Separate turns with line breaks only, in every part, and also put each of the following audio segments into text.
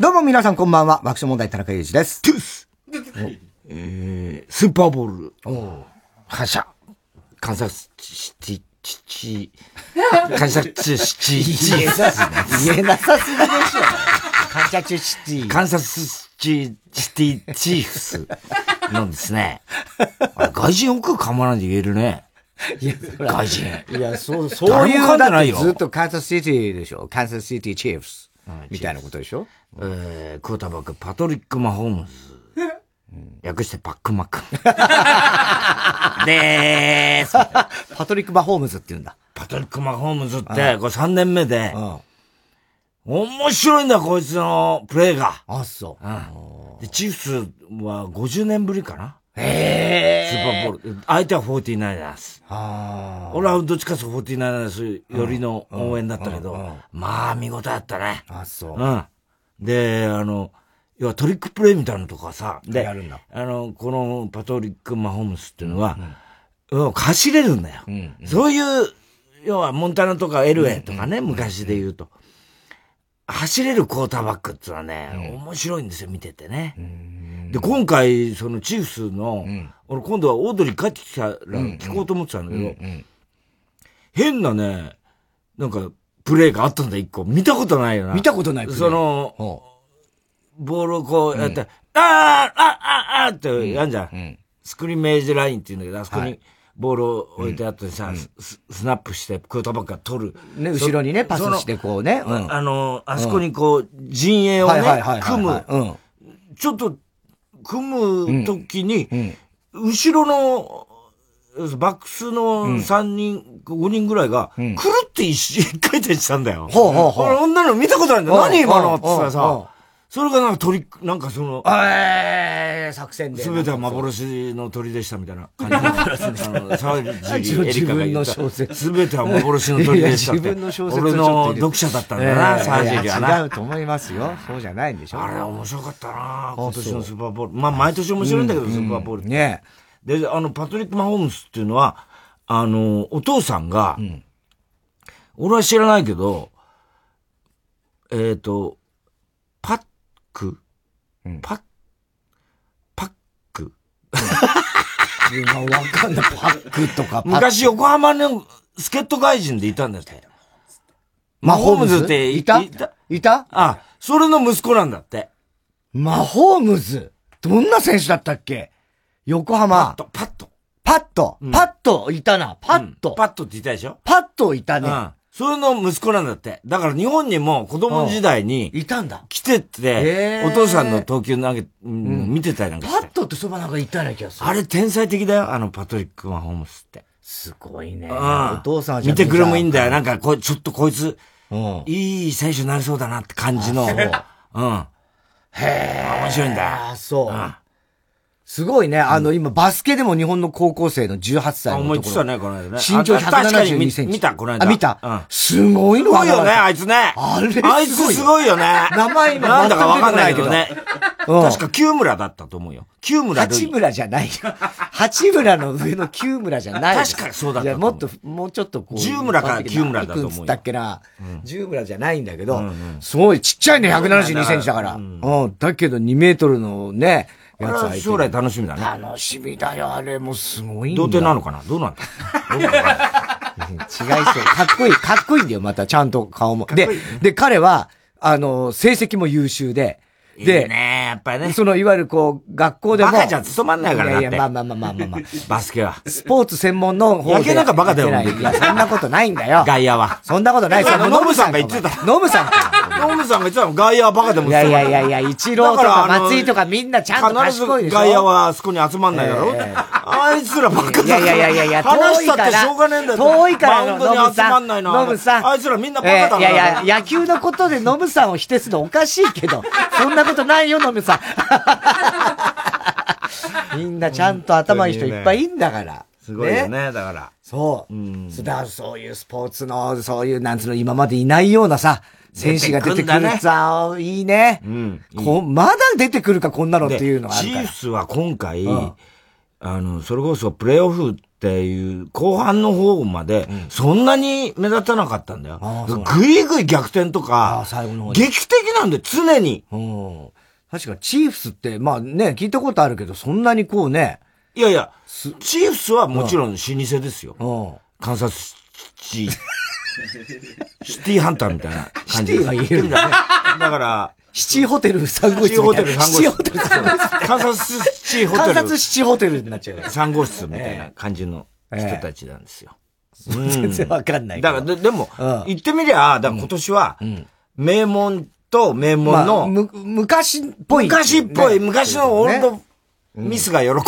どうも皆さんこんばんは。爆笑問題田中裕二です。トゥース
えー、スーパーボール。覇者。カンザスシティ、チ チ、カンザスシティ、
言えなさすぎでしょ。感謝中シティ。
カンザスシティ、チーフスのですね。あれ外人奥噛まないで言えるね。外人。
いや、そう、そういう
誰も噛んでないよ
だってずっとカンサスシティでしょ。カンサスシティチーフス。みたいなことでしょ。
えー、クォーターバック、パトリック・マホームズ。略してパックマック。でーす。
パトリック・マホームズって言うんだ。
パトリック・マホームズって、これ3年目で、面白いんだ、こいつのプレーが。
あ、そう。
うん。で、チーフスは50年ぶりかなええスーパーボール。相手は49ナース。
あ
俺はどっちかというと49ナースよりの応援だったけど、まあ見事だったね。
あ、そう
う。ん。で、あの、要はトリックプレイみたいなのとかさ、で、
やるんだ
あの、このパトリック・マホームスっていうのは、要は走れるんだよ。そういう、要はモンタナとかエルウェイとかね、昔で言うと。走れるクォーターバックっていうのはね、面白いんですよ、見ててね。で、今回、そのチーフスの、俺今度はオードリー帰ってきたら聞こうと思ってたんだけど、変なね、なんか、プレーがあったんだ、一個。見たことないよな。
見たことないプレー
その、ボールをこうやって、あーあああってやんじゃん。スクリーンメージラインっていうんだけど、あそこにボールを置いてあってさ、ススナップして、クーターバックが取る。
ね、
そ
後ろにね、パスしてこうね。
その
うん。
あの、あそこにこう、陣営をね、組む。
うん。
ちょっと、組むときに、後ろの、バックスの3人、5人ぐらいが、くるって一一回転したんだよ。
ほうほうほう
俺女の子見たことないんだよ。
ほう
何今の
ほ
っ
う
て言ったら
ほうほう
さ、それがなんか鳥、なんかその、
えー、作戦で。
すべては幻の鳥でしたみたいな感じ の。あの沢尻エリカが言った。
自分の小説
すべては幻の鳥でしたって。
いや自分の小説を
俺
ちょっと
の
入れて
読者だったんだな、
え
沢
ーい
尻は
や違
な。
うと思いますよ。そうじゃないんでしょ。
あれ面白かったな、今年のスーパーボール。まあ毎年面白いんだけど、スーパーボールって。
ね
で、あの、パトリック・マホームスっていうのは、あの、お父さんが、俺は知らないけど、えっ、と、パック、パッ、パック。
え。わかんない。パックとかパック。
昔横浜の助っ人外人でいたんだって。マ
マ
ホ
ホ
ー
ー
ム
ム
ズ
ズ
っ
ってて
い
い
た
たいたいた
あ、それの息子なんだって。
マホームズどんな選手だったっけ横浜。
とパッと。
パッと。パッといたな。パ
パ
ッと。
パッとって言ったでしょ
パッといた
う
ね。
ん。それの息子なんだって。だから日本にも子供時代に、
いたんだ。
来てって
へ、ー
お父さんの投球投げ、うん見てたりなんか
パ
し
ッ
て。
とってそばなんかいたような気がする。
あれ天才的だよ、あのパトリック・マホームスって。
すごいね。
う
お父さんはじゃあ
見てくれもいいんだよ。
メ
なんかこう、ちょっとこいつ、
ジャー。うん。
いい選手になりそうだなって感じの。うん。へえ。面白いんだよ。
あ、そう
うん。
すごいね。あの、今、バスケでも日本の高校生の18歳
あ
のところ。
思いついたね、この間ね。
身長
あ確かに
172
見
センチ。
見た、この間。
あ、見た。
うん。
すごい
す
の
ごいよね、
あ
あいつね。
あれすごいよ
あいつすごいよね。
名前今
なんだかわかんないけどね。
うん
確か、清村だったと思うよ。清村瑠
八
璃
村じゃないよ。八村の上の九村じゃないよ。
確かそうだった
いや、
と
も
思う
っと、もうちょっとこう。
十村か九村だと思うよ
いくつったっけな。十村じゃないんだけど、すごいちっちゃいね、172センチだから。うん。だけど2メートルのね、やつ相手
あれ
に
将来楽しみだね。
楽しみだよ、あれもうすごいんだ
童貞なのかなどうなんだ
違いそう。かっこいい、かっこいいんだよ、また、ちゃんと顔も。で、で、彼は、あの、成績も優秀で、
で、いい
で、
ねやっぱりね。
その、いわゆるこう、学校でも。
バカじゃ務まんないから
い
な
やい
って。
や、まあまあまあまあまあまあ。
バスケは。
スポーツ専門の 方で。
野球なんかバカだよ
やってないいや、そんなことないんだ よ。
外野は。
そんなことない。
あの
それ
ノブさんが言ってた
ノブさんか。
ノムさんが言ってたの、外野はバカでも
いやいやいや
や、
いや、一郎と
だから
か
あの
松井とかみんなちゃんと
必ず
賢いでしょ。
外野はあそこに集まんないだろ
ええ
あいつらばっかだ
いやいやいやいやいや、
話した
遠い
って
から
しょうがねえんだよ。
遠いからの、
マウンド
ノ
に
ブ
集
さ
ま
ん。
んないな。
ノブさん。
あいつらみんなバカだな。
えーいやいや、野球のことでノブさんを否定するのおかしいけど、 そんなことないよ、ノブさん。み んなちゃんと頭いい人いっぱいいんだから。
すごいよ。ね、だから。
そう。そうだからそういうスポーツの、そういう、なんつうの、今までいないようなさ、選手が出てく
出てくんだ
る
ね
さ、いいね。
うん。
こまだ出てくるか、こんなのっ
で
ていうのがあ
チ
るか
ー
ら
フ。スは今回、
ん
あの、それこそプレーオフっていう後半の方まで、そんなに目立たなかったんだよ
ああそう。
ぐいぐい逆転と
ああ
か
最後の方、で
劇的なんで常に。
うん。確か、チーフスって、まあね、聞いたことあるけど、そんなにこうね、
いやいや、チーフスはもちろん老舗ですよ。
うん。
カンサスシシティハンターみたいな感 じ
シティはいるんだ
ね。だから、
七ホテル3号室みたいな。
シティホテル3号室。
七ホテル3号室。
カンサスシティホテ
観
ル
察七ホテルになっちゃうから。
3号室みたいな感じの人たちなんですよ。
全然わかんないけ
だ
ど。
からで、でも、
うん
言ってみりゃ、だから今年は、名門と名
まあ
門の、
む昔っぽい。
昔っぽい、
ね
昔のオールド、ミスが喜ぶ。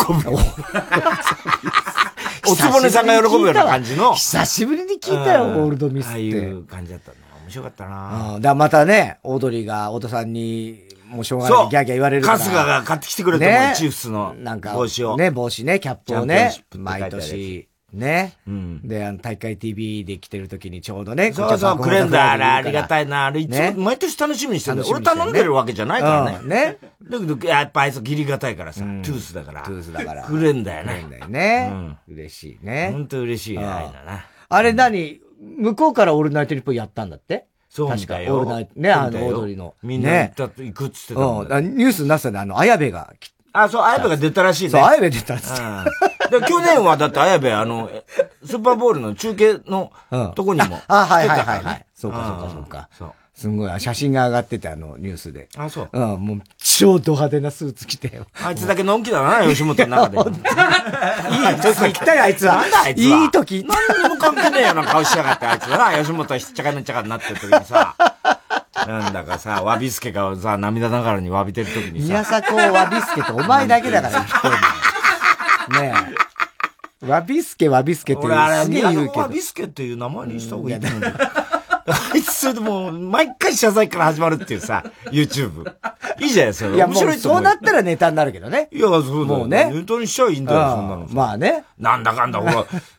おつぼねさんが喜ぶような感じの。
久しぶりに聞いたよ、
うん
オールドミスっ
ああ
て。
い
うん
う感じだったね。面白かったな。
だからまたね、オードリーが太田さんに、もうしょうがない
そう。
ギャーギャー言われるから。
春日が買ってきてくれたもん、チーフスの
なんか
帽子を。
ね、帽子ね、キャップを
チャンピオン
ね
シップ、って書いてあ
毎
るやつ
年。ね。
ん
で、あの、大会 TV で来てる時にちょうどね、
そうそう、くれんだ、あれ、ありがた
い。
いな。あれ、いつ
ね
も、毎年楽しみにしてるんだよ。
楽
俺
しみにしてるね
頼んでるわけじゃないから
う
ね。
んね。
だけど、やっぱあいつ義理がたいからさ、トゥースだから。
トゥースだから
くれんだよ
だ
ね。
よね。嬉しいね。
本当嬉しいな、ああいうのな。
あれ何向こうからオールナイトニッポンやったんだって
そうみたい
確かオ
よ。
ールナイトねあの
そうみたいよ
オードリーの
みんな行ったと、行くっつってたも
うんん。だ
ね。
ニュースになってたんだ、あの、綾部が来て。
あ、そう、綾部が出たらしいね。
そう、綾部出たんです
うんで去年はだって綾部、あの、えスーパーボールの中継の
うん
とこにも。
あ、はいはい
来てた
はい
から
はい
ね。
そうかそうかそうか。
そう。
すんごい、写真が上がってて、あの、ニュースで。
あ、そう。
うん、もう、超ド派手なスーツ着てよ。
あいつだけのんきだ な、吉本の中で。いい時
来たよ、あいつは
なんだあい。つはい
い時。
何にも関係ねえような顔しやがって、あいつはな、吉本はしっちゃかめっちゃかになってる時にさ、なんだかさ、わびすけがさ、涙ながらにわびてる時に
宮
さ、
迫をわびすけってお前だけだから生きてんの。ねえ。わびすけわびすけって
俺あれ、
すげえ
宮
言うけ
迫
ど
わ。びすけっていう名前にした方がいいと思うんだよあいつそれでもう、毎回謝罪から始まるっていうさ、YouTube。いいじゃない、それ。
いや、
面
も
白
う
いと思
そう
う
な
よ
っ。たらネタになるけどね。
いや、そうだ
も
よ。
うね
本当にしちゃいいんだよ、そんな
あ
の
あ。まあね。
なんだかんだ、ほら、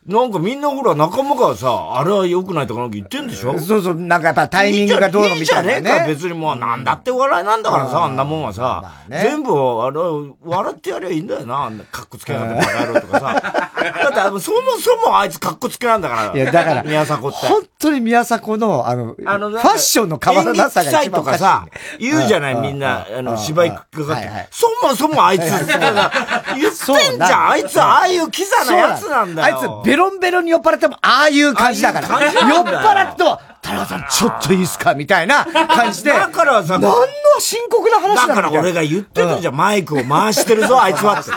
なんかみんなほら、仲間がさ、あれは良くないとかなんか言ってんでしょ
そうそう、なんかやっぱタイミングがどうのみたい
い
ない
じゃねえか
ね。
別にもう、なんだってお笑いなんだからさ、あんなもんはさ、
まあね
全部、あれ、笑ってやりゃいいんだよな、あんな、かっこつけながら笑えろと かさ。だって、そもそもあいつかっこつけなんだから。
いや、だから、
宮迫って。
本当に宮迫の、あの、フ
あの
ァッションの変わらなさが一番おかしい、
演技臭いとかさ、言うじゃない、
うん
みんな、
うん
あ
う
の、
ん
芝居かかっ
はいはい
て。そもそもあいつ、だから言ってんじゃん。あいつ、ああいうキザなやつなんだよ。
あいつ、ベロンベロンに酔っ払っても、ああいう感じだから。
ああい
酔
う
っ
感じなんだよ
払っても、田中さん、ちょっといいっすかみたいな感じで。
だからさ
何の深刻な話
だ
な
か
の
ら俺が言ってたじゃん、マイクを回してるぞ、あいつはって。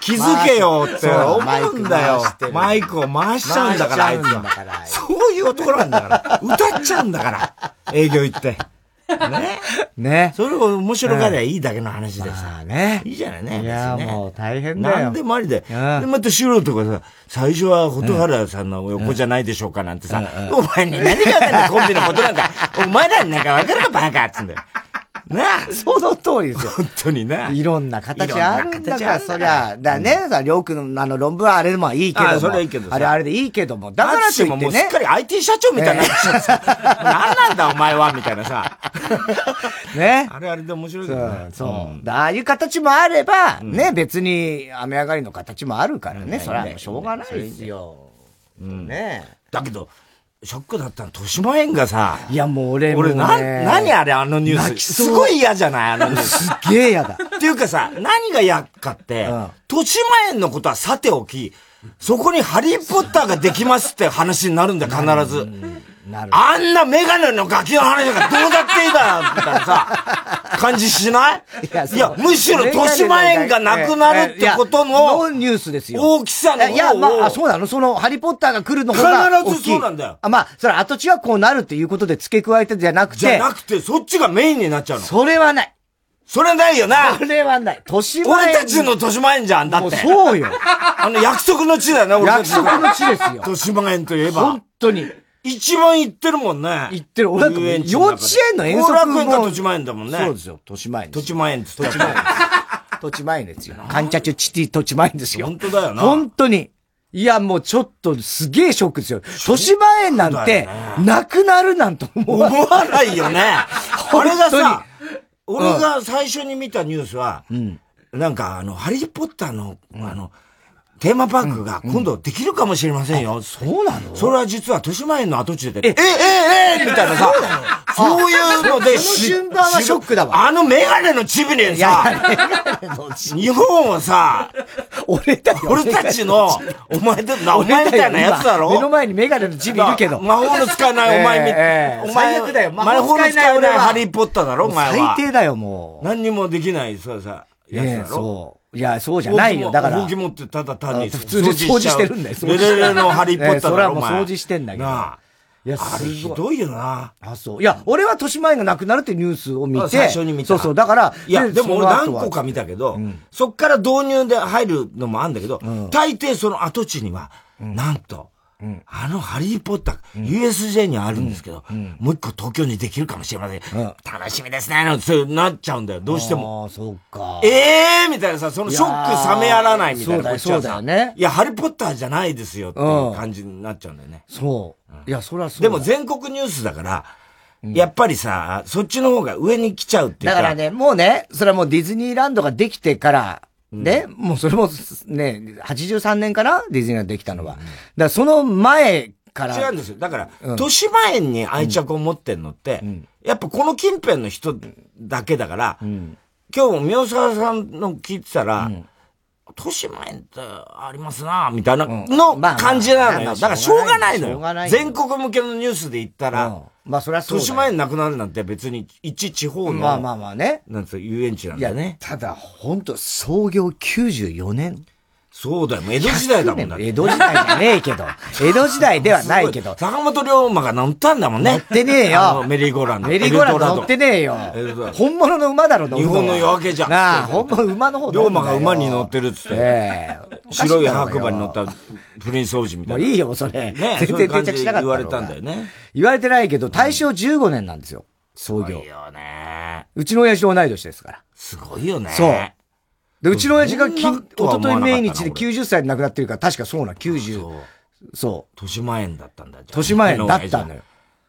気づけよって思うんだよ
そう。マ
マ
イ
イクを回しちゃうんだから、あいつ
回しちゃうんだから
は。そういう男なんだから。歌っちゃうんだから、営業行って。ね。
ね。
それを面白がりゃいいだけの話でさ。
まあね。
いいじゃないね。
いや、
別にね
もう大変だよ。
なんでもありで。で、
ん
また素人がさ、最初は蛍原さんの横じゃないでしょうかなんてさ、お前に何がわかんないコンビのことなんか、お前らになんかわかるかバカっつうんだよ。なあ。
その通りですよ。
本当にな。
いろんな形あるんだから、
い
そ
ろんな形あるん
り
だ
ゃ、だね、さ、りょうくんのあの論文はあれでもいいけども。
あそれはいいけどさ
あれはあれでいいけども。だ
だ
か
からら
とい
も
っ
も
て
うすっ
ね
か。り IT 社長みたいになっちゃってさ、何なんだお前はみたいなさ。
ね。
あれあれで面白いけ
う
どね
ん、。そう。だああいう形もあれば、ね、別に雨上がりの形もあるからね。それはもうしょうがないですよ。ね
だけど、ショックだったの、豊島園がさ、
いや、もう俺もね。
俺な、何あれあのニュ
泣
ー
き
ス。
そう
すごい嫌じゃないあのニュース。
すっげえやだ。
っていうかさ、何がやっかっ
ん
て、豊島園のことはさておき、そこにハリーポッターができますって話になるんだよ、必ず。
なる。
あんなメガネのガキの話がどうだっていいだろ、みたいなさ、感じしないいや
そう
むしろ豊島園がなくなるってこと
いやの
の
ニュースですよ。
大きさの
いや、まああ、
方
そう
を、
なのその、ハリーポッターが来るの方が大きい。
必ずそうなんだよ
あまあ、それ跡地はこうなるっていうことで付け加えてじゃなくて、
じゃなくて、そっちがメインになっちゃうの。
それはない。
それないよな。
それはない。年前
俺たちの豊島園じゃん、だ
も
っ
う
て。
そうよ。
あの、約束の地だよな、俺た
約
ち
束の地ですよ。
豊島園といえば
本。当に。
一番行ってるもんね。
行ってる。俺だってもう幼稚園の遠足
後
も。
楽園か豊島園だもんね。
そうですよ。豊島園です。
豊島園っ つったら。
土地前ですよ。カンチャチュチティ土地前ですよ。
本当だよな
本当に。いや、もうちょっとすげえショックですよ。豊島園なんて、なくなるなんて思わない。
思わないよね。
本当
俺
に
がさ、俺が最初に見たニュースは、なんかあの、ハリーポッターの、あの、テーマパークが今度できるかもしれませんよ。
そうなの
それは実は豊島園の跡地で、え、え、え、え、みたいなさ、そういうので、
その瞬間はショックだわ
しあのメガネのチビにさ、日本をさ、
俺たち、
俺たちの、お前だお
俺たち
前みたいなやつだろ
今目の前にメガネのジビいるけど。
魔法の使えないお前
え
み、
えええ
お前、
最悪だよ
魔
魔
法
法
の
の
使
使
え
え
な
ないい
ハリーポッターだろ、お前は。
最低だよ、もう。
何にもできない、そうさ、やつ
え
だ
え、
ろ。
そう。いや、そうじゃないよ。だから。
ほうき持ってただ単に。
普通に掃除してるんだよ
掃除しちゃうレレレのハリーポッターだろ、
ええそれはもう
お前
掃除してんだけど
なあ。
いや、
あ
す
れひ
ごい。
どいよな。
あ、そう。いや、俺は豊島園がなくなるっていうニュースを見
あ
て。
最初に見た
そうそう。だから、
いや、でも俺何個
か
か見たけど、そっから導入で入るのもあんだけど、大抵その跡地には、なんと、あのハリーポッター、USJ にはあるんですけど、もう一個東京にできるかもしれません。楽しみですね、なんてそうなっちゃうんだよ、どうしても。
ああ、そうか。
ええー、みたいなさ、そのショック冷めやらないみたいな。
いやーそうだよそ
こっちはさ
うだよね
いや、ハリーポッターじゃないですよっていう感じになっちゃうんだよね。
そう。いや、そりゃそう
で
だ。
も全国ニュースだから、やっぱりさ、そっちの方が上に来ちゃうっていう
だ
か。
からね、もうね、それはもうディズニーランドができてから、ね、もうそれもね、83年かなディズニーランドできたのは。だからその前から。
違うんですよ。だから、豊島園に愛着を持ってんのって、やっぱこの近辺の人だけだから、今日も宮沢さんの聞いてたら、豊島園ってありますなみたいなの
うんまあまあ
感じなのよ。
まあまあ
だからしょうがないの
しょうがな
よ。
いよ
全国向けのニュースで言った
う
ら、
ん。まあ、そりゃそう
豊
だよ。
島園なくなるなんて別に一地方の、
まあまあまあね。
なんつうの遊園地なん
い
だ
や
よね
ね。。ただ、ほんと、創業94年。
そうだよ。もう江戸時代だもんだって
江戸時代じゃねえ けど。江戸時代ではないけど。
坂本龍馬が乗ったんだもんね。
乗ってねえよ
あのメリーゴーランド。
メリーゴーラン
エルドラ
ド
ド
乗ってねえよ
エルドラ。ド
本物の馬だろ、乗るのは
日本の夜明けじゃん
なあ、本物馬の方
龍馬が馬に乗って
る。
るっつって。
ええ
白い白馬に乗っ。
お
たプリンス王子みた
かしなのよも
いうな。
いいよ、それ。
ね
全然定着しなかった。
そういう感じで言われたんだよ。ね。
言われてないけど、大正15年なんですよ、創
すご
業
い。よね。
うちの親父と同い年ですから。
すごいよね。
そうで、うちの親父がき、
そん
お
なことは
と
思
と
わ
い
な
命
かったな
日で
俺
90歳で亡くなってるから、確かそうな、
そう
90。。そう。
豊島園だったんだじゃあ
豊島園だったのよ。。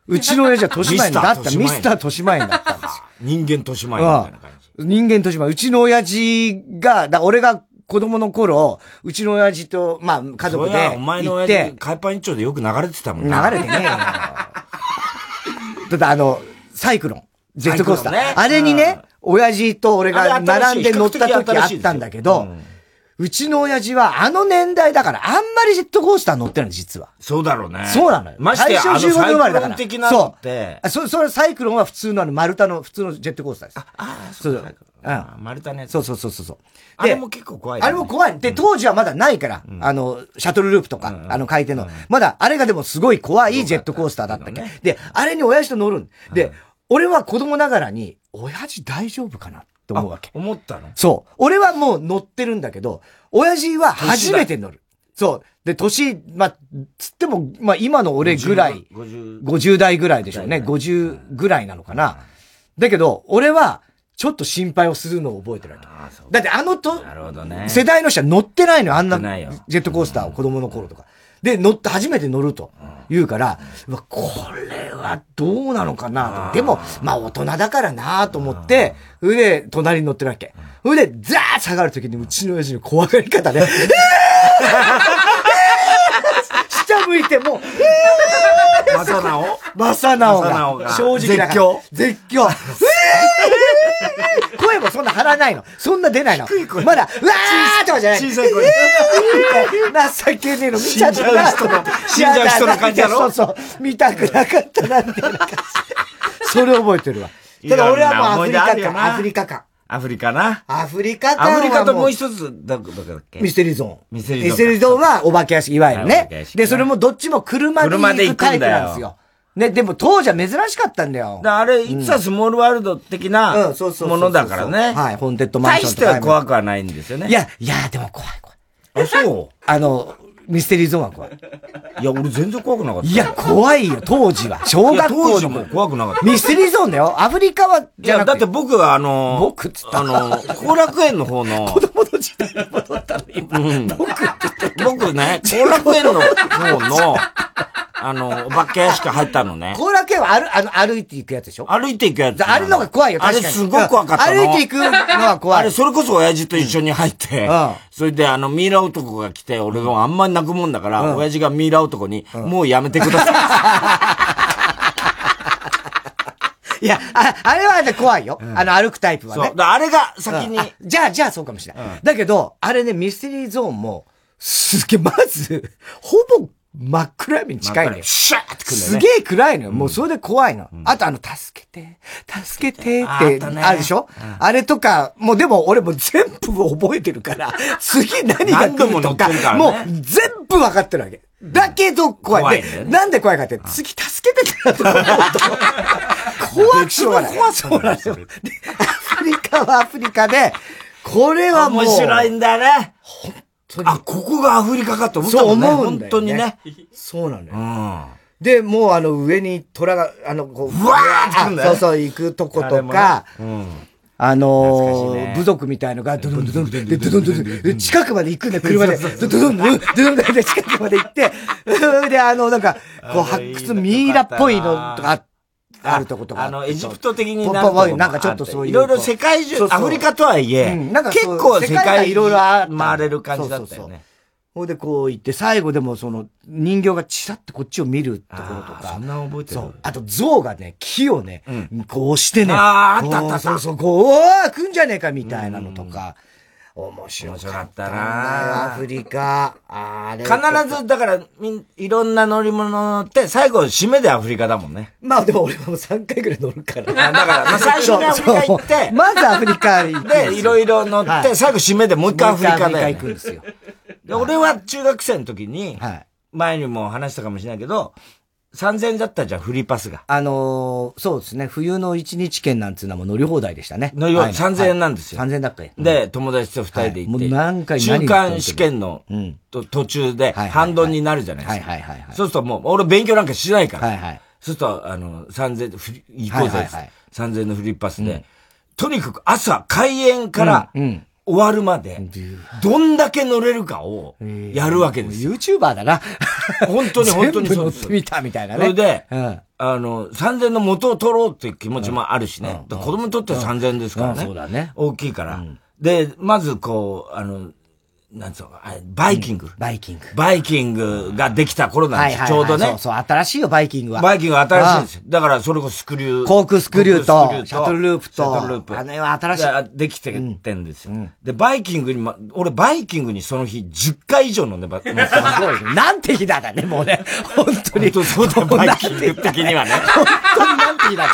うちの親父は豊島園だった。ミ
ミ
ス
ス
タ
タ
ー
ー
豊島園だったんですよ。
人間豊島園みたいな感じ。
うん人間豊島園。うちの親父が、だ俺が子供の頃、うちの親父と、まあ、家
そ
族
り
で
ゃお前の
行っ
親
て
父、、海パン一丁でよく流れてたもん
流
な
れて ねえよ。ただあの、サイクロン。ジェットコースター。
サイクロンね
あれにね、親父と俺が
あれ新しい
並んで乗った
比較
時
的
あ
新
っ
しいですよ
たんだけど、うちの親父はあの年代だから、あんまりジェットコースター乗ってないの、実は。
そうだろうね。
そうなのよ。
ましてや、あの、
大正15
サイ
年生まれ
ク
だ
ロ
か
ン
ら。
的なのって
そう。あ。そ、それサイクロンは普通のあの丸太の、普通のジェットコースターです。
ああ、
そうだ
あ丸太のやつ。
そうそうそうそうそう。
あれも結構怖いよね
あれも怖い。で、当時はまだないから、あの、シャトルループとか、あの回転の、まだ、あれがでもすごい怖いジェットコースターだったっけ。で、あれに親父と乗るん。で、俺は子供ながらに、親父大丈夫かなって思うわけ。
思ったの
そう。俺はもう乗ってるんだけど、親父は初めて乗る。そう。で、年、まあ、つっても、まあ、今の俺ぐらい。
50
50代ぐらいでしょうね。50ぐらいなのかな。だけど、俺は、ちょっと心配をするのを覚えてるわけ。
ああ、そう。
だってあのと、
なるほどね。
世代の人は乗ってないのよ、あんな
乗ってないよ
ジェットコースターを子供の頃とか。で、乗って、初めて乗ると言うから、うわ、これはどうなのかなと。でも、まあ大人だからなと思って、それで、隣に乗ってるわけ。それで、ザーッ下がるときに、うちの親父の怖がり方 で、えーえー下向いて、もう、
まさなお
マサナオ
マサナオ
が
が、
正直だから。絶叫。絶 叫。声もそんな張らないの。そんな出ないの。まだ、うわーとかじゃない。
小さい声
情けねえの見ちゃったな。
死んじゃう人の死んじゃう人の感じだろ
そうそう。見たくなかったな、みたいな感じ。 それ覚えてるわ。ただ俺はもうアフリカ
いろんな思い出あるよ
か、
な
アフリカか。
アフリカな。
アフリカか。
アフリカともう一つ、どこだっけ
ミステリーゾーン。
ミステリーゾーン
ミステリーゾーンはお化け屋敷、いわゆる
はいお化け
ね
屋。敷
で、それもどっちも車で
車で
行
行
くタ
くんだよ
イプなんですよ。ね、でも当時は珍しかったんだよ。
だあれ、いつはスモールワールド的な
うんそうそうそうそう
ものだからね。
はいホーンテッドマンション
大
とか
しては怖くはないんですよね。
い、や、いや、でも怖い怖い。
あ、そ
あの、ミステリーゾーンは怖い。
う。いや、俺全然怖くなかった。
いや、怖いよ、当時は。小
いや
学
当
校
時
の
も怖くなかった。
ミステリーゾーンだよ。アフリカは、
い
じゃ
や、
な
だ
く
って
て、
僕はあの、
僕っつった
あの、後楽園の方の、
子供の時代に戻ったの、今。僕って言った
僕ね、後楽園の方の、あの、お化け屋敷入ったのね。
後楽園は歩、あの、歩いていくやつでしょ
歩いていくやつな。
あれのが怖いよ、
あ
確か
れ
に。
すごく怖かったの。
歩いていくのが怖い。
あれ、それこそ親父と一緒に入って、
んうん
それであの、ミイラ男が来て、俺があんまり泣くもんだから、親父がミイラ男に、もうやめてください。
いや、ああれはね怖いよ。あの、歩くタイプは
そう。だ
ね
か。らあれが先に、
あじゃあ、じゃあそうかもしれない。だけど、あれね、ミステリーゾーンも、すげえ、まず、ほぼ真っ暗闇に近いのよ。
シャーってくんだよ
す
ね。
げえ暗いのよ。もうそれで怖いの。あとあの、助けて、助けて
あーあっ
って
た、ね
あるでしょあれとか、もうでも俺もう全部覚えてる から、次何が
何度
来
も
る
乗
と
って
か
るから、ね
もう全部分かってるわけ。だけど怖い。
怖いんだ
で
よね
なんで怖いかって、次助けてからと思うと、怖くしょうがない。怖そうなのよ。でアフリカはアフリカで、これはもう、
面白いんだね。
当に
あ、ここがアフリカかって思った
そう
もんね。
思うんだよ
本当
ね。
にね。
そうなのよ
う。ん。
で、もうあの上に虎が、あの、こう、
うわーって来るんだよ
そうそ
ね
う、行くとことか
あ、うん。
あ
懐
の
かしい
ー、
ね
部族みたいのが、ドドンドドンドドンドドンドドンで近くまで行くんだよ、車で。ドドドンドドンドドンで近くまで行って、で、あの、なんか、こう、
あ
発
れいい
掘ミイラっぽいのとかあ、あるとことか。
あの、エジプト的に
ポン
な
ポンワイン
る
なんかちょっとそういう
いろいろ世界
そ
中
う、そう
アフリカとはいえ、
うんなんか
結
そう
構世
世界が
界
いろいろあった
回れる感じだった
そう
よ
そう
ね。
ほいでこう行って、最後でもその、人形がチラッとこっちを見るところと
あー
か
そん。な覚えて
そ
る
う。あと、象がね、木をね、こうしてね。
あーあったあったあった
こうそうそう、こう、おー、来んじゃねえかみたいなのとか。面白かった
面白かったな
アフリカ。あれ。
必。ず、だから、みん、いろんな乗り物って、最後、締めでアフリカだもんね。
まあでも俺はもう3回ぐらい乗るから。
あだから、まあ、最初にアフリカ行っ
そうそう
て、
まずアフリカ行って。
で、いろいろ乗っ
は
て、
い
最後、締めでもう一回アフリカだよ
行くん
ね。
ですよ。
で俺は中学生の時に、
はい。
前にも話したかもしれないけど、3000円だったじゃん、フリーパスが。
あのー、そうですね。冬の1日券なんつうのはもう乗り放題でしたね。
乗り放題
はい
3000円なんですよ
はい3000円だっけ
で、友達と二人で行って、
はいもう何回
中間試験の、
ん
と途中で、
はいはい
半ドンになるじゃないで
は
す
い
か。
はいはいはい。
そうするともう、俺勉強なんかしないから。
はいはい。
そうすると、あの、3000、フリ行こう
はい
ぜ
はいはい。
3000のフリーパスで、とにかく朝、開演から、終わるまで、どんだけ乗れるかを、やるわけですよ。
YouTuber だな。
本当に本当に
全部
そ
乗
うで
っ
す
て。みたみたいな
そ
ね。
れで、
うん。
あの、3000の元を取ろうっていう気持ちもあるしね。だから子供にとっては3000ですからね。
うんそうだね
大きいから。で、まずこう、あの、なんつうのか、あれバイキング、
バイキング。
バイキングができた頃なん
は
で
い
す、
はいはい。
ちょうどね。
そうそう、新しいよ、バイキングは。
バイキングが新しいんですよ。だからそれこそスクリュー。
コークスクリューと
コクスク
シャトルループと
シャトルループ。
あれは新しい
で。できてってんですよ。で、バイキングにま、俺バイキングにその日10回以上飲んで ば、
すごいね。なんて日だだね、もうね。本当に。
本当そうだよ
も
バイ
なん
キン
て日
グ
だ
的にはね。
本当になんて日だ。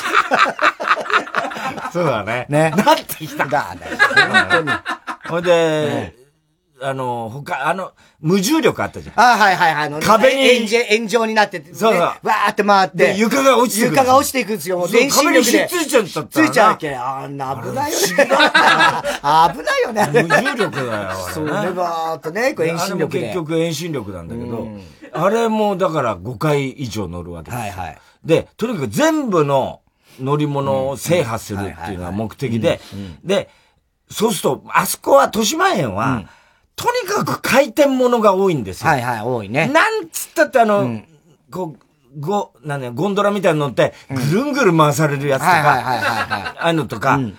そうだね。
ね
なってきた。
だね。本 当に。あ
ほいで、あの、他、あの、無重力あったじゃん。
あ、はいはいはい。あの
壁に
炎上、炎上になってて、
そうそう
ねわーって回って。
で床が落ちてくる
床が落ちていくんですよ。もう
そう
全身力で。
壁にひっついちゃったんだな
ひっついちゃうわけ。あんな危ないよね。 危ないよねあれ。
無重力だよ、あれね。
そうね、わーっとね、こう遠
あれ
心
も
力で。
結局遠心力なんだけど、あれもだから5回以上乗るわけです
は
よ。
いはい
で、とにかく全部の乗り物を制覇するっていうのが目的で、で、そうすると、あそこは、豊島園は、とにかく回転物が多いんですよ。
はいはい、多いね。
なんつったってあの、こう、ご、なんだよ、ゴンドラみたいなの乗って、ぐるんぐるん回されるやつと
はいはいはい
か、
はいはい。
ああいうのとか、とに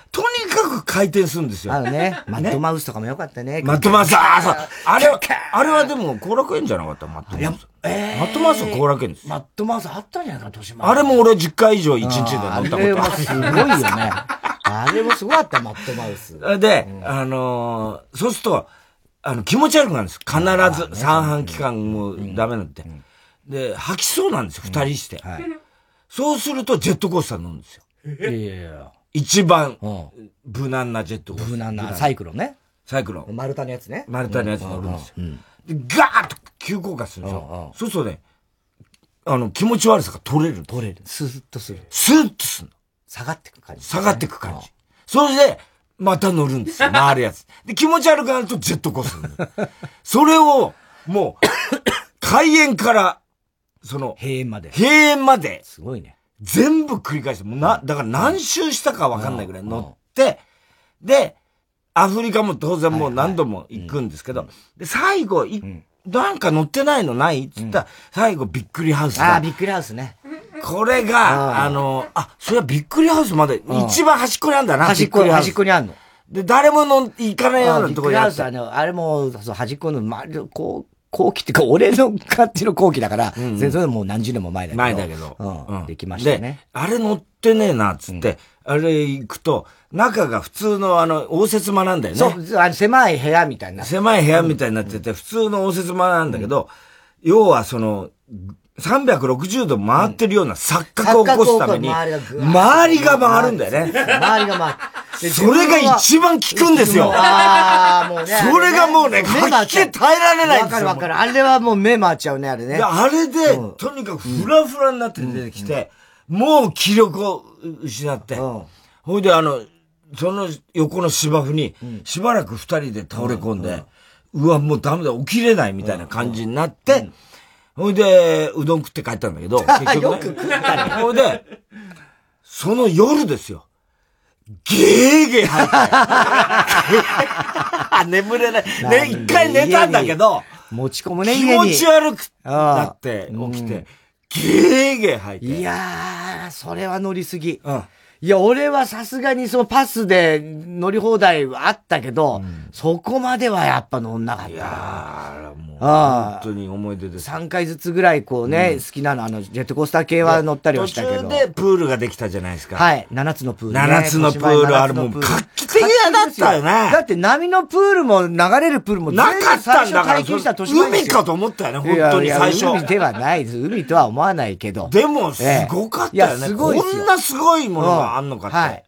かく回転するんですよ。
あのね、マッドマウスとかもよかったね。
マットマウス、ああ、そう。あれは、あれはでも、後楽園じゃなかった、マットマウス。マットマウスは後楽園です。
マッドマウスあったんじゃないかな、年
あれも俺10回以上1日で
あ
乗った
れも
こ
すごいよね。あれもすごかった、マッドマウス。
と。 で、あのー、そうすると、あの、気持ち悪くなるんです。必ず、三半期間もダメなんで。で、吐きそうなんですよ、二人して。そうすると、ジェットコースター乗るんですよ。
いやいやいや。
一番
う
無難なジェットコースター。
無難なサイクロンね。
サイクロン。
丸太のやつね。
丸太のやつ乗るんですよ。で、ガーッと急降下するでしょ。そうするとね、あの、気持ち悪さが取れる。取れる。
スーッとする。
スーッとするの。
下がってく感じ。
下がってく感じ。それで、また乗る んですよ。回るやつ。で、気持ち悪くなるとジェットコースターに乗る。それを、もう、開園から、その、
閉園まで。
閉園まで、
すごいね。
全部繰り返して、もうな、だから何周したかわかんないぐらい乗って、で、アフリカも当然もう何度も行くんですけど、で、最後、いなんか乗ってないのないって言ったら、最後、びっくりハウス
ああ、
だ。
びっくりハウスね。
これが、あの、あ、それはびっくりハウスまで、一番端っこにあんだな、
端っ
び
こ、
くりハウス
端っこにあんの。
で、誰もの行かないような
ビ
と
ッ
こ
グ
ろ
ハ
や
ウ
っ
スは
た。
ね、あれも、そう端っこの、まる、こう、後期っていうか、俺の勝手の後期だから、全然それもう何十年も前だけど。
前だけど。
うん。
うん
できましたね
で。、あれ乗ってねえな、つって、あれ行くと、中が普通のあの、応接間なんだよね。
そう、あの狭い部屋みたいな。
狭い部屋みたいになってて、普通の応接間なんだけど、要はその、360度回ってるような錯覚を起こすために、
錯覚を起こす
周りが回るんだよ
周
ね。
りが回って。で
それが一番効くんですよ。
ああ、もうね。
それがもうね、
あれ目
か
回っ
き
ちゃ
で
う
耐えられないん
わ
で
かる
すよ
わ。かる。あれはもう目回っちゃうね、あれね。
で、あれで、とにかくフラフラになって出てきて、もう気力を失って、
ん
ほいであの、その横の芝生に、しばらく二人で倒れ込んで、うわ、もうダメだ、起きれないみたいな感じになって、ほいで、うどん食って帰った んだけど、結
よ
局
く食っ
ね。ほいで、その夜ですよ。ゲーゲー吐いたよ 眠れない。ね、一回寝たんだけど、
持ち込むね、
気
家に。
持ち悪くなって起きて、ゲーゲー吐いて。
いやー、それは乗りすぎ。
うん。
いや、俺はさすがにそのパスで乗り放題はあったけど、そこまではやっぱ乗んなかった。
あら、もう、
あ
本当に思い出です。
3回ずつぐらいこうね、好きなの、あの、ジェットコースター系は乗ったりは
途
したけど。
中でプールができたじゃないですか。
はい、7つのプール、ね。
7つのプールあれもう
小島
画
七
期的だったよね
だって波のプールも流れるプールも
なかったんだから、
全部最初体験した年前で
海
すよ
かと思ったよね、本当
い
に
やい
最
や
初
海。ではないです。海とは思わないけど。
でも、すごかった
え
よ
えい
ね。
やすごいっ
こ
すよ
んなすごいものがあんのか
は
っ
い
て。。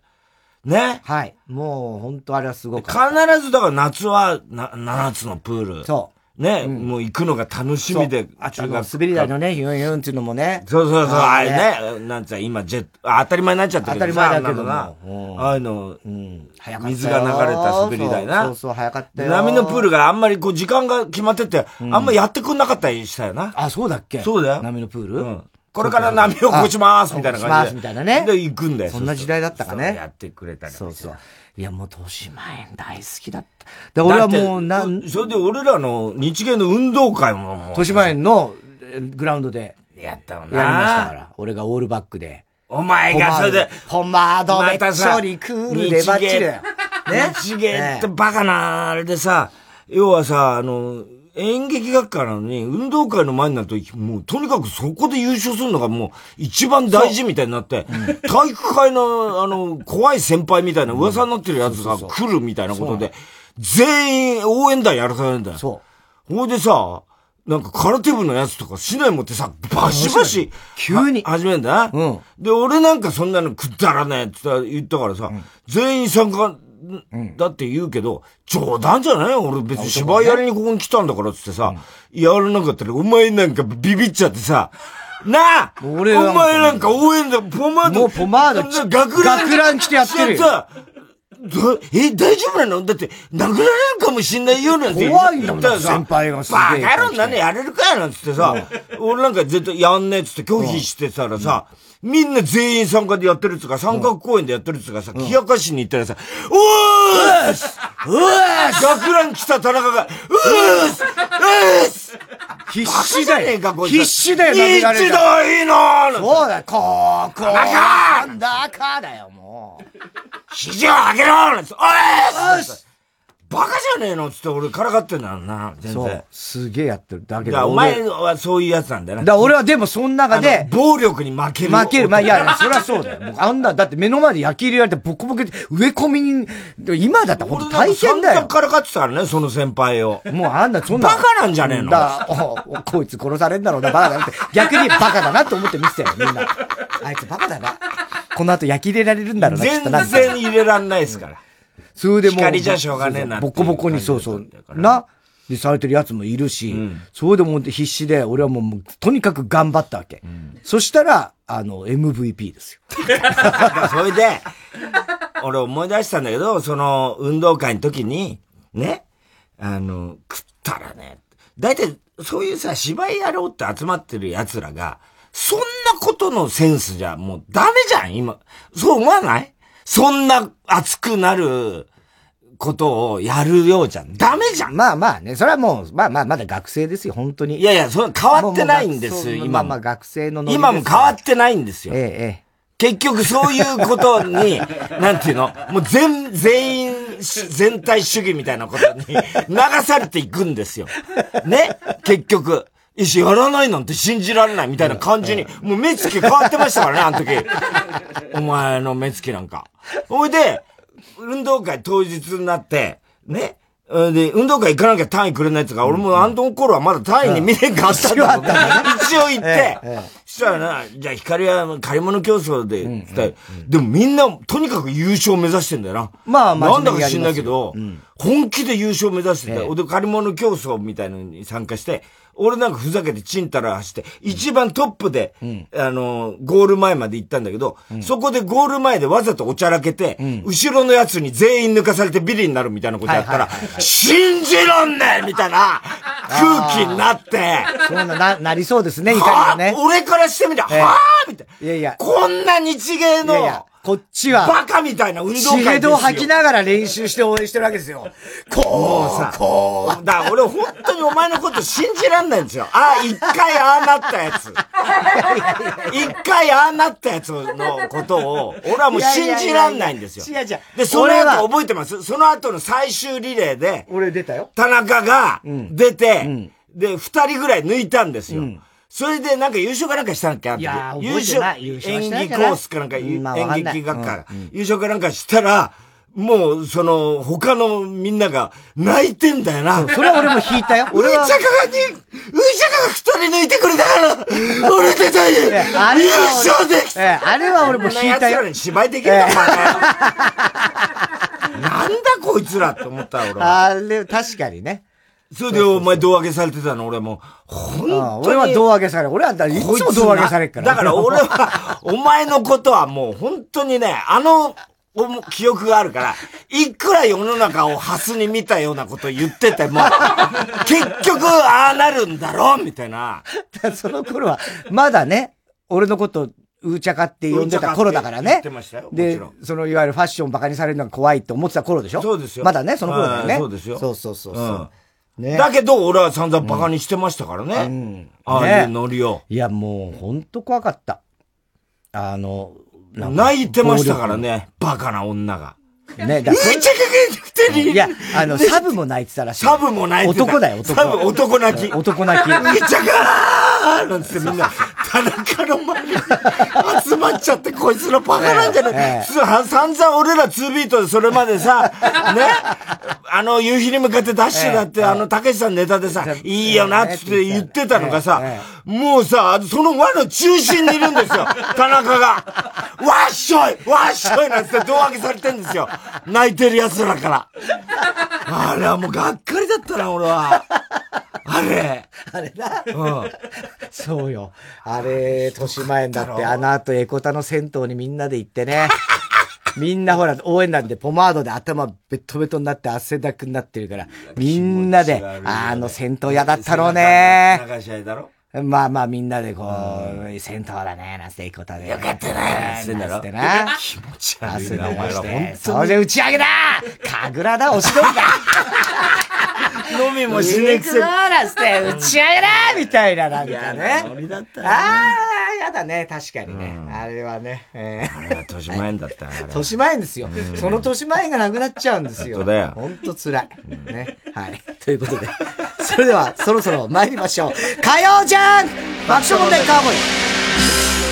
ね。
はい。もう、本当あれはすご
必
かっ
ず、だから夏は、な、7つのプー
た。
ル。
そう。
ね、もう行くのが楽しみで
そう、あと
中
あの
学
滑り台のね、ヒュンヒュンっていうのもね。
そうそうそう、あ
あ
れ
れね
ね、なんつうの今、ジェット、あ当たり前になっちゃったけどさ
当たり前だけども
あんなの
う
なああいうの、
うん。早かったよ
水が流れた滑り台
そう
な。
そうそう、早かったよ。
波のプールがあんまりこう、時間が決まってて、あんまやってくんなかったりしたよな。
あ、そうだっけ
そうだよ
波のプール
うん。これから波を起こします、みたいな感
あ
じ
起こ
で。
しますみたいなね
で、行くんだよ。
そんな時代だったかね
そうやってくれたり。
そうそう。いや、もう、豊島園大好きだった。で、俺はもう、な
だっ
ん
て、それで俺らの日芸の運動会も、もう
豊島園のえーグラウンドで
やったもんな。
やりましたから。俺がオールバックで。
お前がそれで、
ホマードめ
ま
っち
たさ
ょりクールでバッチリだよ。ね
日芸ってバカな、あれでさ、要はさ、あの、演劇学科なのに、運動会の前になると、もう、とにかくそこで優勝するのがもう、一番大事みたいになって、体育会の、あの、怖い先輩みたいな噂になってるやつが来るみたいなことで、全員応援団やらされるんだよ。。
そう
ほいでさ、なんか空手部のやつとか市内持ってさ、バシバシ、
急に
は始めんだな。
うん
で、俺なんかそんなのくだらねえって言ったからさ、全員参加、だって言うけど、冗談じゃないよ俺別に芝居やりにここに来たんだからっつってさ、やらなかったら、お前なんかビビっちゃってさ、なあ
俺は
お前なんか応援だ、ポマード。
もうポマード
そんな学ラン。
学ラン着てやってるよ
さどえ、大丈夫なのだって、殴られるかもしんないよなんて
怖いよ
言ったらさ
先輩がすげえ
バカ野郎なんでやれるかよなんつってさ、俺なんか絶対やんねえっつって拒否してたらさ、みんな全員参加でやってるっつうか、三角公演でやってるっつうかさ、木明かしに行ったらさ、うーっすうーっす学ラン来た田中が、うーっすうーっす
必
バカ
死
じゃ
だ
ねえか、
よ。
こいつ
必死だよ、
一
殴られたら
度いいのーなんて
そうだよ、こう、こう、
カ
なんだかだよ、もう。
肘を上げろなんつって、おーっすバカじゃねえのっつって俺からかってんだよな、全
そ
然
う。。すげえやってる。だけ
だから
ど、
お前はそういうやつなんだよ
俺
な。
だ俺はでもその中
で
で、、
暴力に負ける。
負ける。まあ、いや、そりゃそうだよ。もうあんな、だって目の前で焼き入れられてボコボコで、植え込みに、今だったら
俺
本当
な
大
んか
変だ
散々
よ。
からかってたからね、その先輩を。
もうあんな、そんな。
バカなんじゃねえの
だおおこいつ殺されんだろうな、バカだなって。逆にバカだなと思って見てたよ、みんな。あいつバカだな。この後焼き入れられるんだろうな、きっ
全
とな。
然入れらんないですから。
それでもう。
光じゃしょうがねえなってい
ボ
う
コボコに、そうそう
感じだった。から
な。でされてるやつもいるし、それでもう必死で、俺はもうもう、とにかく頑張ったわけ。そしたら、あの、MVP ですよ。
それで、俺思い出したんだけど、その運動会の時に、ね、あの、食ったらね、大体そういうさ、芝居やろうって集まってる奴らが、そんなことのセンスじゃもうダメじゃん、今。そう思わないそんな熱くなることをやるようじゃん。ダメじゃん。
まあまあね、それはもう、まあまあ、まだ学生ですよ、本当に。
いやいや、それ変わってないんですよ、
もうもう
今
まあまあ、
も。
学生のノリです
今も変わってないんですよ
え。え、ええ。
結局そういうこ とに、なんていうのもう全、全員し、全体主義みたいなことに流されていくんですよ。ね結局。いし、やらないなんて信じられないみたいな感じに、もう目つき変わってましたからね、あの時。お前の目つきなんか。ほいで、運動会当日になって、ねうんで、運動会行かなきゃ単位くれないやつが、俺もあの頃はまだ単位に未練があったんだけど、一応行って、そしたらな、じゃあ光は借り物競争で、つったらでもみんな、とにかく優勝目指してんだよな。
まあ
なんだ
真面目に
か
やり
知ん
ますよ
ないけど、本気で優勝目指してて、俺借り物競争みたいのに参加して、俺なんかふざけてチンタラ走って、一番トップで、あの、ゴール前まで行ったんだけど、そこでゴール前でわざとおちゃらけて、後ろのやつに全員抜かされてビリになるみたいなことやったら、信じらんねえみたいな空気になって、
そうな、な、なりそうですね、怒り
は
が
あ、
ね。
俺からしてみたら、
ええ
はあみたいな。
いやいや
こんな日芸
いやい
の
や、こっち
バ
は、
カみたいな運動
シ
会
ゲ
です
ド
よ。
を吐きながら練習して応援してるわけですよ。こうさ、こう。
だから俺本当にお前のこと信じらんないんですよ。ああ、一回ああなったやつ。一回ああなったやつのことを、俺はもう信じらんないんですよ。
いやいやいやいや違う違う
で、その
俺は
後覚えてますその後の最終リレーで、
俺出たよ。
田中が出て、で、二人ぐらい抜いたんですよ。それでなんか優勝かなんかしたんか
いやー
優
覚えてな
勝、
い優勝して
演
ない
技
か
コ
な
ースかなんか、
うんまあわか
演
んない
劇学科、優勝かなんかしたら、もう、その、他のみんなが泣いてんだよな。
それは俺も引いたよ。
ウイ
俺
チャカ
は
が、に、ウイチャカが二人抜いてくれたから、俺出たい優
えあれは俺
勝です
ええ、あれは俺も引いたよ。
に芝居できるか、お前。なんだこいつらって思った俺は。
あれ、確かにね。
それでお前胴上げされてたの、俺もう。本
うん
当
俺
に。
は胴上げされる。俺はだいつ
こ
も
いつ
胴上げされるから。
だから俺は、 お前のことはもう本当にね、あの、おも記憶があるから、いくら世の中をハスに見たようなこと言っ てても、結局ああなるんだろうみたいな。
その頃は、まだね、俺のこと、うーちゃかって呼んでた頃だから
言っ
ね
て。ましたよ。もち
で
ろん、
そのいわゆるファッションバカにされるのが怖いって思ってた頃でしょ
そうですよ
まだね、その頃だよ
は
ね。
いそうですよ
そうそうそう
う
そ
ん
う。ね。
だけど、俺は散々バカにしてましたからね。ああいうノリを。
いや、もう、ほんと怖かった。あの、なんか
泣いてましたからね。バカな女が。
ね、だ
めちゃくちゃ二人
いや、あ の、サブも泣いてたらしい。
サブも泣いてた。
男だよ男
サブ、男泣き。
男泣き。
めちゃかーなんつってみんな、田中の前に集まっちゃって、こいつのバカなんじゃ
ええ
な
ええ
いつ散々俺ら2ビートでそれまでさ、ね、あの夕日に向かってダッシュだって、あの、たけしさんネタでさ、いいよなっつって言ってたのがさ
え、
もうさ、その輪の中心にいる んですよ、田中が。わっしょいわっしょいなんつって胴上げされてんですよ。泣いてる奴らから。あれはもうがっかりだったな、俺は。あれ。
あれだ。
うん。
そうよ。あれ、豊島園だって、あの後、エコタの銭湯にみんなで行ってね。 みんなほら、応援団でポマードで頭ベトベトになって汗だくになってるから、みんなで、あの銭湯嫌だったろうね。
流し合いだろ
まあまあみんなでこう、銭湯だね、なんてエコタで。よかった
ななんつってんだろ
てな。
気持ち悪
汗
い
流
な、お前ら。
し
ほん
て、それで打ち上げだ神楽だ、おしどりだ
と飲みもしねえ
行く
くせ
ぞ
に。
なんつって、打 ち上げだみたいな、なんかね。
ノリだったな。
ああ、やだね、確かにね。あれはね。えー
あれは豊島園だっ たなあれ
豊島園ですよ。その豊島園がなくなっちゃうんですよ。
本当だよ
ほんと辛い。ね。はい。ということで。 それでは、そろそろ参りましょう。火曜じゃん爆笑問題カーボーイ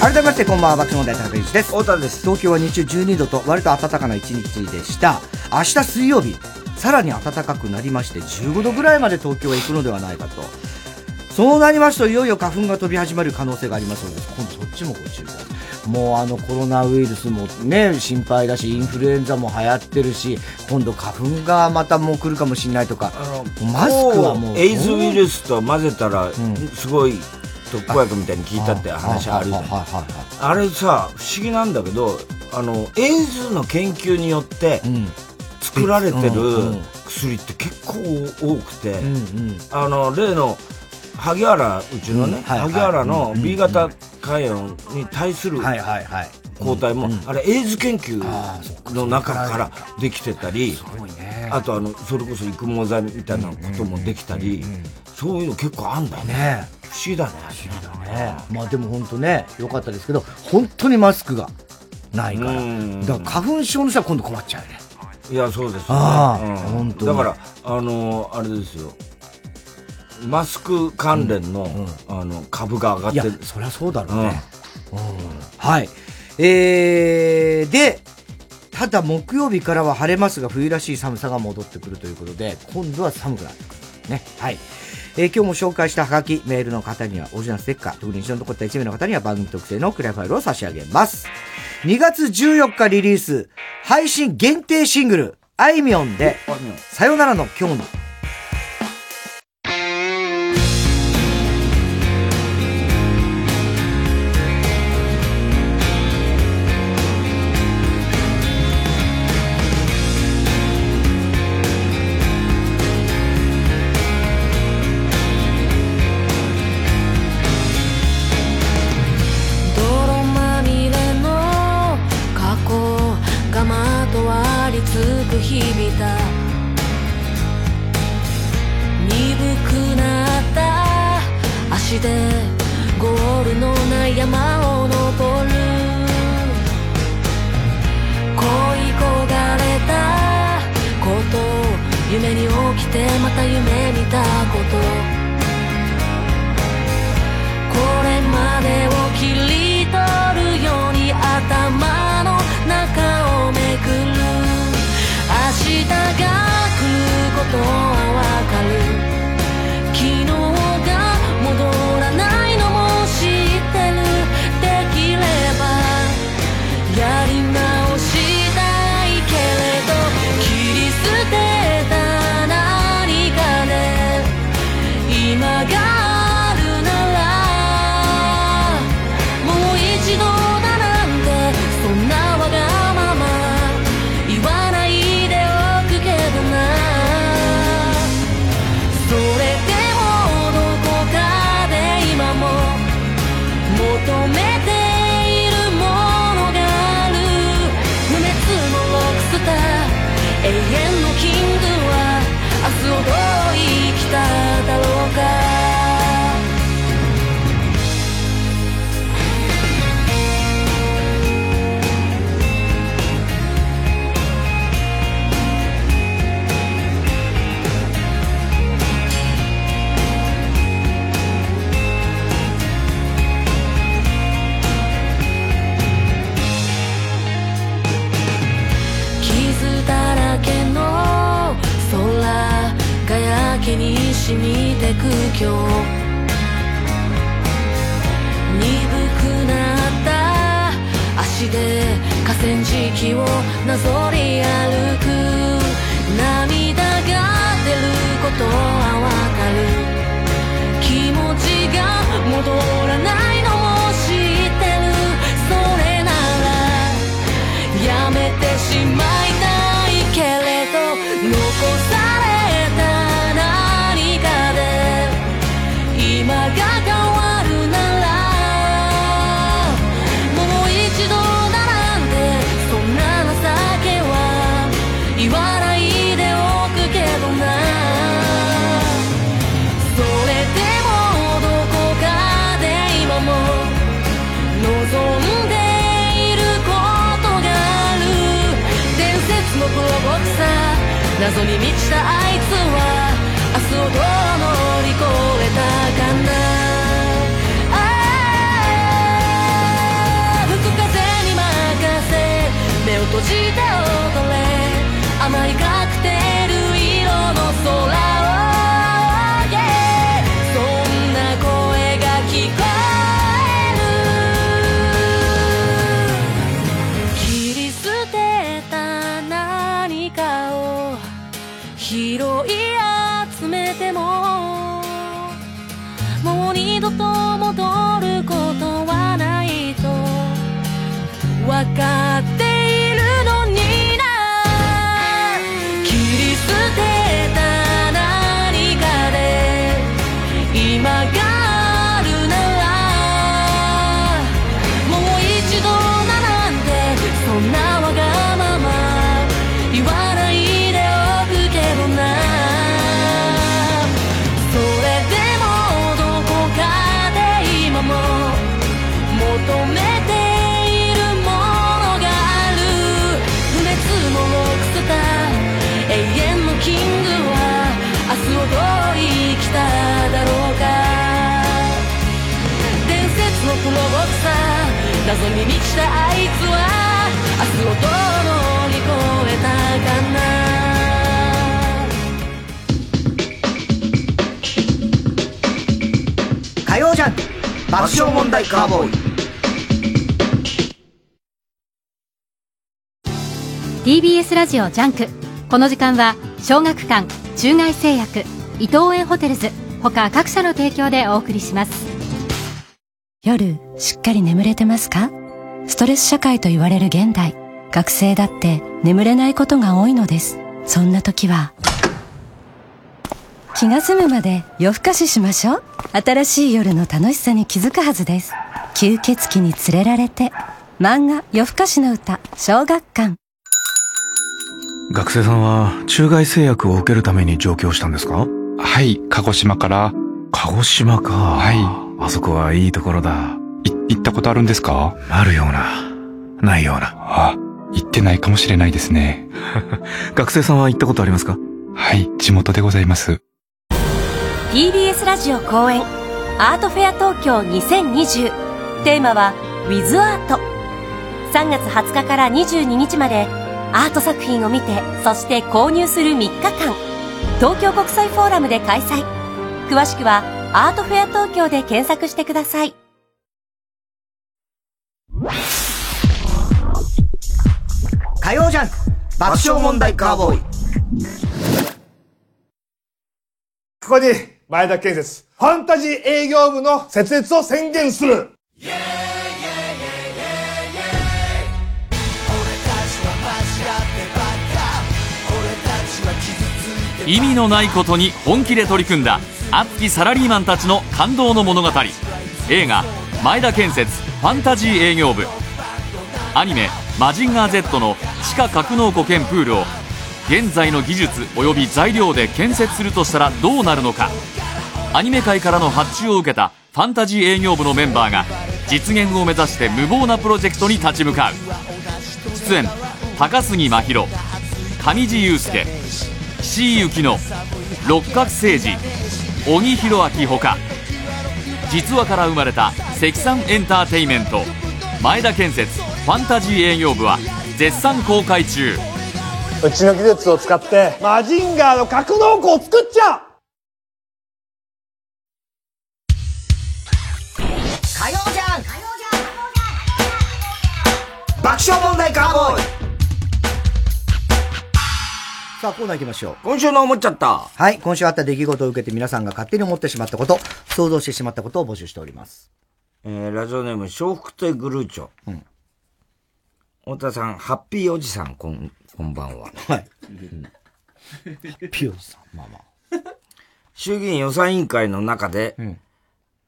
改めまして、こんばんは、爆笑問題田中裕二です。
太田です。
東京は日中12度と、割と暖かな一日でした。明日水曜日、さらに暖かくなりまして、15度ぐらいまで東京へ行くのではないかと。そうなりますと、いよいよ花粉が飛び始まる可能性がありますので、今度そっちもご注意ください。もうあのコロナウイルスもね、心配だし、インフルエンザも流行ってるし、今度花粉がまたもう来るかもしれないとか、マスクはもう。
エイズウイルスと混ぜたら、すごい特効薬みたいに効いたって話あるじゃ
は
ん
いはいはいはい
あれさ不思議なんだけどあのエイズの研究によって作られてる
うんうん
薬って結構多くて、
うんうん。
あの例の萩原うちのね、
うんはいはい
萩原の B 型肝炎に対する
はいはいはい。
抗体も、あれエイズ研究
あーそっか
の中からできてたり
すごいね。
あとあのそれこそ育毛剤みたいなこともできたり、そういうの結構あんだよね
ねえ。
不思議だね
ねまあでも本当ね、良かったですけど、本当にマスクがないから。
うん
だから花粉症の人は今度困っちゃうよね。
いやそうですよね
ああ
うん
本当に
だからあのあれですよマスク関連の,、あの株が上がっ
い
て
や
る、
そりゃそうだろ
う
うんね。はい。えー、で、ただ木曜日からは晴れますが、冬らしい寒さが戻ってくるということで、今度は寒くなってくる。ね。はい。えー今日も紹介したハガキ、メールの方にはオリジナルステッカー、特に印象に残った1名の方には番組特製のクリアファイルを差し上げます。2月14日リリース、配信限定シングル、あいみょんで、さよならの今日の
泥まみれの過去がまとわりつく日々だ鈍くなった足でゴールのない山を登る恋焦がれたこと夢に起きてまた夢見たことこれまでを切り取るように頭の中をめくる明日が来ることはわかる昨日が戻らないのも知ってるできればやり直したいけれど切り捨てた何かで今があるならもう一度だなんてそんなわがまま言わないでおくけどなそれでもどこかで今も求めているものがある無滅のロックスター永遠のキングは明日をどう生きただろうか傷だらけの空がやけに染みてく今日鈍くなった足で河川敷をなぞり歩く涙が出ることはわかる気持ちが戻らないのも知ってるそれならやめてしまいたいけれど残された何かで今が変わるならもう一度並んでそんな情けは言わないでおくけどなそれでもどこかで今も望んでいることがある伝説のプロボクサー謎に満ちたあいつは明日をどう乗り越えたかなああ閉じて踊れ甘いカクテル色の空を、yeah そんな声が聞こえる切り捨てた何かを拾い集めてももう二度と戻ることはないとわかっているのにな切り捨てた何かで今があるならもう一度並んでそんなわがまま言わないでおくけどなそれでもどこかで今も求めているものがある不滅の臆せた永遠のキングは明日をどう生きただろうか伝説のプロボクサー謎に満ちたあいつは明日をどう乗り越えたかな
火曜じゃん爆笑問題カーボーイ
TBS ラジオジャンクこの時間は小学館中外製薬伊東園ホテルズ他各社の提供でお送りします
夜、しっかり眠れてますかストレス社会と言われる現代、学生だって眠れないことが多いのです。そんな時は、気が済むまで夜更かししましょう。新しい夜の楽しさに気づくはずです。吸血鬼に連れられて、漫画夜更かしの歌、小学館。
学生さんは中外製薬を受けるために上京したんですか
はい、鹿児島から。
鹿児島か。
はい
あそこはいいところだ。
い、行ったことあるんですか
あるような、ないような。
あ、行ってないかもしれないですね。
学生さんは行ったことありますか
はい、地元でございます。
TBS ラジオ公演アートフェア東京2020テーマは「With アート3月20日から22日までアート作品を見てそして購入する3日間東京国際フォーラムで開催詳しくは「アートフェア東京」で検索してください
火曜じゃん爆笑問題カーボーイ
ここに、前田建設、ファンタジー営業部の設立を宣言する
意味のないことに本気で取り組んだ熱きサラリーマンたちの感動の物語映画「前田建設ファンタジー営業部」アニメ「マジンガー Z」の地下格納庫兼プールを現在の技術及び材料で建設するとしたらどうなるのかアニメ界からの発注を受けたファンタジー営業部のメンバーが実現を目指して無謀なプロジェクトに立ち向かう出演高杉真宙上地雄介岸井ゆきの六角誠治荻弘明ほか実話から生まれた積算エンターテイメント前田建設ファンタジー営業部は絶賛公開中
うちの技術を使って、マジンガーの格納庫を作っちゃう
火曜じゃん爆笑問題カーボーイさあ、コーナー行きましょう。
今週の思っちゃった。
はい、今週あった出来事を受けて皆さんが勝手に思ってしまったこと、想像してしまったことを募集しており ます。
えー、ラジオネーム、笑福亭グルーチョ。うん。太田さん、ハッピーおじさん、こん、こんばんは。
ピオさん、まあまあ。
衆議院予算委員会の中で、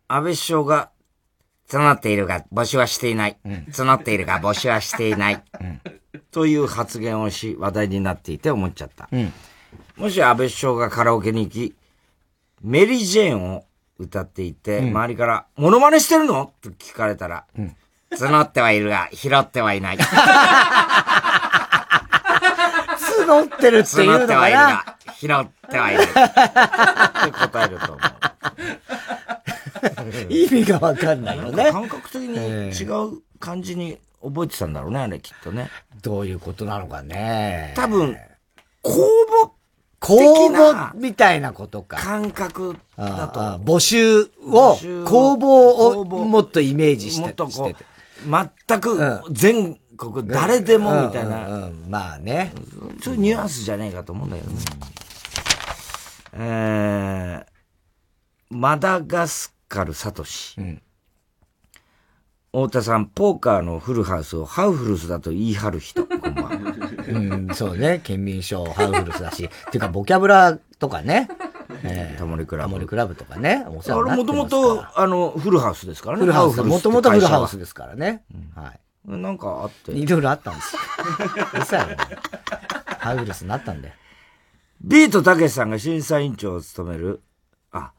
安倍首相が、募っているが募集はしていない。募っているが募集はしていない。という発言をし、話題になっていて思っちゃった。もし安倍首相がカラオケに行き、メリー・ジェーンを歌っていて、周りから、モノマネしてるのと聞かれたら、募ってはいるが、拾っては いない。
募ってるっていう
募
の
っては
か
いる
な。
が、拾ってはいない。って答えると思 う。
意味がわかんないよね。
感覚的に違う感じに覚えてたんだろうね、あれきっとね。
どういうことなのかね。
多分、
公募公募みたいなことか。
感覚だと。
ああ募集を、公募をもっとイメージして。
もっとこう、全く全国誰でもみたいな。
うんうんうんまあね。
そういうニュアンスじゃないかと思うんだけどね。えー、マダガスカル・サトシ。太田さん、ポーカーのフルハウスをハウフルスだと言い張る人。
うん、そうね。県民賞、ハウフルス だし。っていうか、ボキャブラとかね。
タモリクラ
ブ。タモリクラブとかね。お世話にな
あ
っ
れ
て
もともと、あの、フルハウスですからね。
フルハウス
ハウフルス
も
って
ともとフルハウスですからね。はい。
なんかあって。
いろいろあったんですよ。嘘やろハウフルスになったんだよ。
ビートたけしさんが審査委員長を務める、あ、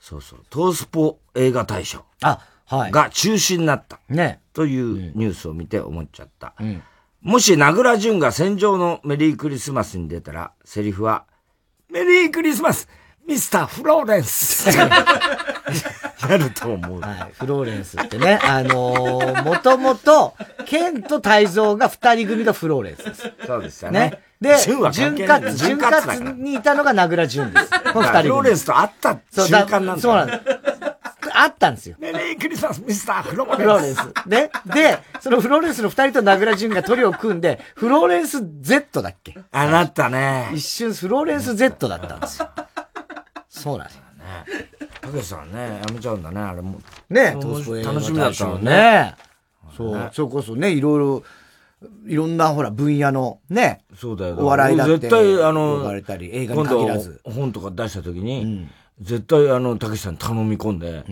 そうそう、トースポ映画大賞。
あ、はい。
が中止になった。
ね。
というニュースを見て思っちゃった。
うん。
もし、名倉淳が戦場のメリークリスマスに出たら、セリフは、メリークリスマスミスター・フローレンス なると思う。
はい。フローレンスってね、あのー、もともと、ケンと泰造が二人組がフローレンスです。
そうですよ
ね
ね。。
で、
淳は関
潤
係ない
滑、
潤
潤
滑だから
滑にいたのが名倉潤です。この二人組。
フローレンスと会った
そう
瞬間なんだ
そうなんです。あったんですよ。
メリークリスマスミスター・フローレンス。
フローレンス。ね。で、そのフローレンスの二人と名倉潤がトリを組んで、フローレンス Z だっけ
あ、なったね。
一瞬フローレンス Z だったんですよ。そうなんですよ。
たけしさんね、やめちゃうんだね、あれも。
ね
もう
トースポ映画
楽しみだったもん
ね
ね。。
そう、それこそね、いろいろ、いろんなほら、分野のね、
そうだよ。
お笑いだって
絶対、あの、
呼ばれたり映画に限らず
今度本とか出した時に、絶対、あの、たけしさんに頼み込んで、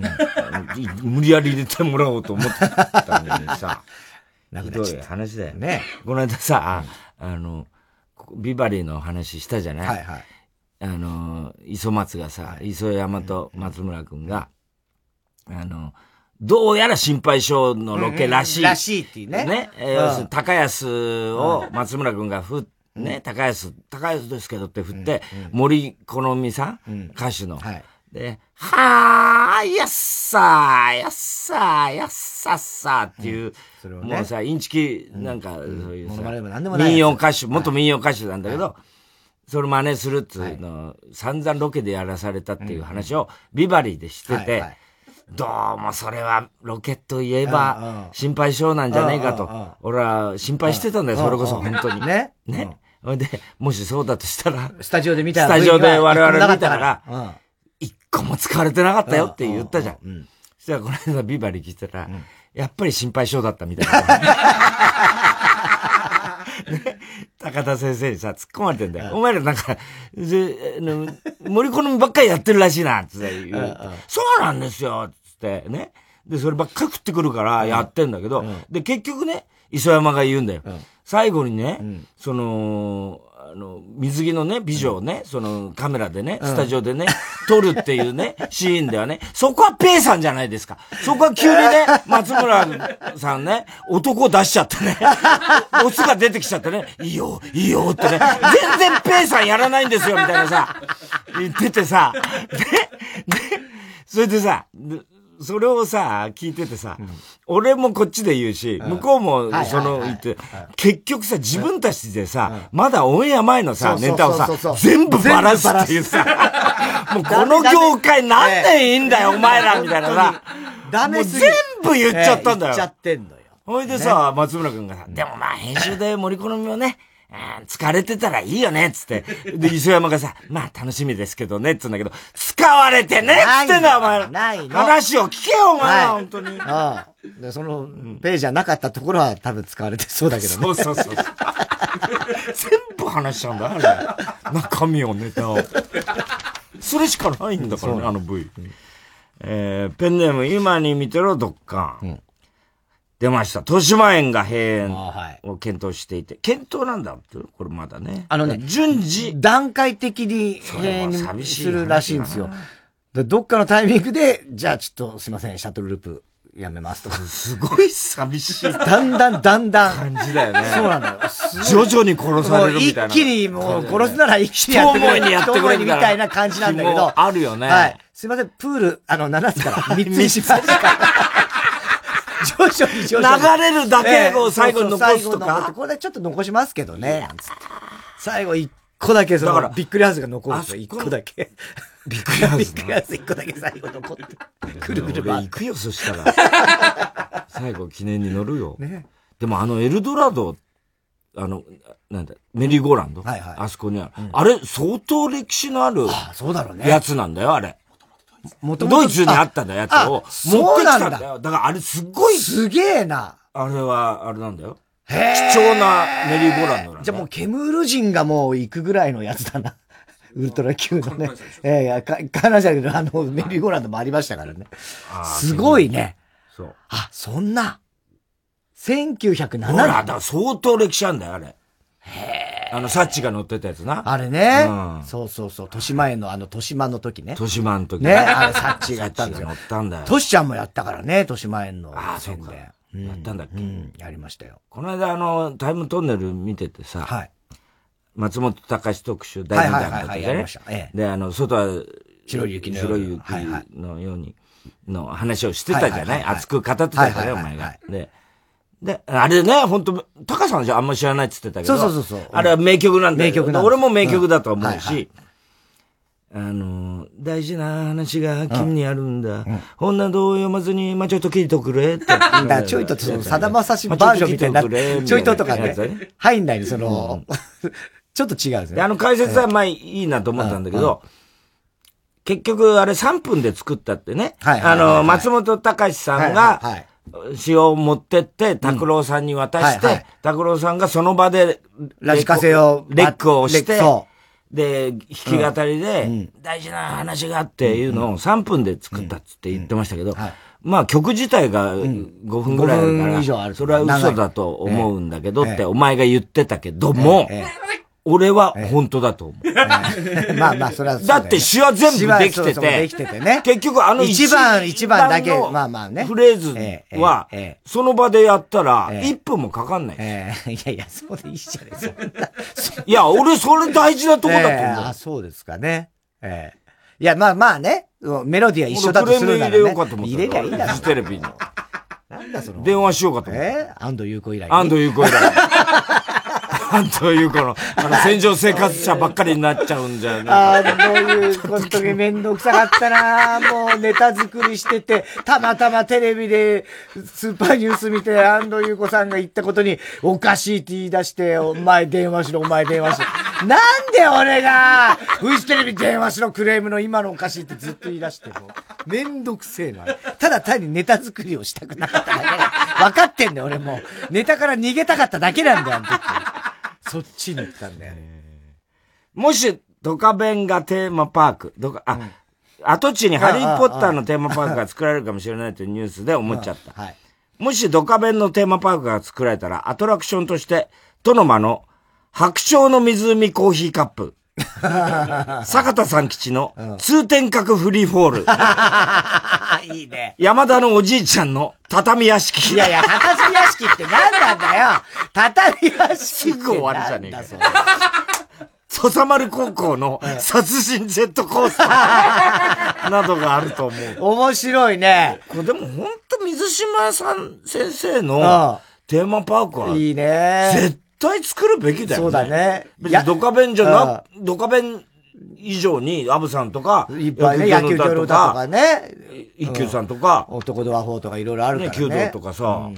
あのい無理やり入れてもらおうと思ってたのにさ、
な
くなっちゃった。話だよ
ね。
この間さ、あの、ここビバリーの話したじゃない
はいはい。
あの、磯松がさ、磯山と松村君が、あの、どうやら心配性のロケらしい。
うんうんらしいっていうね
えー
うん
要するに高安を松村君がふ、ね、高安、高安ですけどって振って、森好美さん、歌手の。で、はーい、やっさー、やっさー、やっさっさーっていう、
をね
もうさ、インチキ、なんか、そういう
モノマネも何で
さ、
もないやつ
民謡歌手、元民謡歌手なんだけど、それ真似するっつうの、散々ロケでやらされたっていう話を、ビバリーでしてて、
はいはい
どうもそれはロケとい
う
え
んうん
ば心配性なんじゃねえか
うんうんうん
と、俺は心配してたんだよ、
うん
それこ
う
そ、
んうん
本当に。
ね。
ね。ほいで、もしそうだとしたら、
スタジオで見
ス
た
タジオで我々見たか
う
ら、
ん。
一個も使われてなかったよって言ったじゃ。
うん
そしたらこの間ビバリー聞いたら、やっぱり心配性だったみた いな。高田先生にさ、突っ込まれてんだよ。お前らなんか、であの森好みばっかりやってるらしいな、つって言
うんう。
うんそうなんですよ、つってね。で、そればっかり食ってくるからやってんだけど、で、結局ね、磯山が言うんだよ。最後にね、その、あの、水着のね、美女をね、そのカメラでね、
うん
スタジオでね、撮るっていう ね、シーンではね、そこはペイさんじゃないですか。そこは急に ね、松村さんね、男出しちゃって ね、オスが出てきちゃってね、いいよ、いいよってね、全然ペイさんやらないんですよ、みたいなさ、言っててさ、で、で、それでさ、でそれをさ、聞いててさ、俺もこっちで言うし、向こうもその言って、結局さ、自分たちでさ、まだオンエア前のさ、
そうそう
ネタをさ
そうそう、そう
全部バラすっていうさ、もうこ の業界何年いいんだよ、お前らみたいなさ。
ダメすぎ
もう全部言っちゃったんだよ
ええ言っちゃってんのよ。
ほいでさ、松村くんがさ、でもまあ編集で森好みをね、うん疲れてたらいいよね、つって。で、磯山がさ、まあ楽しみですけどね、っつうんだけど、使われてね、っつってんだよ、お前ら。
ないの
話を聞けよ、お前ら、
はい
本当に。
ああ。で、その、ページじゃなかったところは多分使われてそうだけどね。
そうそうそう。全部話しちゃうんだよ、あれ。中身を、ネタを。それしかないんだからね、あの V。えーペンネーム、今に見てろ、ドッカン。出ました。豊島園が閉園を検討していて。検討なんだって、これまだね。
あのね、
順次、
段階的に閉
それは
園
寂し
す
い話だな
るらしいんですよ。でどっかのタイミングで、じゃあちょっとすいません、シャトルループやめますとか。
すごい寂しい
だんだん、だんだん。
感じだよね。
そうなんだよ。
徐々に殺されるみたいな。
もう一気にもう殺すなら一気に
一
やって
思
くれ
いにやってくれ
一思いにみたいな感じなんだけ
気も
ど。
あるよね。
はい。すいません、プール、あの、7つから3つにします。徐々に徐々に
流れるだけを最後に残
ええ
す
そうそ
と
う最後残って
か。
これちょっと残しますけどね、なんつって最後一個だけ、そ
だから
の、びっくりハウスが残るんですよ、
あ
一
そこ
個だけ。
びっくりハウ
び
スな
っくりハウス一個だけ最後残って。くるくる
俺
回っ
行
て。
くよ、そ したら。最後記念に乗るよ。
ね
でもあのエルドラド、あの、なんだ、メリーゴーランド、あそこにある、あれ相当歴史のある
そうだろうね
やつなんだよ、あれ。
元々
ドイツにあったんだよ、やつを
あ。
持ってきた
そうんなん
だ
だ
よ。だからあれすっごい、
すげえな。
あれは、あれなんだよ。貴重なメリーゴーランドなんだ
じゃあもう、ケムール人がもう行くぐらいのやつだな。 ウルトラ Q のね。ええいや、か、彼女だけど、あの、メリーゴーランドもありましたからね。すごいね。
そう。
あ、そんな。1907
ほら、だ
年。
から相当歴史あんだよ、あれ。あの、サッチが乗ってたやつな。
あれね、
うん
そうそうそう。豊島園のあの、豊島の時ね。
豊島の時
ねあ れサッチがやったんですよ
サッチが乗ったんだよ。
トシちゃんもやったからね、豊島園の
ああ、そう
線
か。
で。
やったんだっけ。
うん、やりましたよ。
この間、あの、タイムトンネル見ててさ、
はい。
松本隆特集大事だ
はいはい
った
はいはい
じ
や
ゃ
り
ね
ましたええ。
で、あの、外は
白い雪のよう
白
に
い雪
はいはい
のように、の話をしてたじ
は
ゃ
いは
ない
はいいはい
熱く語ってたじゃ
は
ないいお
はいはい
前が。で、で、あれね、本当高さんじゃあんま知らないって言ってたけど。
そうそうそうそう
あれは名曲なんだよ
名曲なんです
俺も名曲だと思
う
う
んはいは
し、あの、大事な話が君にあるんだ。女同様まずに、まあ、ちょいと聞いておくれって。
だからちょいと、その、さだまさしバージョンみたいになって、ちょいととかね
やつだね、
入んないの、その、ちょっと違うんです
で、
ね
あ。の解説はまあいいなと思ったんだけど、結局あれ3分で作ったってね、
はいはい
あ
はいはい
の、松本隆さん
はいはいは
が
い、
詩を持ってって、拓郎さんに渡し
はいは
て
い、
拓郎さんがその場で、
ラジカセを
レックを押
レ
して
ックそ、
で、弾き語りで、大事な話があっていうのを3分で作ったっつって言ってましたけど
はい、
まあ曲自体が5分ぐらいあるか
5分以上あ
ら、
る
それは嘘だと思うんだけどってお前が言ってたけども、俺は本当だと思う。
まあまあ、それはそう
だ
よ
って詩は全部でき
詩はそう
て
そうできて
て、
てね。
結局あの
一番、一番だけ、
一の
まあまあね。
フレーズ
ええ
は
えええ、
その場でやったら、
ええ
1分もかかんない。
ええいやいや、そうでいいじゃないですか。
いや、俺それ大事なとこだと
ええ
思う
あ、。そうですかね。ええいや、まあまあね。メロディーは一緒だと
俺
す
クレー
る
ム
な
入
ら、ね。
れようかと思った。
入れりゃいいだ
フ
ろ
ジ。テレビの。
なんだその。
電話しようかと思った。
ええ安藤優子以来に。
安藤 優子以来。安藤優子の、あの、戦場生活者ばっかりになっちゃうんじゃない
ああ、そういうことにめんどくさかったなもうネタ作りしてて、たまたまテレビでスーパーニュース見て、安藤優子さんが言ったことに、おかしいって言い出して、お前電話しろ、お前電話しろ。なんで俺が、フジテレビ電話しろクレームの今のおかしいってずっと言い出しても、めんどくせえな。ただ単にネタ作りをしたくなかっただけだ。分かってんだよ、俺もう。ネタから逃げたかっただけなんだよ、あの時。そっちに行ったんだよね。
もし、ドカベンがテーマパーク、どか、あ、跡地にハリーポッターのテーマパークが作られるかもしれないというニュースで思っちゃった。
はい。
もしドカベンのテーマパークが作られたら、アトラクションとして、トノマの白鳥の湖コーヒーカップ、坂田さん吉の通天閣フリーフォー ル、
あ、いいね。
山田のおじいちゃんの畳屋敷。
いやいや、畳屋敷って何なんだよ畳屋敷ってなんだ。
すぐ終わるじゃねえか
それ
土佐丸高校の殺人ジェットコースタ ーなどがあると思う。
面白いね。
これでも本当水島さん先生
あ
の
あ
テーマパークはい
いね。
絶対作るべきだよ
そ
ね。
うだね
別
いや
にドカベンじゃ
あ
な
あ、
ドカベン以上にアブさんとか、
いっぱいね、野球協
協
力だとか、ね。
一休さんとか、
男ドア4とかいろいろあるか
ね、
らね。
弓道とかさ、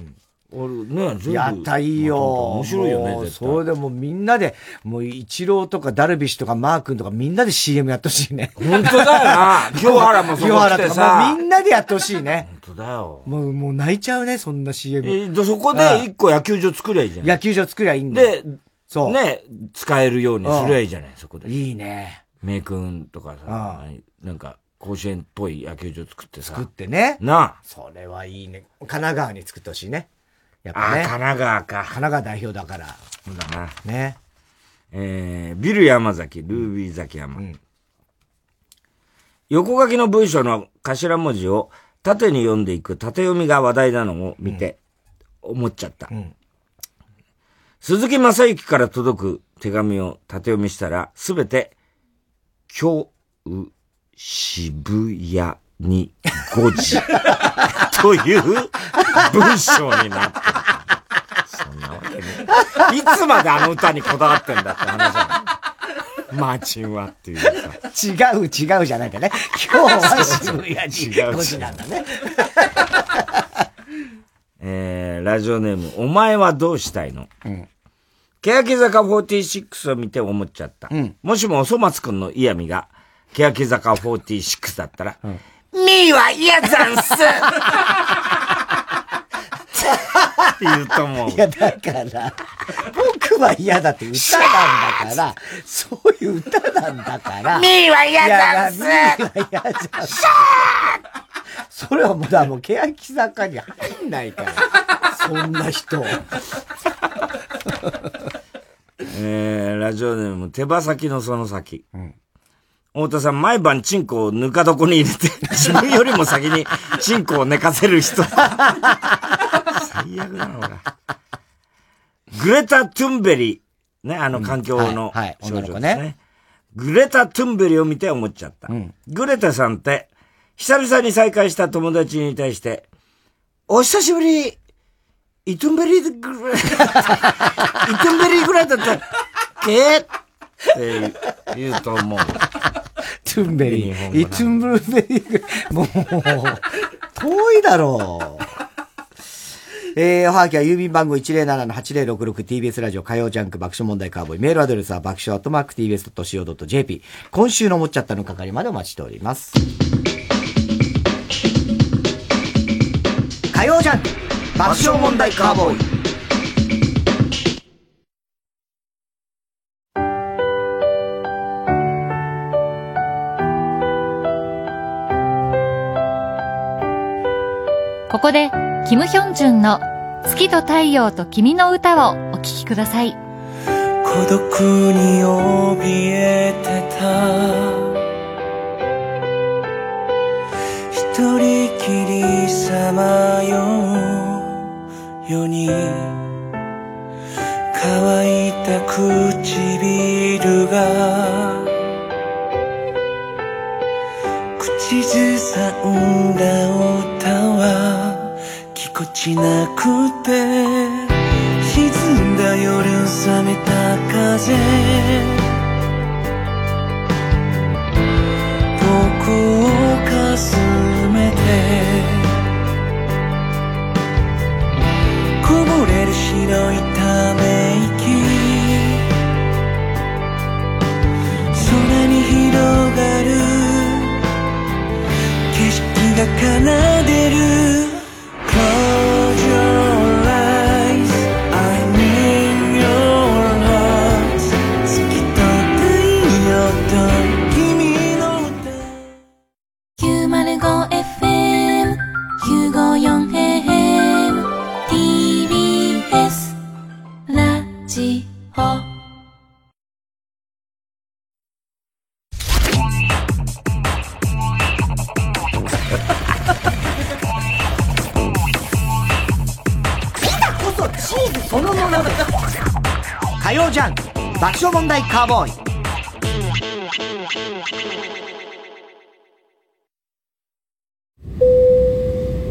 俺ね、全部。
やったいいよ。
面白いよ
も
ね、
う
絶対。
それでもうみんなで、もう一郎とかダルビッシュとかマー君とかみんなで CM やってほしいね。
本当だよな。 清原もそ
清
こ来
原
て
とかも
さ
う。みんなでやってほしいね。
本当だよ。
もう、もう泣いちゃうね、そんな CM。
えでそこで一個野球場作りゃいいじゃん。
野球場作りゃいいんだよ。
で、
そう。。
ね、使えるようにすりゃいいじゃない、そこで。
いいね。
名君とかさ
あ、
なんか、甲子園っぽい野球場作ってさ
作っ。てね。
な
それはいいね。神奈川に作ってほしいね。やっ
あ。あ
ぱ
ー、
ね。
神
神
奈川か。
奈川代表だから。
そうだな。
ね。
えー、ビル山崎、ルービー崎山。横書きの文章の頭文字を縦に読んでいく縦読みが話題なのを見て、思っちゃった。鈴木正幸から届く手紙を縦読みしたら、すべて、今日、渋谷に5時という文章になってる。そんなわけね。いつまであの歌にこだわってんだって話だ ね。マーチンはっていうさ。
違う違うじゃないんだね。今日は渋 谷に5時なんだね。
えー、ラジオネーム、お前はどうしたいの、欅坂46を見て思っちゃった。もしもおそ松くんの嫌味が、欅坂46だったら、ミーは嫌ざんすって言うと思う。
いや、だから、 僕は嫌だって歌なんだから、そういう歌なんだから。
ミーは嫌ざんす
いやミーは嫌ざんすそれはもうだ、もう、欅坂に入んないから。そんな 人。
えー、ラジオネーム、手羽先のその先。太田さん、毎晩チンコをぬか床に入れて、 自分よりも先にチンコを寝かせる人。最悪だな、ほら。グレタ・トゥンベリー。ね、あの、環境の少女ですね,、グレタ・トゥンベリーを見て思っちゃった。グレタさんって、久々に再会した友達に対して、お久しぶり、イトゥンベリーぐらい、イトゥンベリーぐらいだったっけって言うと思う。
トゥンベリー。いつもトゥンベリー。もう、遠いだろう。 えー、おはがきは郵便番号 107-8066TBS ラジオ火曜ジャンク爆笑問題カーボーイ。メールアドレスは爆笑アットマーク TBS.CO.JP。今週の思っちゃったの係までお待ちしております。火曜ジャンク爆笑問題カーボーイ。
ここで、キム・ヒョンジュンの月と太陽と君の歌をお聴きください。
孤独に怯えてた一人きりさまようように乾いた唇が口ずさんだ歌はぎこちなくて沈んだ夜冷めた風遠くをかすめてこぼれる白いため息空に広がる景色が奏でる Close your eyes I'm in your heart 月と太陽と君の
905FM954AM TBS ラジオ
こそチーズそのものだ火曜ジャンク爆笑問題カーボーイ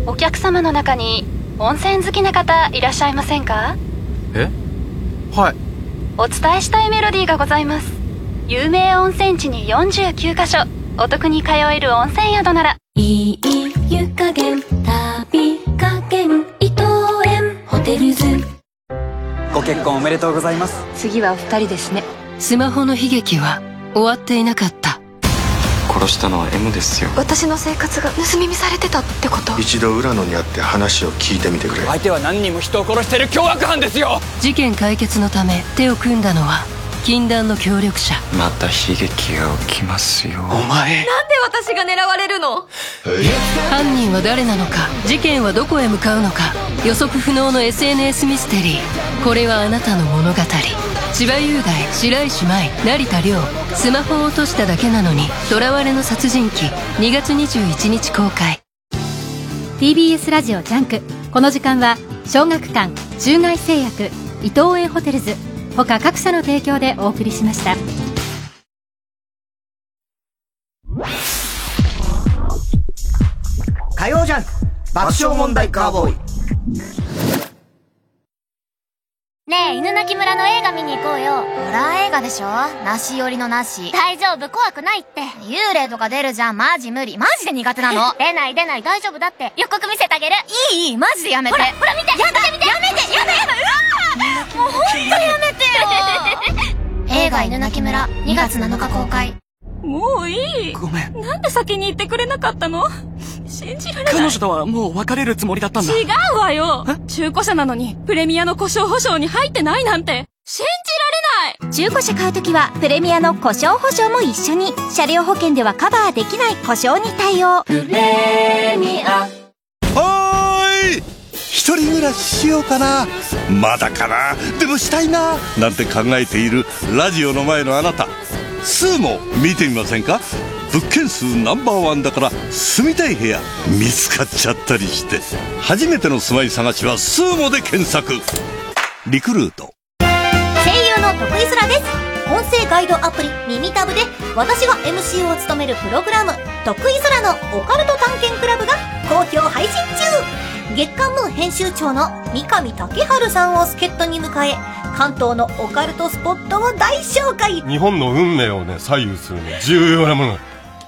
お客様の中に温泉好きな方いらっしゃいませんか
えはい。
お伝えしたいメロディーがございます有名温泉地に49カ所お得に通える温泉宿ならいい湯加減旅加減伊藤園ホテルズ
ご結婚おめでとうございます
次はお二人ですねスマホの悲劇は終わっていなかった
殺したのは M ですよ
私の生活が盗み見されてたってこと
一度浦野に会って話を聞いてみてくれ
相手は何人も人を殺してる凶悪犯ですよ
事件解決のため手を組んだのは禁断の協力者
また悲劇が起きますよお前
なんで私が狙われるの犯人は誰なのか事件はどこへ向かうのか予測不能の SNS ミステリーこれはあなたの物語千葉雄大白石麻衣成田凌スマホを落としただけなのに囚われの殺人鬼2月21日公開
TBS ラジオジャンクこの時間は小学館中外製薬伊東園ホテルズ他各社の提供でお送りしました
火曜ジャンク爆笑問題カーボーイ
ねえ犬鳴村の映画見に行こうよホラー映画でしょなし寄りのなし大丈夫怖くないって幽霊とか出るじゃんマジ無理マジで苦手なの 出ない出ない大丈夫だって予告見せてあげるいいいいマジでやめてほらほら見てやだ見て見てやめてやだやだうわーもう本当やめ てよ映画犬鳴村2月7日公開
もういいごめんなんで先に言ってくれなかったの信じられない
彼女とはもう別れるつもりだったんだ。
違うわよ中古車なのにプレミアの故障保証に入ってないなんて信じられない
中古車買うときはプレミアの故障保証も一緒に車両保険ではカバーできない故障に対応プレミア
はーい一人暮らししようかなまだかなでもしたいななんて考えているラジオの前のあなた数も見てみませんか物件数ナンバーワンだから住みたい部屋見つかっちゃったりして初めての住まい探しは数もで検索リクルート
声優の徳井空です音声ガイドアプリ「耳タブ」で私が MC を務めるプログラム「徳井空のオカルト探検クラブ」が好評配信中月刊ムー編集長の三上竹春さんを助っ人に迎え関東のオカルトスポットを大紹介
日本の運命をね左右するね重要なもの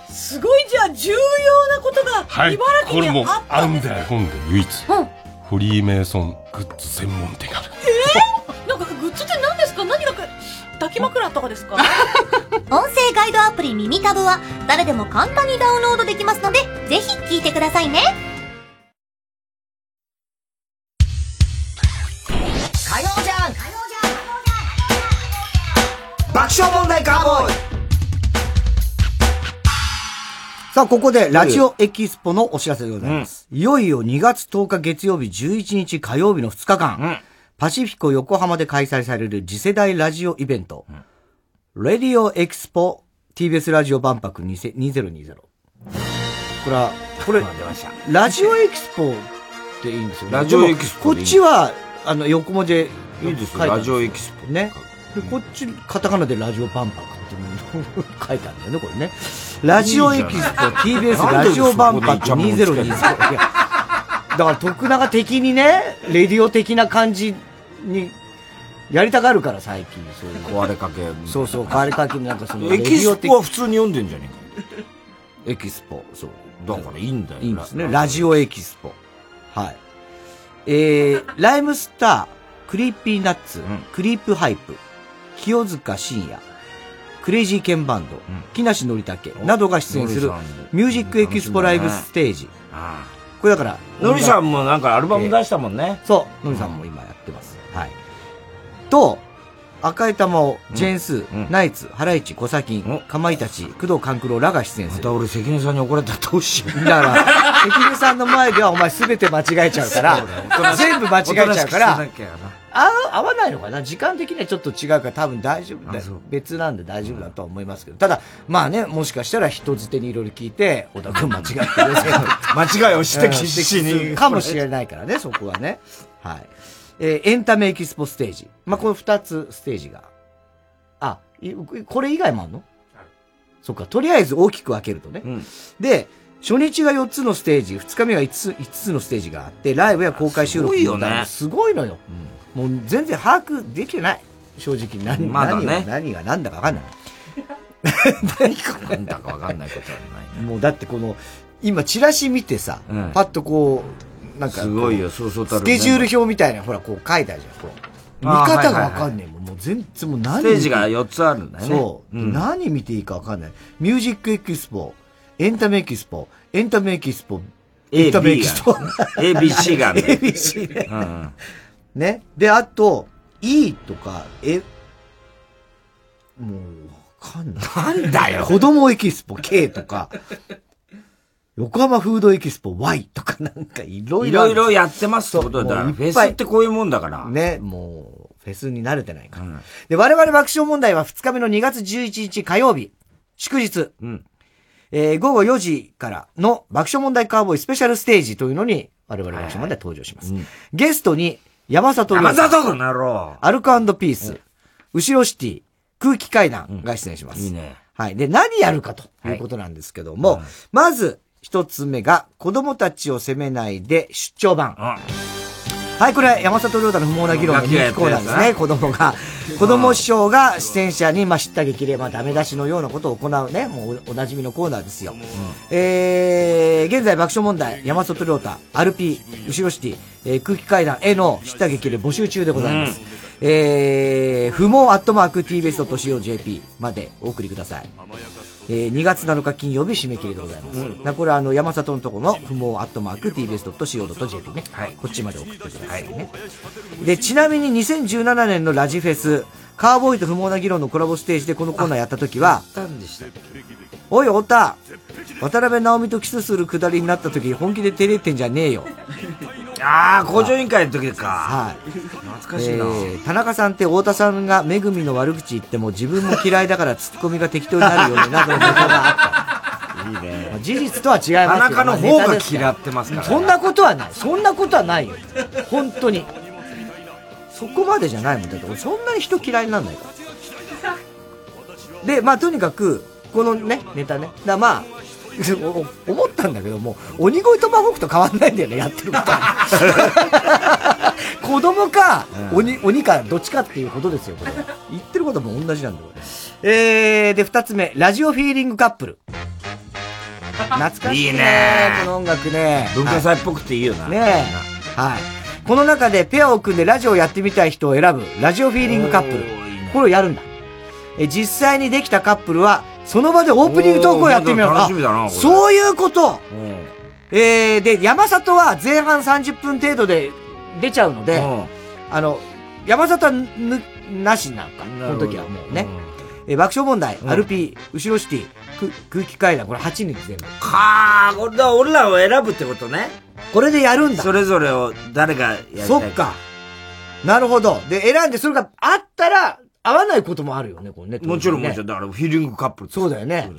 すごいじゃあ重要なことが
はい
茨
こ
城
れ
に
もう
あっ
ア
たん
ン
です
ダー本で唯一、
うん
フリーメイソングッズ専門店がある
えー、なんかグッズって何ですか何がく抱き枕とかですか
音声ガイドアプリ「耳タブ」は誰でも簡単にダウンロードできますのでぜひ聞いてくださいね
火曜ジャン爆笑問題カーボーイさあ、ここで、ラジオエキスポのお知らせでございます。いよいよ2月10日月曜日、11日火曜日の2日間、パシフィコ横浜で開催される次世代ラジオイベント、レディオエキスポ TBS ラジオ万博2020。これは、これ、ラジオエキスポっていいんですよね。
ラジオエキスポ
でもこっ
でいいんです
ちは、あの、横文字で
いいですよラジオエキス
ポ。ね。で、こっち、カタカナでラジオ万博っていうの 書いてあるんだよね、これね。ラジオエキスポ TBS ラジオ万博2020。いやだから徳永的にね、レディオ的な感じに、やりたがるから最近、そういう。
壊れかけ。
そうそう、壊れかけなんかその、
エキスポは普
通
通に読んでんじゃねえか。エキスポ。そう。だからいいんだよ。
いいんですね。ラジオエキスポ。はい。えー、ライムスター、クリーピーナッツ、クリープハイプ、清塚信也、クレイジーケンバンド、木梨憲武などが出演する
ノリさん
ミュージックエキスポライブステージ。
あ
これだから、
あのりさんもなんかアルバム出したもんね。
そう、のりさんも今やってます。はい。と、赤い玉を、ジェーンスー、ナイツ、ハライチ、コサキン、かまいたち、工藤官九郎らが出演する。また
俺、関根さんに怒られたらどうしよう。
だから、関根さんの前ではお前全て間違えちゃうから、全部間違えちゃうから、あ合わないのかな時間的にはちょっと違うから多分大丈夫だよ。別なんで大丈夫だとは思いますけど。ただ、まあね、もしかしたら人づてにいろいろ聞いて、小田君間違ってるよ
間違いを指摘しに
うん指摘するかもしれないからね、そこはね。はい。えーエンタメエキスポステージ。まあ、この二つステージが。あ、いこれ以外もあるのそっか、とりあえず大きく分けるとね。で、初日が4つのステージ、2日目が5つ ,5 つのステージがあって、ライブや公開収録
すごいよね
などもすごいのよ。もう全然把握できてない。正直何、
まだね
何が何が何だか分かんない。
なんだかわかんないことはない。
もうだってこの、今チラシ見てさ、
うん
パッとこう、なんかこう、
すごいよそうそうたる
スケジュール表みたいな、ほら、こう書いてあるじゃん、こう。見
あー
方が
はいは
わ
いはい
かんねえもん。もう全然もう何
ステージが4つあるんだよね。
そう、
ん
何見ていいかわかんない。ミュージックエキスポ、エンタメエキスポ、エンタメエキスポ、
A
エンタメエキスポ。
B が ABC があ るんだよ
ABC ね。
うんうん
ね。で、あと、E とか、え、もう、わかんない。
なんだよ
子供エキスポ K とか、横浜フードエキスポ Y とかなんかいろい
い
ろあ
ろ
る。
いろやってますってことだから、
もういっ
フ
ぱい
ェスってこういうもんだから。
ね、もう、フェスに慣れてないから。で、我々爆笑問題は2日目の2月11日火曜日、祝日、えー午後4時からの爆笑問題カーボーイスペシャルステージというのに、我々爆笑問題登場します。ゲストに、山里亮
山
さん
里この野郎
アルコピース、後ろシティ、空気階段が出演します。はい。で、何やるかということなんですけども、まず、一つ目が、子供たちを責めないで出張版。はい、これは山里亮太の不毛な議論の人気コーナーですね、子供が。子供師匠が出演者に、まあ、知った激励、まあ、ダメ出しのようなことを行うね、もうおおなじみのコーナーですよ。えー、現在爆笑問題、山里亮太、アルピー、後ろシティ、えー空気階段への知った激励募集中でございます。えー、不毛アットマーク tbs.co.jp までお送りください。えー2月7日金曜日締め切りでございます。なこれはあの山里のとこの不毛アットマーク tbs.co.jp ね、こっちまで送ってくださいね、で、ちなみに2017年のラジフェス、カーボーイと不毛な議論のコラボステージでこのコーナーやった時は、
たんでしたっ
おい、太田渡辺直美とキスするくだりになった時本気で照れてんじゃねえよ。
けああ、工場委員会の時か。はい。懐かしいな。
えー田中さんって太田さんがめぐみの悪口言っても自分も嫌いだからツッコミが適当になるよね、などのネタがあった。い いね。事実とは違いますけど
田中の方が嫌ってますからね
そんなことはない。そんなことはないよ。本当に。そこまでじゃないもん。だって俺そんなに人嫌いになんないから。で、まあとにかく、このね、ネタね。だからまあ、 お思ったんだけども、鬼越トマホークと変わんないんだよね、やってることは。 子供か、鬼、鬼か、どっちかっていうことですよ、これ。言ってることも同じなんだよ、これえー、で、二つ目、ラジオフィーリングカップ ル。懐かしいね。
いいね
この音楽ね。
文化祭っぽくていいよな。
ねえ。はい。この中でペアを組んでラジオをやってみたい人を選ぶ、ラジオフィーリングカップル。これをやるんだ。え、実際にできたカップルは、その場でオープニングトークをやってみよう
おー楽しみだな
あ
これ
そういうことえー、で、山里は前半30分程度で出ちゃうので、あの、山里はぬ、なしなのか、こ
る
の
ほど
時はもうね。えー爆笑問題、アルピー、後ろシティ、く空気階段、これ8人全部。
かあ、これだ、俺らを選ぶってことね。
これでやるんだ。
それぞれを誰がやりたい
そっか。。なるほど。で、選んで、それがあったら、合わないこともあるよね、これね。
もちろん
当然ね
もちろん、だからフィーリングカップル
そうだよね。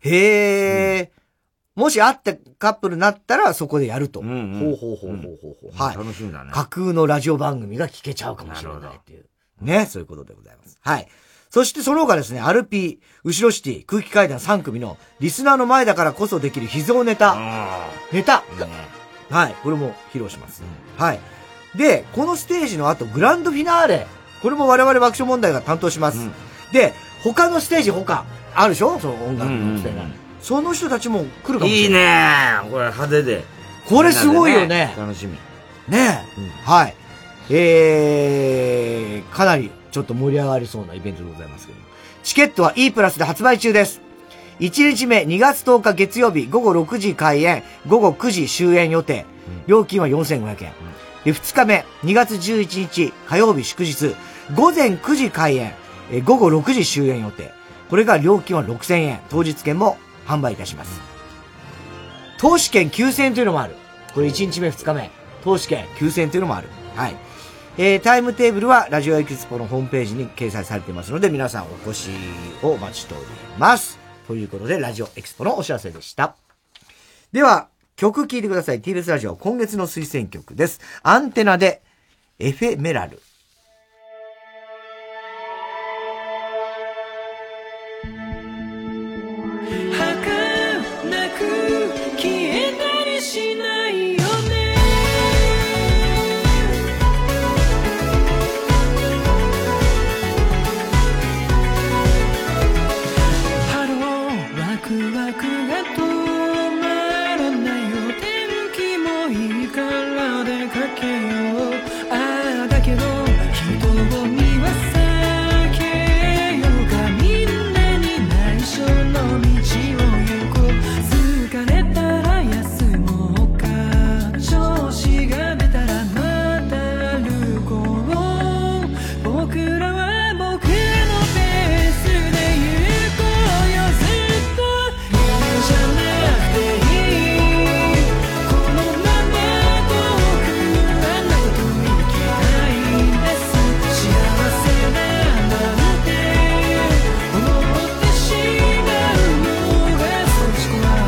へえ、もし会ってカップルになったら、そこでやると。ほうほうほうほうほうほう。はい。
楽しみだね。
架空のラジオ番組が聞けちゃうかもしれないっていう。ね。そういうことでございます。はい。そしてその他ですね、アルピー、後ろシティ、空気階段3組のリスナーの前だからこそできる秘蔵ネタ。ネタ。はい。これも披露します。はい。で、このステージの後、グランドフィナーレ。これも我々爆笑問題が担当します。で、他のステージ他、あるでしょその音楽のステージ、その人たちも来るかもし
い
れ
い
ない。
ねこれ派手で。
これすごいよね
みんなで楽しみ。
ねえ、はい。えー、かなりちょっと盛り上がりそうなイベントでございますけどもチケットは E プラスで発売中です。1日目2月10日月曜日午後6時開演、午後9時終演予定。料金は4500円。で、2日目2月11日火曜日祝日、午前9時開演、えー午後6時終演予定。これが料金は6000円。当日券も販売いたします。投資券9000円というのもある。これ1日目2日目。投資券9000円というのもある。はい。えー、タイムテーブルはラジオエキスポのホームページに掲載されていますので、皆さんお越しをお待ちしております。ということで、ラジオエキスポのお知らせでした。では、曲聴いてください。TBS ラジオ、今月の推薦曲です。アンテナで、エフェメラル。
儚く消えたりしないよね
ハローワクワクが止まらないよ天気もいいから出かけようああだけど人混みは避けようかみんなに内緒の道を行こう疲れたら休もうか調子が出たらまた歩こう僕らは僕のペースで行こうよずっと夢じゃなくていいこのまま遠くあなたと行きたいです幸せだなんて思ってしまうのが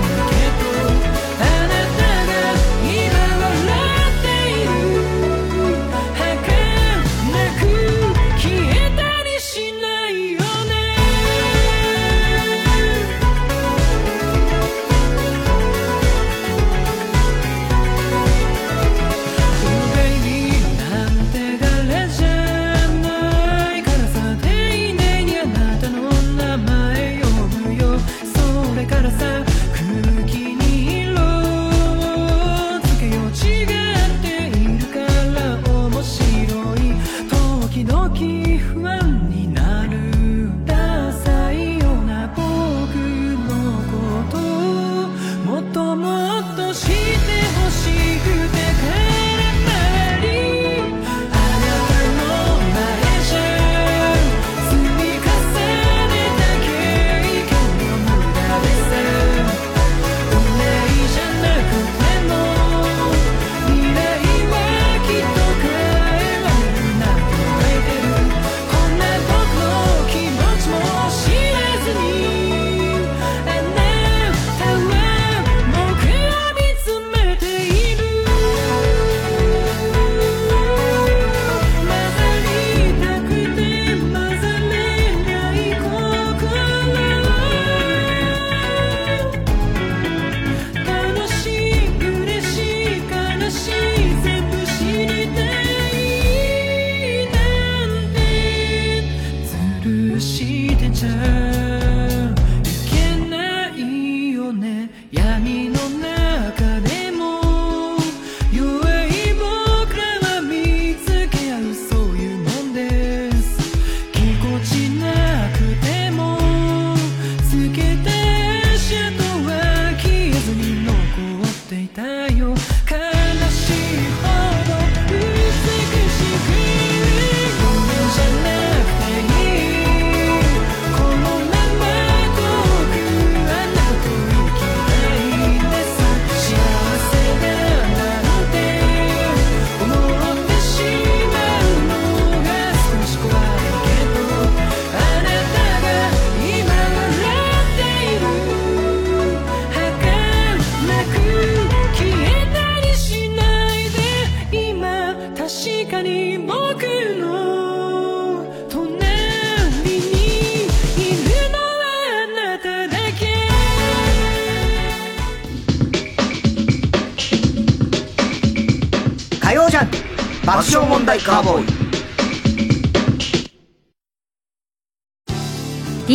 けて足跡は消えずに残っていたよ悲しいほど美しくごめんじゃなくていいこのまま遠くあなたと行きたいです幸せだなんて思ってしまうのが少し怖いけど「あなたが今笑っている儚く消えたりしないで今確かに僕の隣にいるのはあなただけ」
火曜じゃん爆笑問題カーボーイ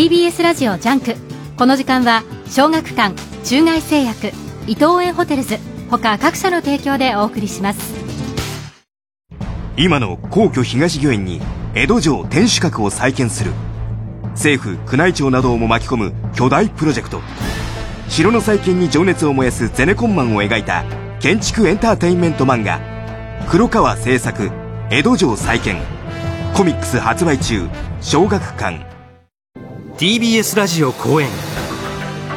TBS ラジオジャンクこの時間は小学館中外製薬伊東園ホテルズ他各社の提供でお送りします
今の皇居東御苑に江戸城天守閣を再建する政府宮内庁などをも巻き込む巨大プロジェクト城の再建に情熱を燃やすゼネコンマンを描いた建築エンターテインメント漫画黒川製作江戸城再建コミックス発売中小学館
TBS ラジオ公演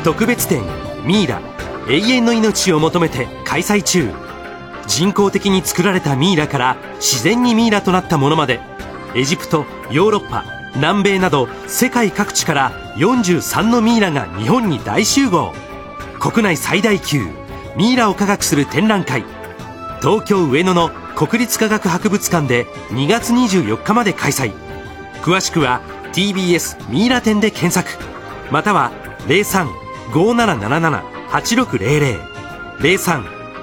特別展「ミイラ永遠の命を求めて」開催中人工的に作られたミイラから自然にミイラとなったものまでエジプトヨーロッパ南米など世界各地から43のミイラが日本に大集合国内最大級ミイラを科学する展覧会東京上野の国立科学博物館で2月24日まで開催詳しくは TBS ミイラ展で検索または0357778600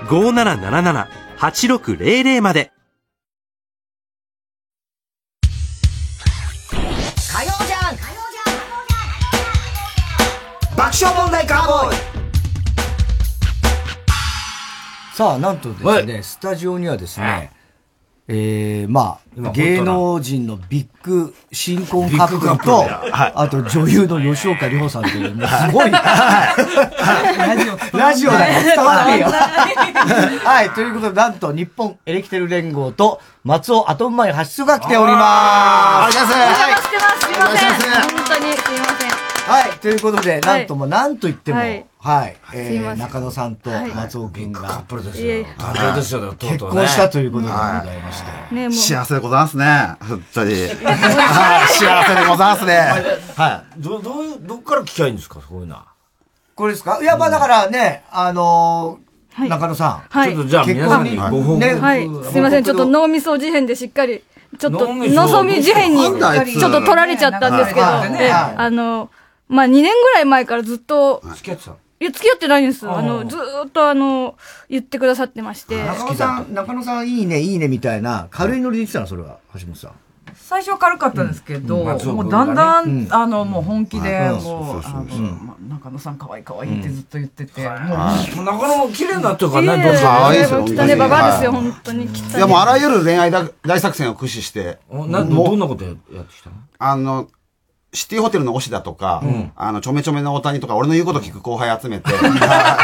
0357778600まで
火曜じゃん爆笑問題カーボーイさあ、なんとですね、スタジオにはですね、えー、まあ、
今
芸能人のビッグ新婚カップル
ビッグカ
と、
ップル
あと女優の吉岡里帆さんという、もうすごい、ラジオだ から 伝わんね えよ。はい、ということで、なんと日本エレキテル連合と松尾アトムマイ発出が来ております。
す。してます。すいません。本当にすいません。
はい、ということで、なんとも、なんと言っても、は
はいい、
え
すい
ー
ません
中野さんと松尾君が、カップル
ですよいえいえ
カップルですよとう
結
とうね
婚したということでございまして。
ねもう
幸せでございますね。本当 に。
は
はい幸せでございますね。
はい。ど、どういう、どっから聞きゃいいんですか、そういうのは。
これですかいや、まあだからね、あのー中野さん。
はいちょっとじゃあ
結
皆さ
婚
ん
に
に
ね
ご
ご
報
報告。
はい。すいません。ちょっと脳みそ事変でしっかり、ちょっと、脳そみ事変に、ち
なんだあいつ
ょっと取られちゃったんですけど、
はい
ええ
はい
あの、まあ、2年ぐらい前からずっと、
付き合ってた
いや、付き合ってないんです。
あー
あの、ずーっとあの、言ってくださってまして。
中野さん、中野さんいいね、いいねみたいな、軽いノリで言ってたの、それは、橋本さん。
最初は軽かったんですけど、
うん松尾
も
君
がね
うだんだん、
うん
あの、もう本気で、
うん
もう、
そうそうそう
あの
そう
ま中野さん可愛い可愛いってずっと言ってて、もう、
もう中野も綺麗になってるから
い
ね、
え
どうぞ
可愛いですよ汚ねババアですよ、
はい
本当に汚ね。
いやもうあらゆる恋愛だ大作戦を駆使して。
な
もう
どんなことやってきたの
あの、シティホテルの推しだとか、
うん
あの、ちょめちょめの大谷とか、俺の言うこと聞く後輩集めて、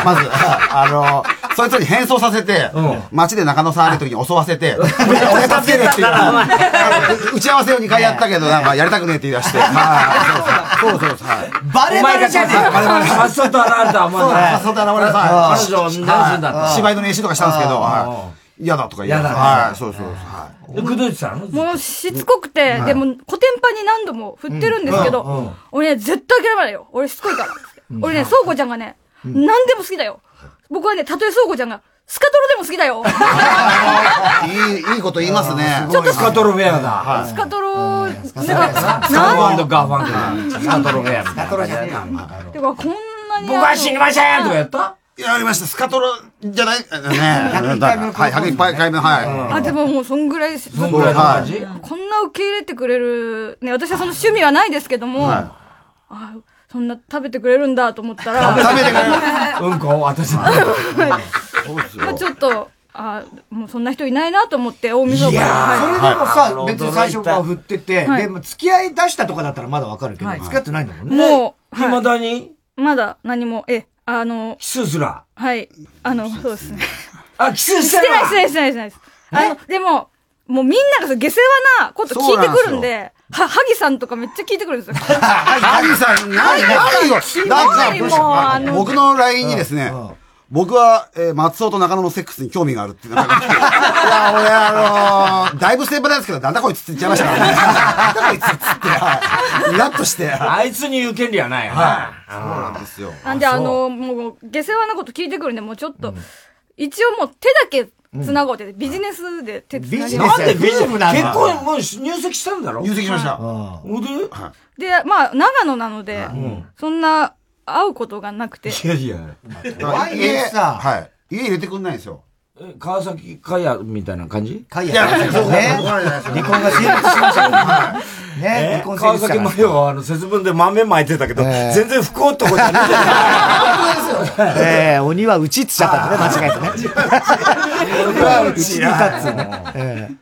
ま ず、あの、そいつに変装させて、街で中野さんある時に襲わせて、俺俺助けるっていう、 打ち合わせを2回やったけど、なんかやりたくねえって言い出して、はいそうそうそうそう、はい。
バレバレじゃねえか
お前が
さっさと現れたお前
さっさと現れた。はい
彼女を何するんだと
はい芝居の練習とかしたんですけど、はい嫌だとか言い出して
嫌だ
はい、そうそうそう。はい
で、くどいてたの
もうしつこくて、
うん
でも、コテンパンに何度も振ってるんですけど、
うんうんうん
俺ね、絶対諦めないよ。俺しつこいから。
うん
俺ね、そうこちゃんがね、
うん
何でも好きだよ。僕はね、たとえそうこちゃんが、スカトロでも好きだよ。
いい、いいこと言いますね。
ちょっとスカトロフェアだ。
スカトロ、なんか、
スカ
な
トロガーファンクル。スカトロフェアみたいな感じだね。
んてか、こんなに。
僕は死にませんとかやった
やりました。スカトロじゃない、ねえ。
101回目の
はい、101回目、
あ、
は
でももう、そんぐらい、そ
んぐらいの感じ
こんな受け入れてくれる、ね、私はその趣味はないですけど
い。
も、
は
あそんな食べてくれるんだと思ったら、
食べてくうんこ私の。
まあちょっと、あもうそんな人いないなと思って、大
い
晦
や
日から。
それ
は
で
い
も
はい
さ
あ、の
別に最初から振ってて、
はい
でも付き合い出したとかだったらまだわかるけど、
はい
付き合ってないんだもんね。
も
う。未だに
まだ何も、ええ、あの、
キスすら。
はい。あの、そうですね。
あ、キスしてる
ない、してない、してない、してないです。あの、でも、もうみんながそう下世話なこと聞いてくるんで、は、萩さんとかめっちゃ聞いてくるんですよ。
ハリーさん、何、何よ。
何
だから
あの
僕の LINE にですね、僕は、えー松尾と中野のセックスに興味があるっていうのがい や、俺、あのーだいぶ先輩なんですけど、なんだこいつって言っちゃいましたからね。なんだこいつっつって、はいイラッとして。
あいつに言う権利はない。はい。そう
なんですよ。
なんで、あの、もう、下世話なこと聞いてくるんで、もうちょっと、一応もう手だけ繋ごうって、ビジネスで手繋
ビ
ぎ
ジ
ま
ネ
す
スや
ビジネスなんだ
結婚、もう入籍したんだろ
入籍しました。
ほで
で、まあ、長野なので、そんな、会うことがなく て。
いやいや。
とはいえ
さ、
はい。家入れてくんないんですよ。
川崎かやみたいな感じか
いやそうね離婚が成立しましたからはいね離婚成
川
立したから
崎麻世はあの節分で豆巻いてたけど、全然不幸とこじゃね
ええ、鬼はうちっつっちゃったんだね、間違えてね。
え
鬼はうちに立つ
え
ね。ええ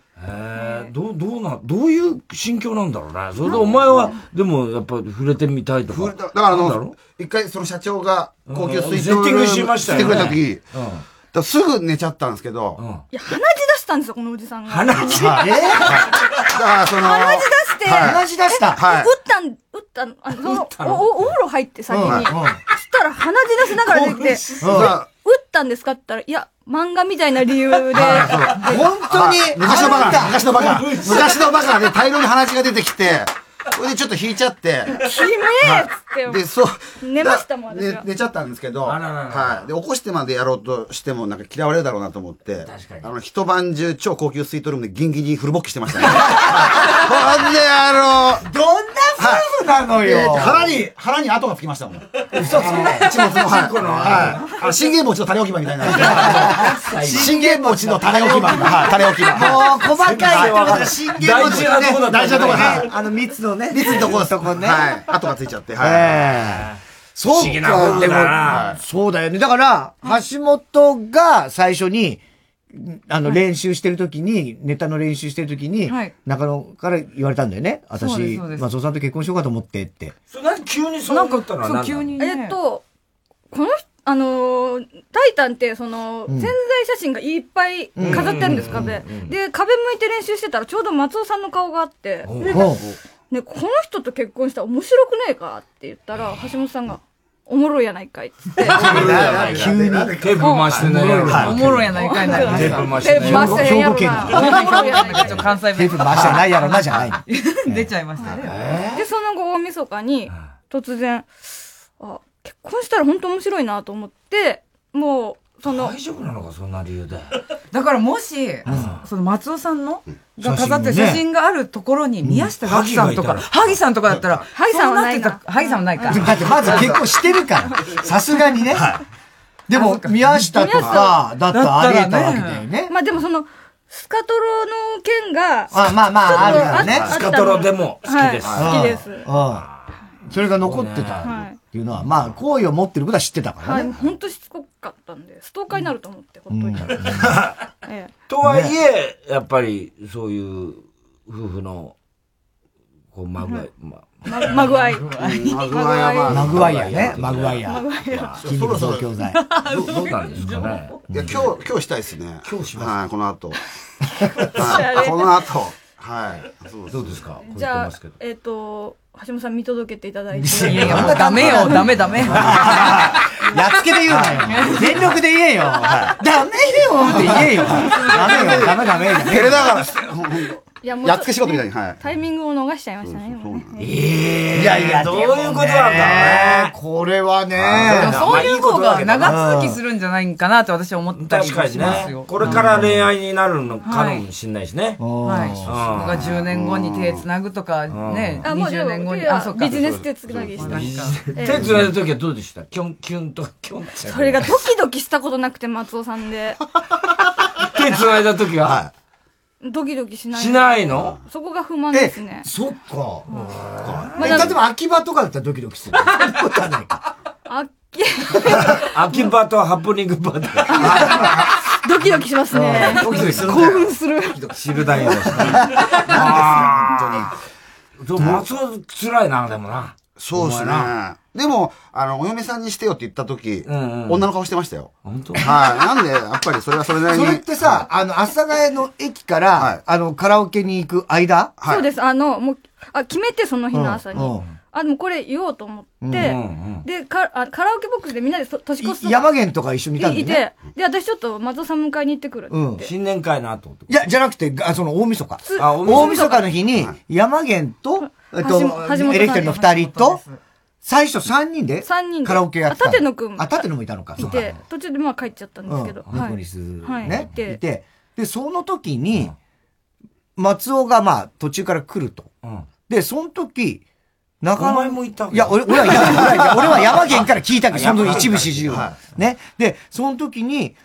えどう、どうな、どういう心境なんだろうね。それでお前は、でもやっぱ触れてみたいとか。だ
だからあ
なんだろう
の、一回その社長が高級水筒
セッティングしましたよね
てくれた時、
うん
だからすぐ寝ちゃったんですけど、
いや、鼻血出したんですよ、このおじさんが。
はいはいだからその、
鼻血出して、
はい
え
は
打
い。
ったん、打ったん、あの、そのお、おお風呂入って 先に、
うんうん
そしたら鼻血出しながら出てきて、
興奮しそう
え打ったんですかって言ったら、いや、漫画みたいな理由で、
本当に昔のバカ、昔のバカ、昔のバカで大量に鼻血が出てきて、それでちょっと引いちゃって、
きめえっつって、
で、そう。
寝ましたもん、私
ね
は。
寝ちゃったんですけど、はい。で、起こしてまでやろうとしても、なんか嫌われるだろうなと思って、あの、一晩中超高級スイートルームでギンギンにフル勃起してましたね。ほん で、あの、どんな夫婦なのよ腹に、腹に跡がつきましたもん。嘘つくな一物の、はい。はいあの。 信玄餅の種置き場みたいな。信玄餅の種置き場。はい、種置き場。
もう細かいところで信玄餅のね
大事なところはい。
あの、蜜のね。
密のとこです。
とこね。
はい。跡がついちゃって、はい。
ええそう
不思議なも
か、
ん
で
だ
も
なは、
そうだよね。だから、橋本が最初に、あの、練習してる時に、ネタの練習してる時に
はい、
中野から言われたんだよね。
そう
私、
ですそうです
松尾さんと結婚しようかと思ってって。
それ何急にそうなったのは何なの
えっと、この人、あのータイタンって、その、
うん
潜在写真がいっぱい飾ってあるんです、
うんうんうん
壁。で、壁向いて練習してたら、ちょうど松尾さんの顔があって、でね、この人と結婚したら面白くねえかって言ったら、橋本さんが、おもろいやないかいっつって。
急に。テープ回してないやろな。
おもろいやないかいな
テープ回してないやろ。
兵庫県
テ
関西弁
ープ回してないやろな、じゃない。
出ちゃいましたね。
で、その後、大晦日に、突然、あ、結婚したら本当面白いなと思って、もう、その、
大丈夫なのか、そんな理由で。
だからもし、その松尾さんの、が飾ってる写真があるところに、宮下岳さんとか、
うん
萩さんとかだったら、萩さんはないか。萩さんはないか。
だってまず結婚してる から。さすがにね。でも、宮下とか、だったらありえたわけだよね。
まあでもその、スカトロの件が、
あまあまあ、ある
ちょっ
か
と
らね
あっ。はい好きです。
うんそれが残ってた
は
っていうのは、まあ、好意を持ってることは知ってたから
は
ね
い、。本当しつこかったんで、ストーカーになると思って、ほっといたら。 ええ
とはいえ、やっぱり、そういう、夫婦の、こう、まぐわい、ま、
まマグワイ。
マグワイはまあ
マグワイヤね。マグワイヤ。
マグワイヤ
筋肉増 強剤。
どどうなんですかね。いや、今日、今日したいですね。今日します。はい、この後。はい、この後。はい。そうどうですか
じゃあ、えっと、橋本さん見届けていただいて。
いやいや、もうダ メよ、ダ メダメ。
やっつけで言うなよ。全力で言えよ。ダメよって言えよ。ダメよ、ダメダメ。
照れながら
いやもうちょ
やっつけ仕事みたいに、はい。
タイミングを逃しちゃいましたね。今ね
いやいや、どういうことなん
だ
ね。これはね
でも。そういう方が長続きす
る。
るんじゃないかなって私は思ったり
確
も
か
し
に
ます
ね
よ。。
これから恋愛になるのかもしんないしね。
は
う
い。
ん
それが10年後に手つなぐとかね、
あもうで
20
も
年後に、
手は
あ、そっか。
ビジネス手つなぎした
ビジネス
手
ええ
つないだ時はどうでしたキョン、キュンと、キョンって。
それがドキドキしたことなくて、松尾さんで。
手つないだ時は
ドキドキしない。
しないの
そこが不満ですね。
そっか。
ま
え
だ
例えば、秋葉とかだったらドキドキする。
あ、
秋葉とハプニングバー
ドキドキしますね
う。んドキドキするん
興
だよ
奮する。
で汁だけど した。本当に。松尾辛いな、でもな。
そうです
お
ね
前な。
でも、あの、お嫁さんにしてよって言った時、
んうん
女の顔してましたよ。
本当
はい。なんで、やっぱりそれはそれなり
そ
に。
れってさ、あの、阿佐ヶ谷の駅から、あの、カラオケに行く間
そうです。あの、もう、あ、決めて、その日の朝に。
うんうん
あ、でもこれ言おうと思って、
うんうんうん
でかあ、カラオケボックスでみんなでそ年越すと
山源とか一緒にいたんだ
い
よね。
て、で、私ちょっと松尾さん迎えに行ってくるって言って。
新年会の後って
いや、じゃなくて、がその大晦日。
あ大晦日
大晦日の日に、山源と、えっ
橋本橋本さ
と、
ん
エレキテルの二人と、最初三人で、
三人で
カラオケやってた。
あ舘野くん
あ、舘野もいたのか。
いて、途中でまあ帰っちゃったんですけど。
うん、ニコニス、
はい
ね、
いて
いて。で、その時に、松尾がまあ、途中から来ると。で、その時、中野。
お前もいた
いや、俺、俺はいた俺はいた俺は山源から聞いたけど、
あ
その一部始終を
は
ね。で、その時に、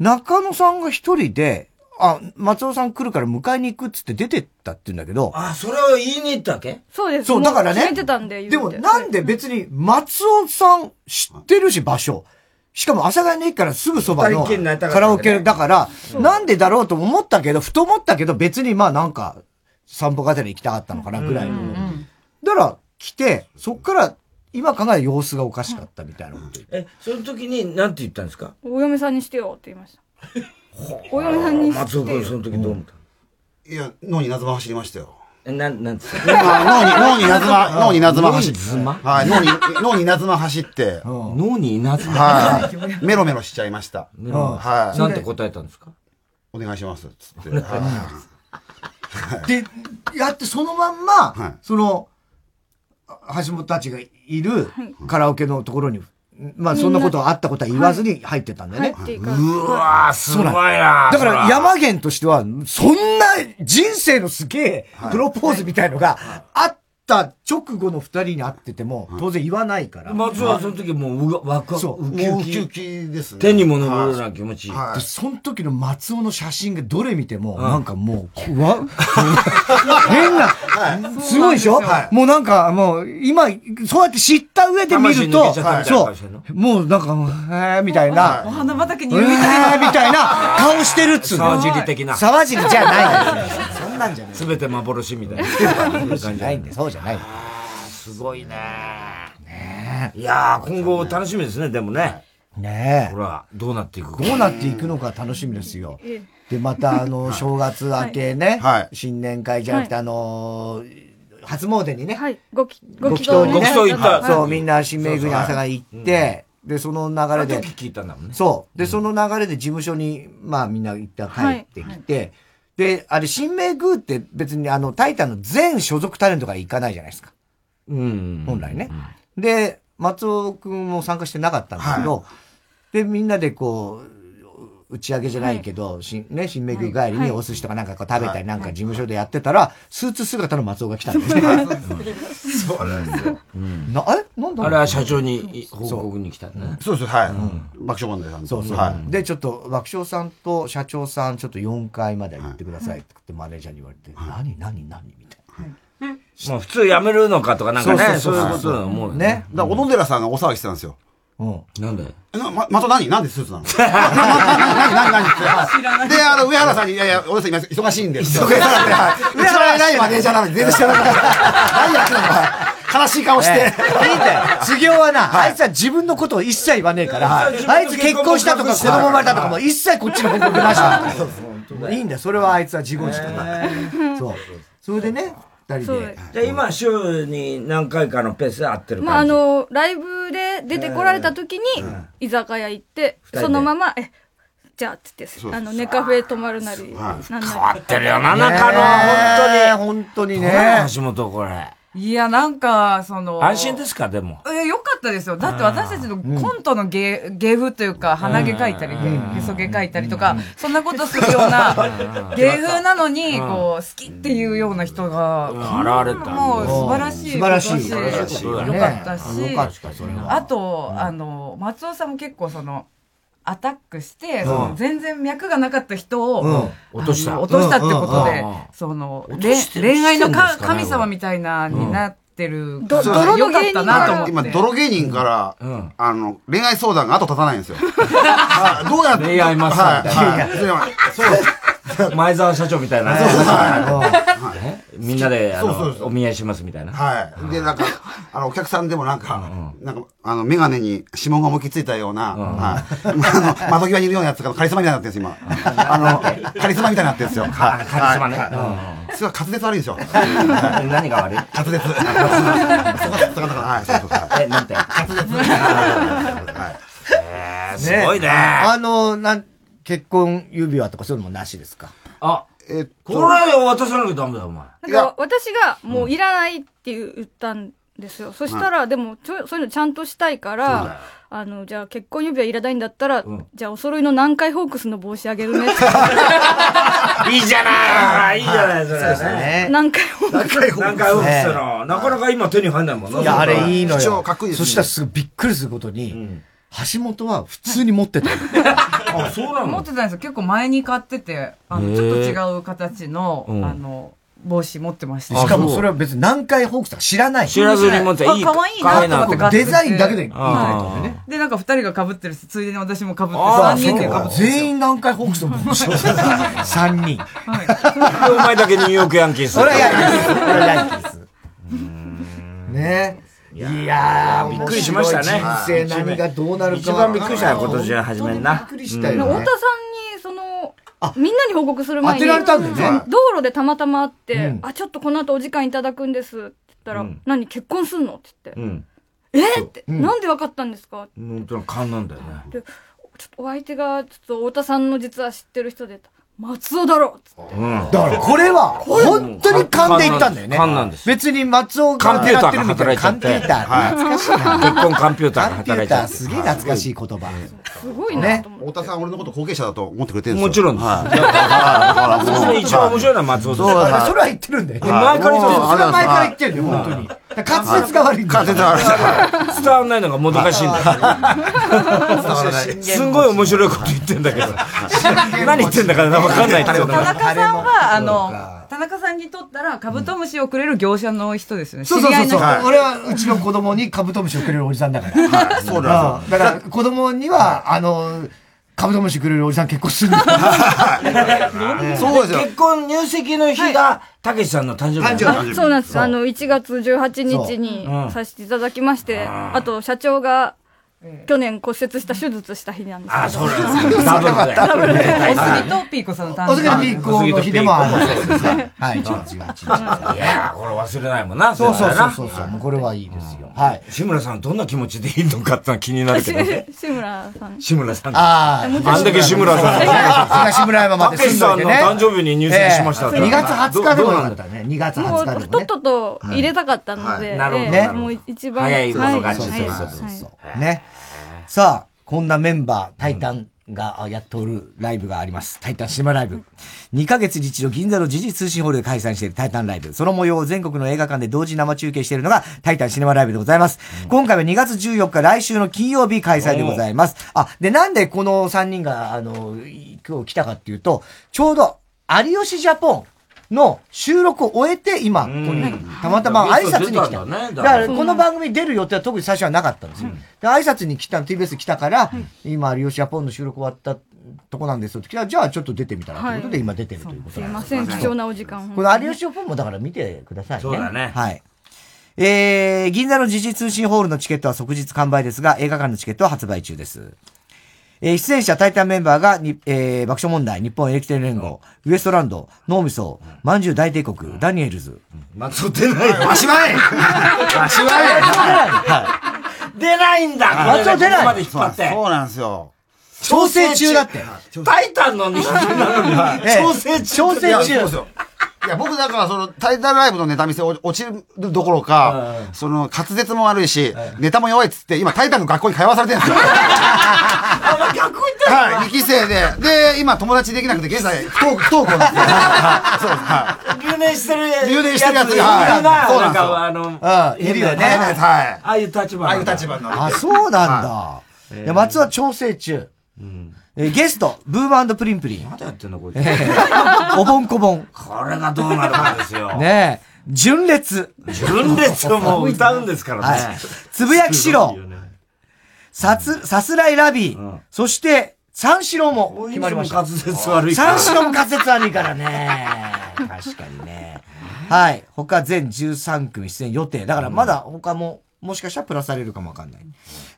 中野さんが一人で、あ、松尾さん来るから迎えに行くっつって出てったって言うんだけど、
あ、それを言いに行ったわけ
そうです。
そう、
も
だからね。
決めてたんで言
で
っ
も、
て
なんで別に、松尾さん知ってるし、場所。しかも、阿佐ヶ谷の駅からすぐそば
二人
の
っきりになりたかった
カ
よ
ラ
ね
オケだから、なんでだろうと思ったけど、ふと思ったけど、別にまあなんか、散歩がてら行きたかったのかな、ぐらいの。だから、来て、そっから、今考えたら様子がおかしかったみたいなこと言って
え、その時に何て言ったんですか
お嫁さんにしてよって言 いました。お嫁さんに
松尾
し
君、
て
そ
よ。
の時どう思った
いや、脳に謎ま走りましたよ。
え、なん、なんつっ
脳に、脳に謎ま、脳に謎ま走って。はい、脳に、脳に謎ま走って。
脳に稲妻
はい。 メロメロしちゃいました。
メロメロ
はい。
なんて答えたんですか
お願いします。つって。
うん
はい
で、やって、そのまんま、
はい
その、あ橋本たちがいるカラオケのところに、まあそんなことはあったことは言わずに入ってたんだよね。
入っていかず
うわー、すごいな
だから
や
山
ば
源としては、そんな人生のすげえプロポーズみたいのがあった直後の二人に会ってても、当然言わないから。
松尾はその時もう、うわ、わくわく、ウキ
もう
ウ
ウキウ
キ。
キですね。
手にも昇るような気持ち。
で
で
その時の松尾の写真がどれ見ても、なんかもう、う わ、変な、すごいでしょもうなんか、もう、今、そうやって知った上で見ると、
魂抜けちゃったみた
そ
いな顔
う
してんの、
もうなんかもう、えーみたい
お
な、
花畑
え
にいるみた
ー
いな。
みたいな顔してるっつうの。
沢尻的な
沢尻じゃないよ。 そんなんじゃない。
すべて幻みたいな。
ないんで、 そうじゃない。
すごいねいやー、今後楽しみですね、でもね。
ね
ほら、どうなっていくか。
どうなっていくのか楽しみですよ。
え
で、また、あの、正月明けね、新年会じゃなくて、あのー、初詣にね、
はい。ごき、
ご
ご
祈
祈
祷
祷
に
ご
ね
祈祷行った
はいそう、
うん
みんな新名宮に朝が行って、で、その流れ
あの
で
時、聞いたんだもんね。
そう。で、その流れで事務所に、まあみんな一旦帰ってきて、で、あれ、新名宮って別にあの、タイタンの全所属タレントが行かないじゃないですか。
うん。
本来ね。で、松尾くんも参加してなかったんですけど、で、みんなでこう、打ち上げじゃないけど、新ね、新名宮帰り
は
に
い
お寿司とかなんかこう食べたりなんか事務所でやってたら、スーツ姿の松尾が来たんですね。
そうなんですよ。
な、 あれなんだ
あれは社長に報告に来たんだね。
そうです、はい。爆笑問題さんと。
そうそう、
はい。
で、ちょっと爆笑さんと社長さん、ちょっと4階まで行ってくださいって言ってマネージャーに言われて、何、何、何みたい
もう普通やめるのかとかなんかね、
そ
そううい
そうそう
うことだと思うよ
ね
ね。
だから、小野寺さんがお騒ぎしてたんですよ。
なんで
えな、ま、また何なんでスーツなの な、な、な、な、な、で、あの、上原さんに、いやいや、小野さん今忙しいんです。忙しいんです。うちの偉いマネージャーなのに全然知らなかった。何やってんの、お前悲しい顔して。
な。いいんだよ。 修行はな、あいつは自分のことを一切言わねえから、
はい
あいつ結婚したとか
はい
子供生まれたとかも一切こっちの報告なし
はいそう
だからいいんだよ。それはあいつは自業自得だから。そう。それでね、二人で。
じゃあ今、週に何回かのペースで合ってる
まあ、あ
感じ。
の、ライブで出てこられた時に、居酒屋行って、
人で
そのまま、え、じゃあ、っつって
そう、
あの、ネカフェ泊まるなり、なんなり。
合ってるよな、中野は
本当に。本当に
どうなの橋本これ。
いや、なんか、その。
安心ですか、でも。
いや、よかったですよ。だって私たちのコントの芸、芸風というか、鼻毛描いたり、へそ毛描いたりとか、そんなことするよう な
うん、
芸風なのに、
うん
こう、好きっていうような人が、
うん現れた
もう素晴らしいことだし。
うん素晴らしい素晴らしい
よかったし
ねよかったそれ、は
あと、あの、松尾さんも結構その、アタックして、
うん
その全然脈がなかった人を、
うん落とした
あの落としたってこと
う
で
んうんうん、
その、
落と
れ
してる
恋愛の
してんです
か
かね
神様みたいなになってるど泥の芸人から
今今、泥芸人から、あの、恋愛相談が後立たないん ですよ。あどうやって。
恋愛マスターみたいな
はいはい。
前澤社長みたいなね。みんなで、あ
そうそう
の、お見合いしますみたいな。
はい。で、なんか、あの、お客さんでもなんか、なんか、あの、メガネに指紋が思いっきりついたような、はい。 あの、窓際にいるようなやつがカリスマみたいになってるんです、今。あの、カリスマみたいになってるんですよ。はい
カリスマね
はいすごい滑舌悪いでしょ。
何が悪い
滑舌。そこそこだから、はい、そうそうそう。
え、なんて
滑
舌。すごいね。
あの、なん、結婚指輪とかそういうのもなしですか
あ、
えっ
これは渡さなきゃダメだよ、お前。
なんか私がもういらないって言ったんですよ。そしたら、でもちょ、そういうのちゃんとしたいか
そうだよ
ら、あの、じゃあ結婚指輪いらないんだったら、じゃあお揃いの南海ホークスの帽子あげるねって。
いいじゃないいいじゃない、それ。
そうですね南海ホークス。
何回オフしたのなかなか今手に入んないもんな。
いや、あれいいのよ。そしたら
す
すごいびっくりすることに、橋本は普通に持ってた。
あ、そうな
持ってたんですよ。結構前に買ってて、あ
へ
の、
ー
ちょっと違う形の、
うん
あの、帽子持ってました。
しかもそれは別に南海ホークスとか知らない。
知らずに持ってたいいあ可愛いなと思って買ってて
デザインだけでいいと
あ
思うね。
で、なんか二人が被ってるし、ついでに私も被ってて、
あー
三人で被
そう
っ
か
て
全員南海ホークスの帽子を三人。
お前だけニューヨークヤンキース。
それはヤンキース。それはヤンキース。ねいやー、
びっくりしましたね
面白い人生何がどうなるか。
一番びっくりしたのは今年は初めにな。びっくり
したよ
太田さんに、その、みんなに報告する前
当
に。
てられたんだよね
その道路でたまたま会って、
うん
あ、ちょっとこの後お時間いただくんですって言ったら、
うん
何、結婚すんのって言って、
うん。
えーって、
うん
なんでわかったんですか
本当の勘なんだよね。
で、ちょっとお相手が、ちょっと太田さんの実は知ってる人で、松尾だろうって
うん。
だからこれは、本当に勘で言ったんだよね。
勘なんです。
別に松尾
カ
が
ンピュータ
狙っ
ー
て
が
るみたい
働
ない
ちゃっ
勘で
て。
言った。懐かしいな。
はい結婚カンピューターが働いちゃって。
すげえ懐かしい言葉。
すごい
ね。太田さん、俺のこと後継者だと思ってくれてるんですよ。
もちろんです。
はい
そして一番面白いのは松尾さん。
そうだから
それは言ってるんだよ。
前から言ってる。
もうあれは前から言って
るよ、本当
に。
滑舌が悪いんだよ。滑舌が悪い。
伝わんないのがもどかしいんだけど。すんごい面白いこと言ってんだけど。何言ってんだかわかんないってこと
田
だ
中さんは、あの、田中さんにとったら、カブトムシをくれる業者の人ですよね。
そうそう
知り合
そう
い
そ
の
う。
人
俺はうちの子供にカブトムシをくれるおじさんだから。
そうなんです
だから子供には、あの、カブトムシくれるおじさん結婚するんだよ。
そうですよ。結婚入籍の日が、たけしさんの誕生日
あそうなんです。あの、1月18日に
そううん
させていただきまして、あと、社長が、去年骨折した手術した日なんですけど。
あそうなんですダブルで
ダブルで
はい
お杉とピーコさんの誕
お
生
次
日。
のピーコの日でもあるそうですね。はい、
うん
1月18日。
いやー、これ忘れないもんな。
そうそう
れはな
そうそう。もうこれはいいですよ。はい。
志村さん、どんな気持ちでいいのかってのは気になるけど ね。
志村さん。
志村さん。
あ
ー
あんだけ志村さん。
東村山まで
たけしさんの誕生日に入籍しましたって。
2月20日でもよか
ど
っ
う
たね。2月
もう、
20日で
と
も
っ
ね。
とと入れたかったので、
はいなるほど
ええ
ね
もう一番。
早いこと
はい
勝ち
はい
そうそうそう
はい
ね。さあ、こんなメンバー、タイタンがあやっておるライブがあります。タイタンシネマライブ。2ヶ月に一度銀座の時事通信ホールで開催しているタイタンライブ。その模様を全国の映画館で同時生中継しているのがタイタンシネマライブでございます。今回は2月14日、来週の金曜日開催でございます。あ、で、なんでこの3人が、あの、い今日来たかっていうと、ちょうど、有吉ジャポンの収録を終えて、今、ここにたまたま挨拶に来た。
ゲスト出たんだね
だから、この番組出る予定は特に最初はなかったんですよ。で、挨拶に来た、TBS 来たから、今、有吉ジャポンの収録終わったとこなんですよって来たら、じゃあちょっと出てみたらということで、
はい
今出てるということ
すい
なん
ま
です
せん、貴重なお時間を。
この有吉ジャポンもだから見てくださいね。
そうだね
はい。えー、銀座の時事通信ホールのチケットは即日完売ですが、映画館のチケットは発売中です。えー出演者、タイタンメンバーがに、えー爆笑問題、日本エレキテル連合、ウエストランド、脳みそ、まんじゅう大帝国、ダニエルズ。
まず出ないよ。
わしまい
わしまい出ないんだ
はい
松尾出ない
ここまで
引っ張って
そうなんですよ。
調整中だって。
タイタンの人間なのに、調整中。
調整中。いやそうですよいや、僕だから、その、タイタンライブのネタ見せ落ちるどころか、その、滑舌も悪いし、ネタも弱いっつって、今、タイタンの学校に通わされてるんで すよ。はい、2期生で。で、今、友達できなくて、現在、不登不登校なんですよ。はいそうです。はい
留年してる。
留年してるやつが
が、
はいそう
な
なんんですよ
か、あ
あ
の、
いるよね
はい
はい
ああいう立場。
ああいう立場の
あ、そうなんだ。いや、松は調整中。えーゲスト、ブーマンプリンプ リン。まだやってんのこいつ。おぼんこぼん。
これがどうなるかですよ。
ねえ。純烈。
純烈を もう歌うんですからね
はいつぶやきしろ。さつ、さすらいラビー。そして、三四郎も決まりました。
こいつも滑舌悪いから
三四郎も滑舌悪いからね。確かにね。はい。他全13組出演予定。だからまだ他も、もしかしたらプラスされるかもわかんない。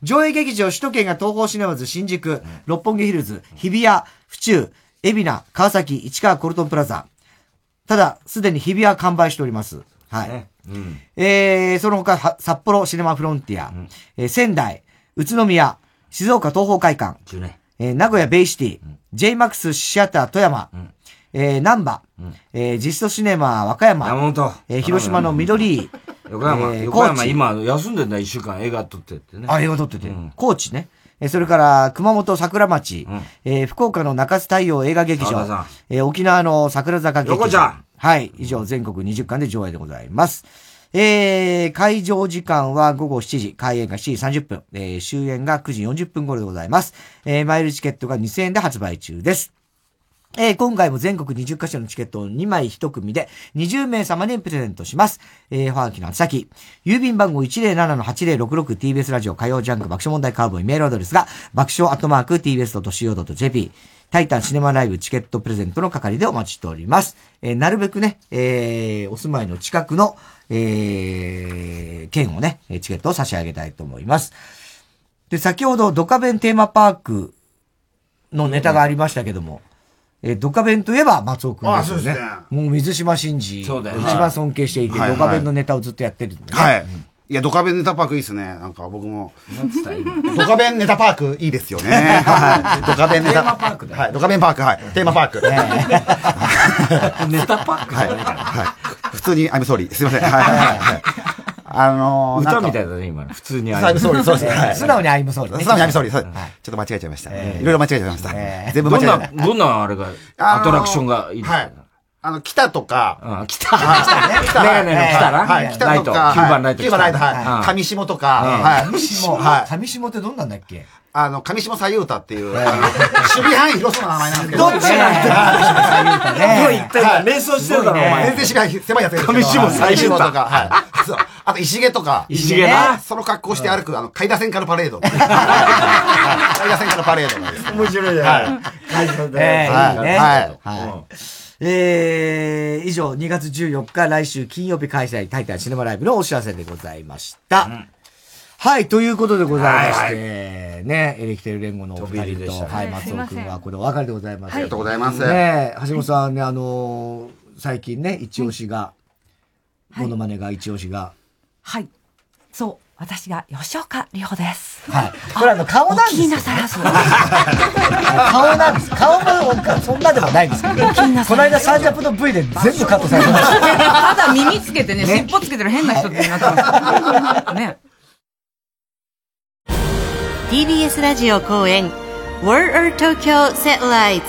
上映劇場、首都圏が東宝シネマズ、新宿、六本木ヒルズ、日比谷、府中、海老名、川崎、市川コルトンプラザ。ただ、すでに日比谷は完売しております。はい。
うん。
えー、その他、は札幌シネマフロンティア、えー仙台、宇都宮、静岡東宝会館、えー名古屋ベイシティ、JMAX シアター富山、えー、難波、えー、ジストシネマ和歌山、えー広島の緑井、
横山、
えー
横
高
山
知
今休んでんだ、一週間映画撮ってってね。
あ、映画撮ってて。高知ね。えーそれから、熊本桜町、えー福岡の中津太陽映画劇
田
場
中さん、
えー沖縄の桜坂劇場。
横ちゃん
はい。以上、全国20巻で上映でございます。えー、会場時間は午後7時、開演が7時30分、えー終演が9時40分頃でございます。えーマイルチケットが2000円で発売中です。えー今回も全国20カ所のチケットを2枚1組で20名様にプレゼントします。えー、ファーキの宛先、郵便番号 107-8066TBS ラジオ火曜ジャンク爆笑問題カーボーイメールアドレスが爆笑アットマーク TBS.CO.JP タイタンシネマライブチケットプレゼントの係でお待ちしております。えーなるべくね、えーお住まいの近くの、えー券をね、えーチケットを差し上げたいと思います。で、先ほどドカベンテーマパークのネタがありましたけども、えードカベンといえば松尾くんですよね。
あそうですね
もう水島真司、一
そうだよね
番尊敬していて、
はい
ドカベンのネタをずっとやってるんで、ね。
はい。いや、ドカベンネタパークいいですね。なんか僕も。ドカベンネタパークいいですよね。はい。ドカベンネタ。テーマパークはい。ドカベンパーク、はい。テーマパーク。 ネタパークはい。はい普通に、I'm sorry。すいません。はいはいはいはい。あのー、
歌
なんか
みたいだね、今の。普通に
はいそうですそうですはい
素直に I'm sorry ね
素直に I'm sorry そうですちょっと間違えちゃいました。いろいろ間違えちゃいました。全部間違
どん
え
な、
た。
どんなあれが、
あの
ア
ー
トラクションがいいですか
はい。あの、北とか、
うん、来
北
メガネの北な
はい、北
ラ
とか、
イト9番ライト
9番ライト、
う
は
ん
い。上下とか、
うん
はい。
上下
はい。
上下ってどんなんだっけ
あの、上下さゆうたっていう、あの守備範囲広そうな名前なんですけど。
どっちなんだ
は い
すごい言ってんだ
はい
連想してるだろお前
全然守備範囲狭いやつがいるんですけど
上下さゆうた
上下とか、はい。そう。あと、石毛とか。
石毛な
ねその格好して歩く、あの、階段線からパレード。はい階段線からパレードなんです。面白いじゃな
会
い
場で
えー
ね
はい
はいえー、以上、2月14日、来週金曜日開催、タイタンシネマライブのお知らせでございました。はい、ということでございまして、ね、エレキテル連合のお二
飛び入り
人
で
と、
したね
はい、
はい
松
すい
尾
ま
く
せん
んはこれでお別れでございます。
はいありがとうございます
ねえ橋本さんね、あのー最近ね、一押しが、モノマネが一押しが、
はい。そう。私が吉岡里帆です。
はい。これあの、顔なんですよ、ね。顔なんです。顔も、そんなでもないんですけど、この間サージャップの V で全部カットされてました。
た だ耳つけてね、
ね
尻尾つけてる変な人ってなってます。ね。
TBS ラジオ公演 World of Tokyo Satellites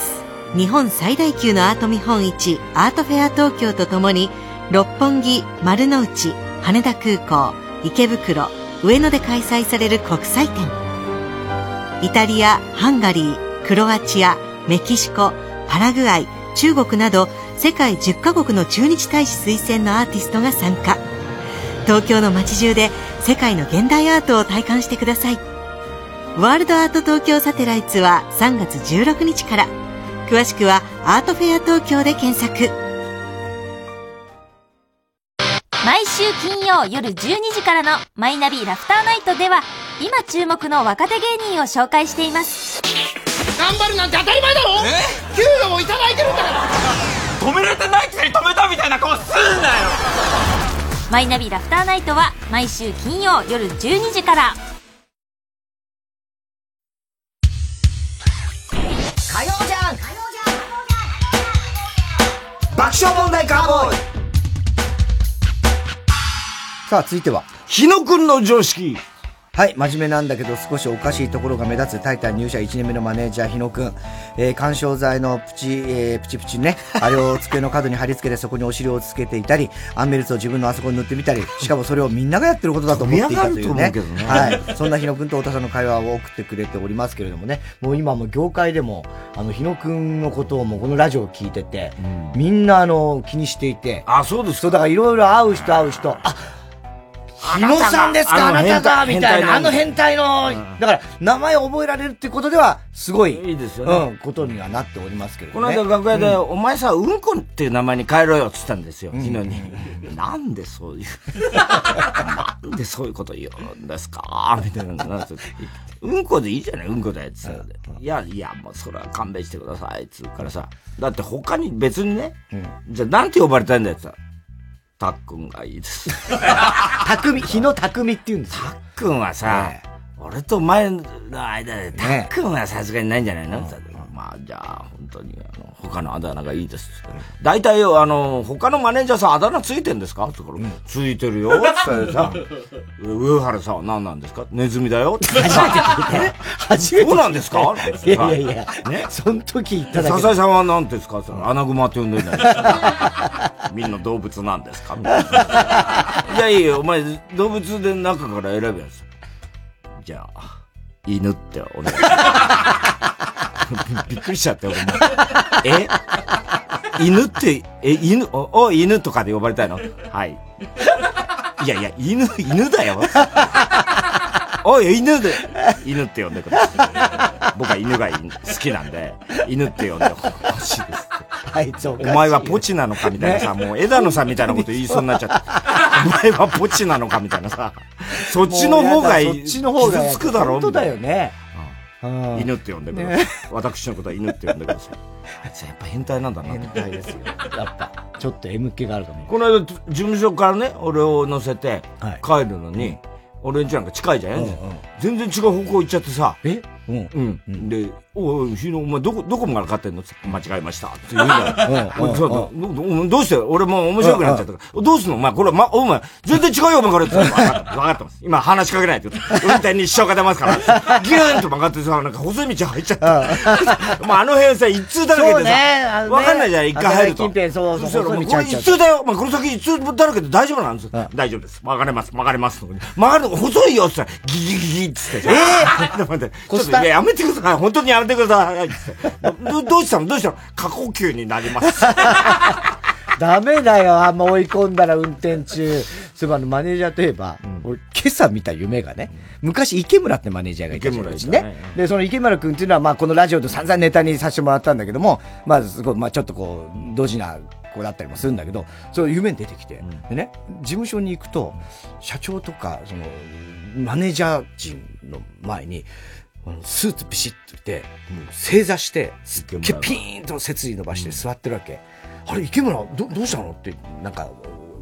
日本最大級のアート見本市アートフェア東京とともに六本木、丸の内、羽田空港、池袋、上野で開催される国際展イタリア、ハンガリー、クロアチア、メキシコ、パラグアイ、中国など世界10カ国の駐日大使推薦のアーティストが参加東京の街中で世界の現代アートを体感してくださいワールドアート東京サテライツは3月16日から。詳しくはアートフェア東京で検索。
毎週金曜夜12時からの「マイナビラフターナイト」では今注目の若手芸人を紹介しています
頑張るなんて当たり前だろ給料もいただいてるんだから
止められてないくせに止めたみたいな顔すんなよ
マイナビラフターナイトは毎週金曜夜12時から
火曜じゃん爆笑問題カーボーイさあ、続いては。日野くんの常識。はい、真面目なんだけど少しおかしいところが目立つタイタン入社1年目のマネージャー日野くん。えー、干渉剤のプチ、えープチプチ ね、あれを机の角に貼り付けてそこにお尻をつけていたり、アンベルツを自分のあそこに塗ってみたり、しかもそれをみんながやってることだと思っていたというね。
飛び上がると思うけどね
はい。そんな日野くんと太田さんの会話を送ってくれておりますけれどもね、もう今も業界でも、あの、日野くんのことをもうこのラジオを聞いてて、みんなあの、気にしていて。あ、そうですそう、だからいろいろ会う人会う人、あ、日野さんですかあ
あ
なた
なたが
がみたいな、あ
あ
の
の
変
変
態の、だから、名前を覚えられるってことでは、すごい、いいです
よね
うん、ことにはなっておりますけれど
こ
ね。
の間楽屋で、
うん
お前さ、うんこっていう名前に変えろよって言ったんですよ、昨日に。なんでそういう、なんでそういうこと言うんですかみたいなのなんてうんこでいいじゃないうんこだよって言ったんでいや、いや、もうそれは勘弁してくださいって言うからさ、だって他に別にね、じゃあなんて呼ばれたいんだよって言ったらたっくんがいいです。
匠、日野匠って言うんです
よ。たっくんはさ、俺とお前の間で、たっくんはさすがにないんじゃないの、って言ったらまあ、じゃあ、本当に、あの、他のあだ名がいいですって。大体よ、あの、他のマネージャーさん、あだ名ついてんですかって言うから、ついてるよ、って言ってさ、上原さんは何なんですかネズミだよって。初めて聞いた。
初めて聞いた
そうなんですか
いやいやいや、その時言っただけで
笹井さんは何ですかって言ったらアナグマって呼んでんだ よ。みんな動物なんですかみたいな。いやいや、お前、動物で中から選ぶやつ。じゃあ、犬って俺。 びびっくりしちゃって、俺も。え犬って、え、犬、お、お犬とかで呼ばれたいのはい。いやいや、犬、犬だよ。おい、犬で、犬って呼んでください。僕は犬がいい好きなんで、犬って呼んで ほしいです。
あいつおかしい
お前はポチなのかみたいなさ、
ね
もう枝野さんみたいなこと言いそうになっちゃって、お前はポチなのかみたいなさ、そっちの方がい
もうやだそ
い
っちの方が
傷つくだろ
本当だよ
み
ね。
たいな犬って呼んでください。私のことは犬って呼んでください。 あいつやっぱ変態なんだな変態ですよ。やっぱ。
ちょっと M 気があるかも。
この間、事務所からね、俺を乗せて、帰るのに、俺んちなんか近いじゃん。全然違う方向行っちゃってさ。えうん。で、おい、日野、お前どこ、どこから買ってんのって間違えました。って言うじゃ
うん
ん。
うん
おそうどどどうして俺もう面白くなっちゃったから。どうすんのお前、これ、ま、お前、全然違うよ、お前か らって言ったら。分かった、分かってます。今話しかけないって言って運転に支障が出ま すから。ギューンと曲がってさ、なんか細い道入っちゃった。もうあの辺さ、一通だらけ
そう
で
ねあ
さ、
のね
分かんないじゃん、一回入ると。
赤い近辺そうそう
したらも
細
う
い
こ
道入
れ
っちゃう
一通だよ、まあ、この先一通だらけで大丈夫なんですよ。大丈夫です。曲がれます、曲がれます。曲がるの細いよって言ったら、ギギギギって言ってさ。え 待って、ちょっと、いややめてください。本当にやめてください。どどうしたのどうしたの過呼吸になります。
ダメだよ、あんま追い込んだら運転中。そういえばあのマネージャーといえば、俺今朝見た夢がね、昔池村ってマネージャーがいたじゃないですか
池村い
ね。で、その池村くんっていうのは、まあこのラジオで散々ネタにさせてもらったんだけども、まあすごい、まあちょっとこう、ドジな子だったりもするんだけど、そういう夢に出てきて、でね、事務所に行くと、社長とか、その、マネージャー陣の前に、あのスーツビシッと着て、もう正座して、すっげえピーンと背筋伸ばして座ってるわけ。あれ、池村、ど、どうしたのって、なんか、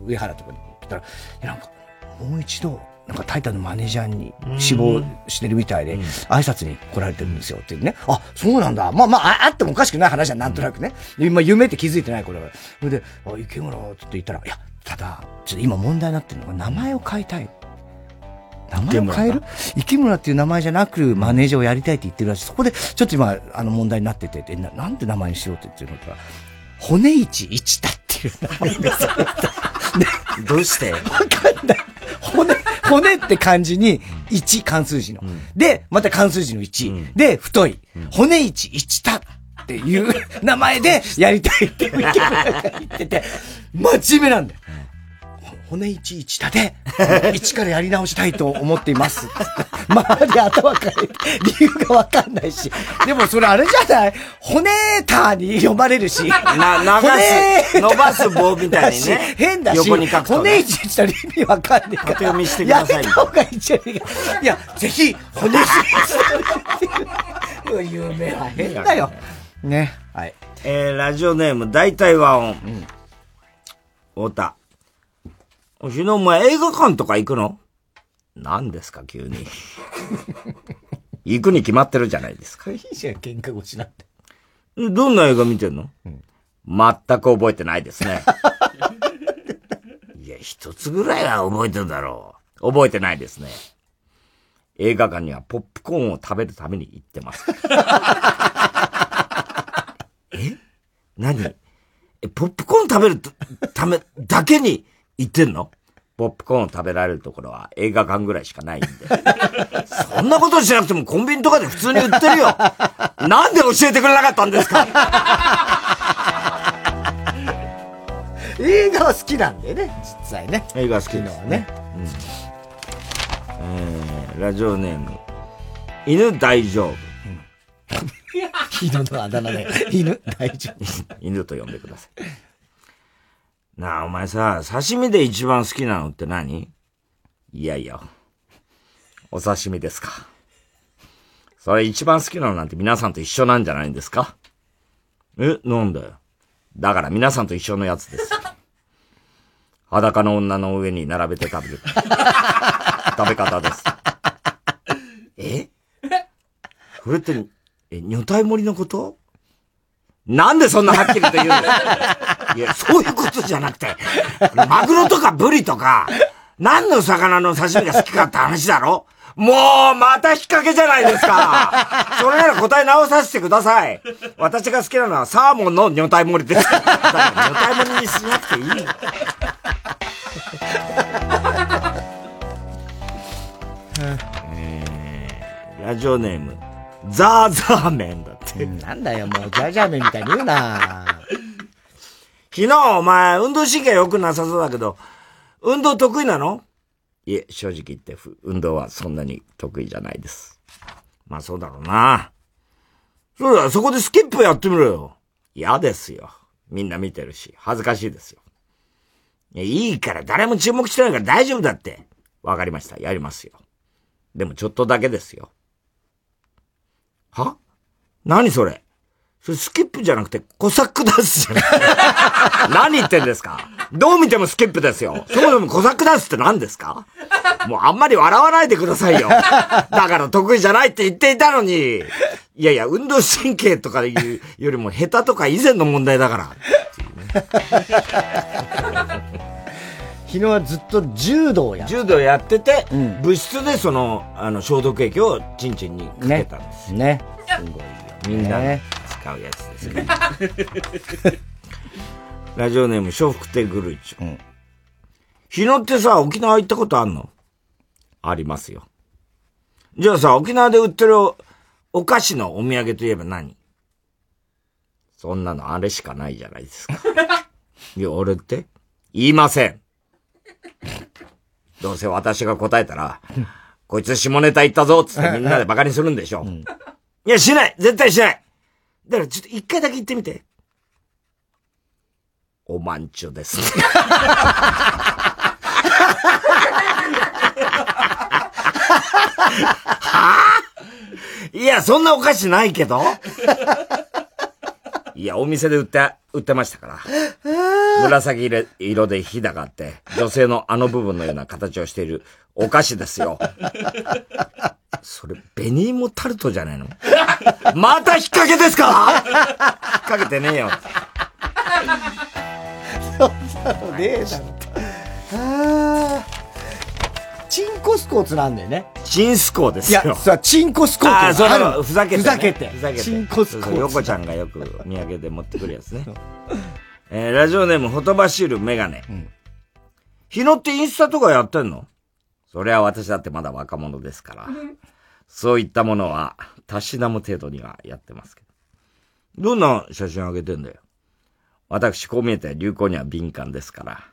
上原とかに言ったら、いやなんか、もう一度、なんかタイタンのマネージャーに死亡してるみたいで、挨拶に来られてるんですよっていうね。あ、そうなんだ。まあまあ、ああってもおかしくない話はなんとなくね。で今、夢って気づいてない、これは。それで、あ、池村って言ったら、いや、ただ、ちょっと今問題になってるのが、名前を変えたい。名前を変える池村っていう名前じゃなく、マネージャーをやりたいって言ってるらしい。そこで、ちょっと今、あの問題になってて、でななんで名前にしようって言ってるのか。骨市一太っていう名前がされた。
どうして
わかんない。骨、骨って漢字に、一漢数字の。で、また漢数字の一、で、太い。骨市一太っていう名前でやりたいって池村が言ってて、真面目なんだよ。骨一一だで、一からやり直したいと思っています。 周り頭から理由がわかんないし。でもそれあれじゃない骨ターに呼ばれるし。
な流
骨ータ
す
ー
伸ばす棒みたいにね
だし変だし。
横に書くとね
骨一一だで意味わかんないから。
読みしてくださ
や
い
めた方がいいんじゃないか。いや、ぜひ、骨一一だで。夢は変だよ。ね。はい。
えー、ラジオネーム、大体和音。太田。昨日お前映画館とか行くの何ですか、急に。行くに決まってるじゃないですか。
いいじゃん、喧嘩腰なんて。
どんな映画見てんの、全く覚えてないですね。いや、一つぐらいは覚えてるだろう。覚えてないですね。映画館にはポップコーンを食べるために行ってます。え何え、ポップコーン食べるとためだけに行ってんのポップコーンを食べられるところは映画館ぐらいしかないんで。そんなことしなくてもコンビニとかで普通に売ってるよ。なんで教えてくれなかったんですか
映画は好きなんだよね、実際ね。
映画好きです
ね。
ね、ラジオネーム、犬大丈夫。
犬のあだ名で、犬大丈夫。
犬と呼んでください。なあ、お前さ、刺身で一番好きなのって何いやいや、お刺身ですか。それ一番好きなのなんて皆さんと一緒なんじゃないんですかえ、なんだよ。だから皆さんと一緒のやつです。裸の女の上に並べて食べる。食べ方です。えそれって、え、女体盛りのことなんでそんなはっきりと言うんですかいや、そういうことじゃなくて、マグロとかブリとか、何の魚の刺身が好きかって話だろもう、また引っ掛けじゃないですかそれなら答え直させてください私が好きなのはサーモンの女体盛りです。だから女体盛りにしなくていいの。えーラジオネーム、ザーザー麺だって。なんだよ、もう、ザーザー麺みたいに言うな昨日、お前、運動神経良くなさそうだけど、運動得意なのいえ、正直言って、ふ運動はそんなに得意じゃないです。まあ、そうだろうな。そうだ、そこでスキップやってみろよ。嫌ですよ。みんな見てるし、恥ずかしいですよ。いやいいから、誰も注目してないから大丈夫だって。わかりました、やりますよ。でも、ちょっとだけですよ。は何それそれスキップじゃなくて、コサックダンスじ ゃない何言ってんですかどう見てもスキップですよ。そもそもコサックダンスって何ですかもうあんまり笑わないでくださいよ。だから得意じゃないって言っていたのに。いやいや、運動神経とかいうよりも下手とか以前の問題だから。
昨日はずっと柔道をや
柔道やってて、部室でその、あの、消毒液をチンチンにかけたんです。
ね。
すごいよ。みんなね使うやつです ね。ラジオネーム、笑福亭グルーチョ。日野ってさ、沖縄行ったことあんのありますよ。じゃあさ、沖縄で売ってるおお菓子のお土産といえば何そんなのあれしかないじゃないですか。いや、俺って言いません。どうせ私が答えたら、こいつ下ネタ言ったぞっ つってみんなで馬鹿にするんでしょ。いや、しない絶対しないだからちょっと一回だけ言ってみて。おまんちょです。はぁいや、そんなお菓子ないけど。いや、お店で売って、売ってましたから。紫色色でひだがあって、女性のあの部分のような形をしているお菓子ですよ。それ、紅芋タルトじゃないのまた引っ掛けですか引っ掛けてねえよ。
そうだろうねえだろ。あーチンコスコーツなんだよね。
チンスコーです
い
よ。
や、さ、チンコスコーツ
ああ、それ
ある
ふざけて、ね。
ふざけて。
ふざけて。
チンコスコ
そうそう
ー
横
ツ。
ちゃんがよくお土産で持ってくるやつね。えーラジオネーム、ほとばしるメガネ。日野ってインスタとかやってんのそりゃ私だってまだ若者ですから。そういったものは、たしなむ程度にはやってますけど。どんな写真あげてんだよ。私、こう見えて流行には敏感ですから。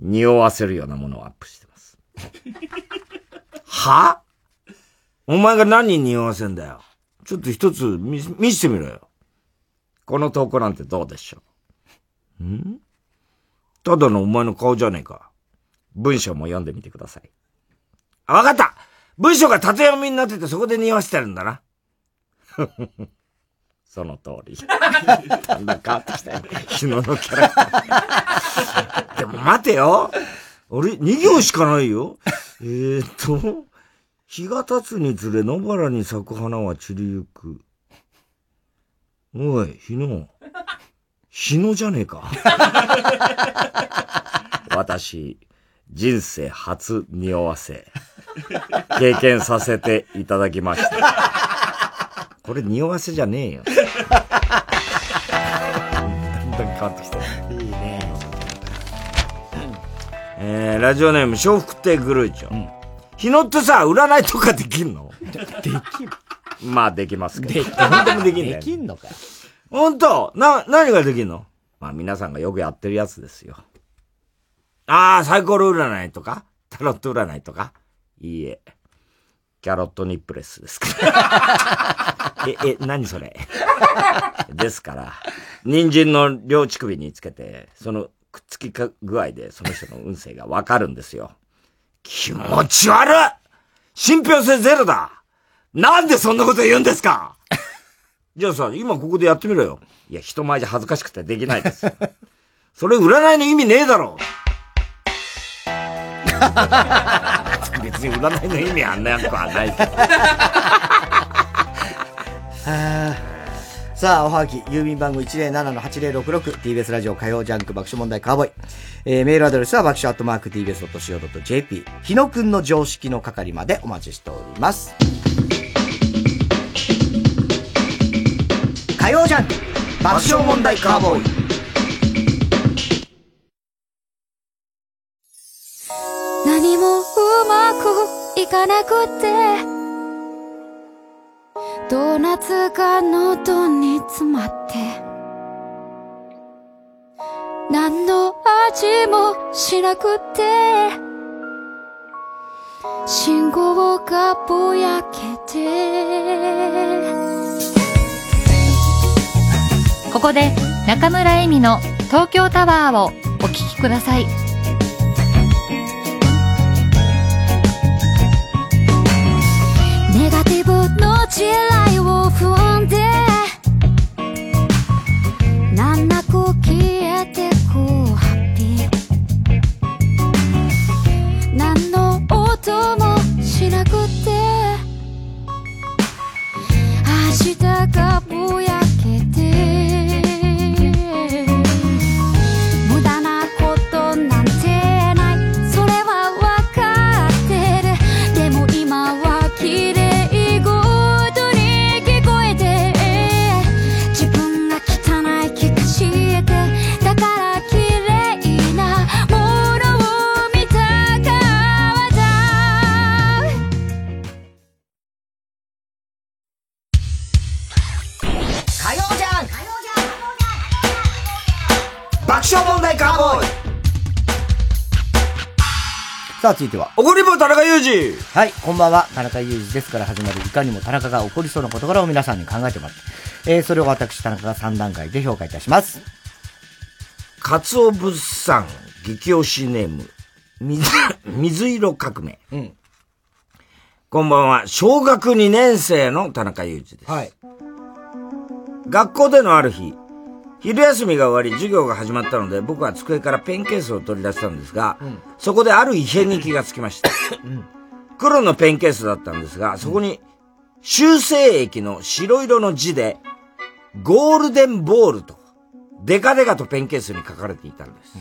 匂わせるようなものをアップしてます。はお前が何に匂わせんだよ。ちょっと一つ見せ、見せてみろよ。この投稿なんてどうでしょうんただのお前の顔じゃねえか。文章も読んでみてください。あ、わかった文章が縦読みになっててそこで匂わせてるんだな。 その通り。 だんだん変わってきたよ。日野のキャラクター。でも待てよ。あれ ?2 行しかないよ。えーっと、日が経つにつれ野原に咲く花は散りゆく。おい、日野。日野じゃねえか。私、人生初匂わせ、経験させていただきました。これ匂わせじゃねえよ。だんだん変わってきた。いいね。えー、ラジオネーム、笑福亭グルーチョ。日野ってさ、占いとかできんのできる。まあ、できますけど。何でもできんだよ。
できん のか。
ほんとな、何ができんのまあ皆さんがよくやってるやつですよ。ああ、サイコロ占いとかタロット占いとかいいえ。キャロットニップレスですから。 え、え、何それですから、人参の両乳首につけて、そのくっつきか具合でその人の運勢がわかるんですよ。気持ち悪い信憑性ゼロだなんでそんなこと言うんですかじゃあさ、今ここでやってみろよ。いや、人前じゃ恥ずかしくてできないです。それ占いの意味ねえだろ 別に占いの意味あんなくはないけど。
あーさあ、おはがき、郵便番号 107-8066TBS ラジオ火曜ジャンク爆笑問題カーボーイ。えー、メールアドレスは爆笑アットマーク TBS.CO.JP。日野くんの常識の係までお待ちしております。火曜ジャンク爆笑問題カーボーイ。
何もうまくいかなくてドーナツが喉に詰まって何の味もしなくて信号がぼやけて
ここで中村恵美の東京タワーをお聞きください。
ネガティブの地雷を踏んで難なく消えてくハッピー何の音もしなくて明日がぼやけて無駄なことなんてないそれは分かってるでも今は綺麗ごとに聞こえて自分が汚い気がしてだから綺麗なものを見たかった
火曜じゃん爆笑問題カーボーイさあ、続いては。
怒り棒田中裕二
はい、こんばんは。田中裕二ですから始まる、いかにも田中が怒りそうな事柄を皆さんに考えてもらって、えー、それを私、田中が3段階で評価いたします。
カツオ物産激推しネーム、水、水色革命。こんばんは、小学2年生の田中裕二です。学校でのある日、昼休みが終わり授業が始まったので、僕は机からペンケースを取り出したんですが、
うん
そこである異変に気がつきました。黒のペンケースだったんですが、そこに、修正液の白色の字で、ゴールデンボールと、デカデカとペンケースに書かれていたんです。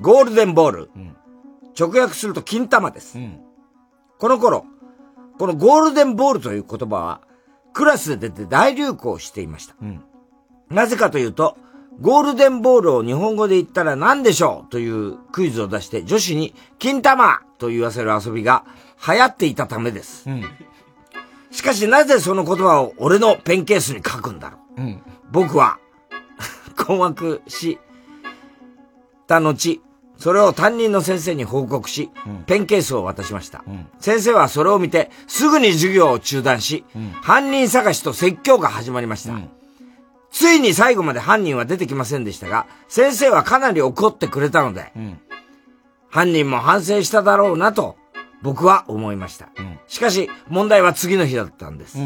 ゴールデンボール、直訳すると金玉です。この頃、このゴールデンボールという言葉は、クラスで出て大流行していました。なぜかというと、ゴールデンボールを日本語で言ったら何でしょうというクイズを出して女子に金玉と言わせる遊びが流行っていたためです。しかしなぜその言葉を俺のペンケースに書くんだろう僕は、困惑した後、それを担任の先生に報告し、ペンケースを渡しました。先生はそれを見て、すぐに授業を中断し、犯人探しと説教が始まりました。ついに最後まで犯人は出てきませんでしたが、先生はかなり怒ってくれたので、犯人も反省しただろうなと、僕は思いました。しかし、問題は次の日だったんです。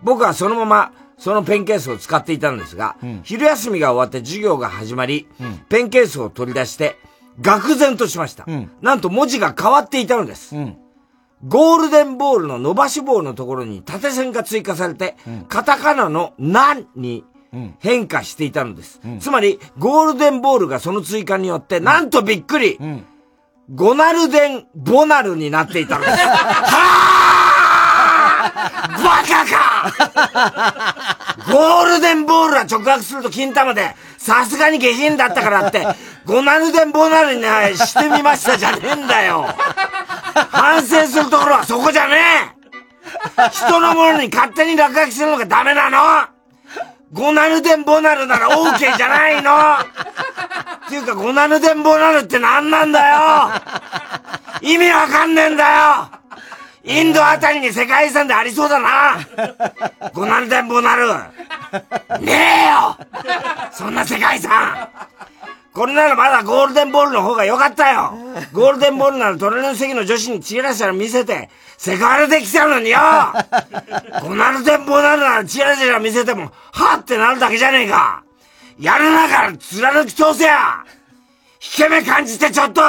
僕はそのまま、そのペンケースを使っていたんですが、昼休みが終わって授業が始まり、ペンケースを取り出して、愕然としました。なんと文字が変わっていたのです。ゴールデンボールの伸ばし棒のところに縦線が追加されて、カタカナのなんに変化していたのです。つまり、ゴールデンボールがその追加によって、なんとびっくり、ゴナルデンボナルになっていたのです。バカかゴールデンボールは直訳すると金玉で、さすがに下品だったからって、ゴナルデンボナルにしてみましたじゃねえんだよ反省するところはそこじゃねえ人のものに勝手に落書きするのがダメなのゴナルデンボナルなら OK じゃないのっていうか、ゴナルデンボナルって何なんだよ意味わかんねえんだよインドあたりに世界遺産でありそうだなごなる展望なるねえよそんな世界遺産これならまだゴールデンボールの方が良かったよゴールデンボールなら隣の席の女子にチラシラ見せて、セクハラできちゃうの によこなる展望なるならチラシラ見せても、はってなるだけじゃねえかやるなから貫き通せや引け目感じてちょっと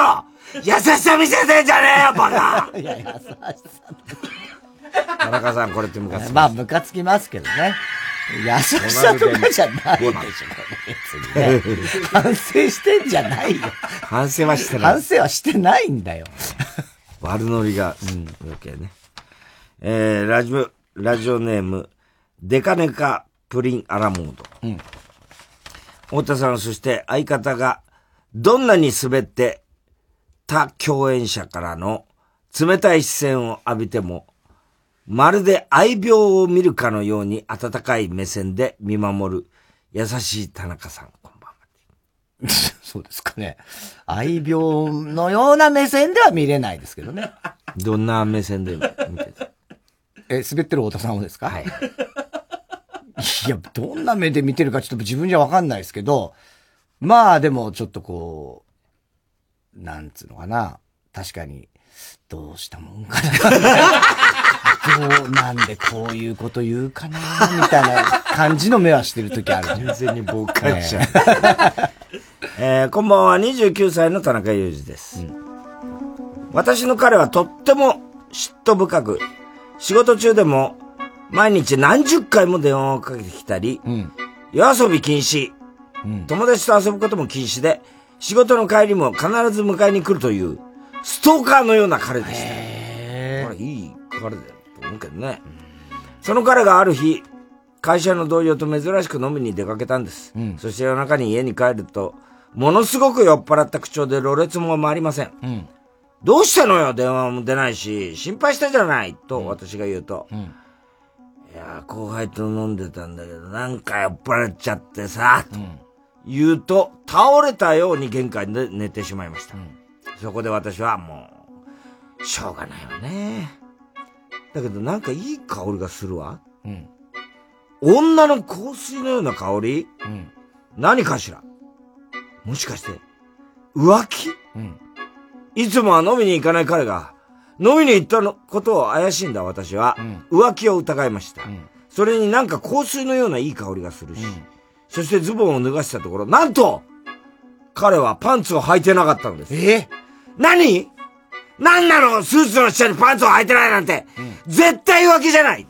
優しさ見せてんじゃねえよ、バカ
いや、優しさ。
田中さん、これってムカつ く。
まあ、ムカつきますけどね。優しさとかじゃないでしょ、別にね。 反省してんじゃないよ。
反省はしてない。
反省はしてないんだよ。
悪ノリが、うん、余計ね。えー、ラジオ、ラジオネーム、デカネカプリンアラモード。太田さん、そして相方が、どんなに滑って、他共演者からの冷たい視線を浴びても、まるで愛病を見るかのように温かい目線で見守る、優しい田中さ ん。
そうですかね。愛病のような目線では見れないですけどね。
どんな目線で見てた
え、滑ってる太田さんをですかはい。いや、どんな目で見てるかちょっと自分じゃわかんないですけど、まあでもちょっとこう、なんつうのかな。確かに、どうしたもんかな。どうなんでこういうこと言うかな、みたいな感じの目はしてる時ある。
完全に傍観者えーこんばんは、29歳の田中裕二です。私の彼はとっても嫉妬深く、仕事中でも毎日何十回も電話をかけてきたり、夜遊び禁止、友達と遊ぶことも禁止で、仕事の帰りも必ず迎えに来るという、ストーカーのような彼でした。これいい彼だと思うけどね。その彼がある日、会社の同僚と珍しく飲みに出かけたんです。そして夜中に家に帰ると、ものすごく酔っ払った口調でろれつも回りません。どうしたのよ電話も出ないし、心配したじゃないと私が言うと、いやー、後輩と飲んでたんだけど、なんか酔っ払っちゃってさ、と言うと、倒れたように玄関で寝てしまいました。そこで私はもう、しょうがないわね。だけどなんかいい香りがするわ。
うん。
女の香水のような香り何かしらもしかして、浮気いつもは飲みに行かない彼が、飲みに行ったのことを怪しんだ私は、浮気を疑いました。それになんか香水のようないい香りがするし、そしてズボンを脱がしたところ、なんと彼はパンツを履いてなかったのです。え何何なのスーツの下にパンツを履いてないなんて、絶対浮気じゃない、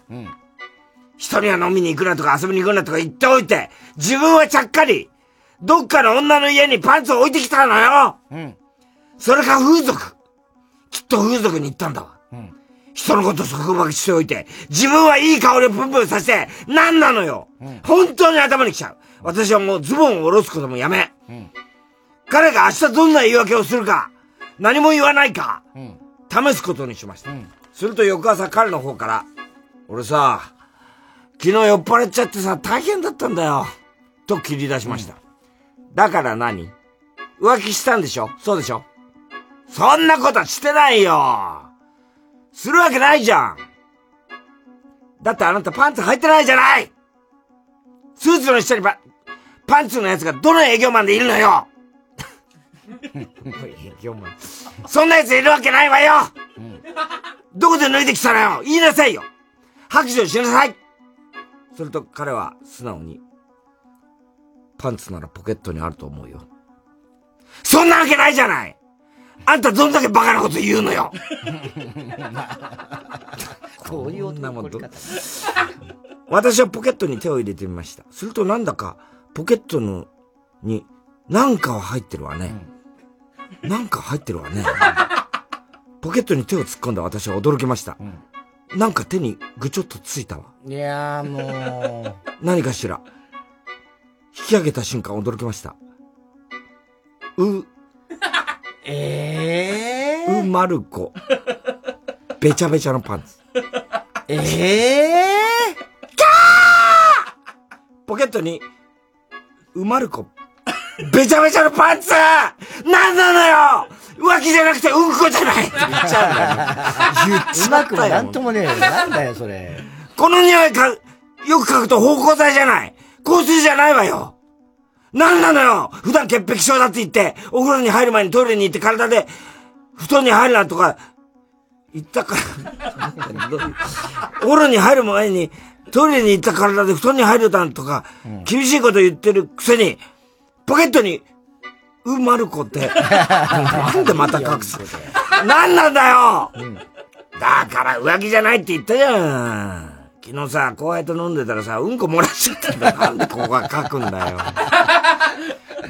人には飲みに行くなとか遊びに行くなとか言っておいて、自分はちゃっかり、どっかの女の家にパンツを置いてきたのよそれか風俗きっと風俗に行ったんだわ。人のこと束縛しておいて、自分はいい香りをプンプンさせて、何なのよ、本当に頭にきちゃう私はもうズボンを下ろすこともやめ、彼が明日どんな言い訳をするか、何も言わないか、試すことにしました。すると翌朝彼の方から、俺さ、昨日酔っ払っちゃってさ、大変だったんだよ。と切り出しました。だから何浮気したんでしょそうでしょそんなことしてないよするわけないじゃんだってあなたパンツ履いてないじゃないスーツの下にパ、パンツのやつがどの営業マンでいるのよそんなやついるわけないわよ、どこで脱いできたのよ言いなさいよ白状しなさいすると彼は素直に、パンツならポケットにあると思うよ。そんなわけないじゃないあんたどんだけバカなこと言う のよ
こういう女もど、
私はポケットに手を入れてみました。するとなんだか、ポケットの、に、なんかは入ってるわね。なんか入ってるわ ね。ポケットに手を突っ込んだ私は驚きました。なんか手にぐちょっとついたわ。
いやーも
何かしら。引き上げた瞬間驚きました。う、
え
うまるこ。べちゃべちゃのパンツ。
ええー、
ポケットに、うまるこ、べちゃべちゃのパンツなんなのよ浮気じゃなくてうんこじゃないって言っちゃうんだよ。
言 っちまったようまくもなんともねえよなんだよ、それ。
この匂いか、よく嗅ぐと芳香剤じゃない香水じゃないわよなんなのよ普段潔癖症だって言って、お風呂に入る前にトイレに行って体で、布団に入るなとか、言ったから、お風呂に入る前に、トイレに行った体で布団に入るなんとか、厳しいこと言ってるくせに、ポケットに、うまる子って、なんでまた隠すなんなんだよ、だから浮気じゃないって言ったじゃん。昨日さ、後輩と飲んでたらさ、うんこ漏らしちゃったんだよ。なんでここが書くんだよ。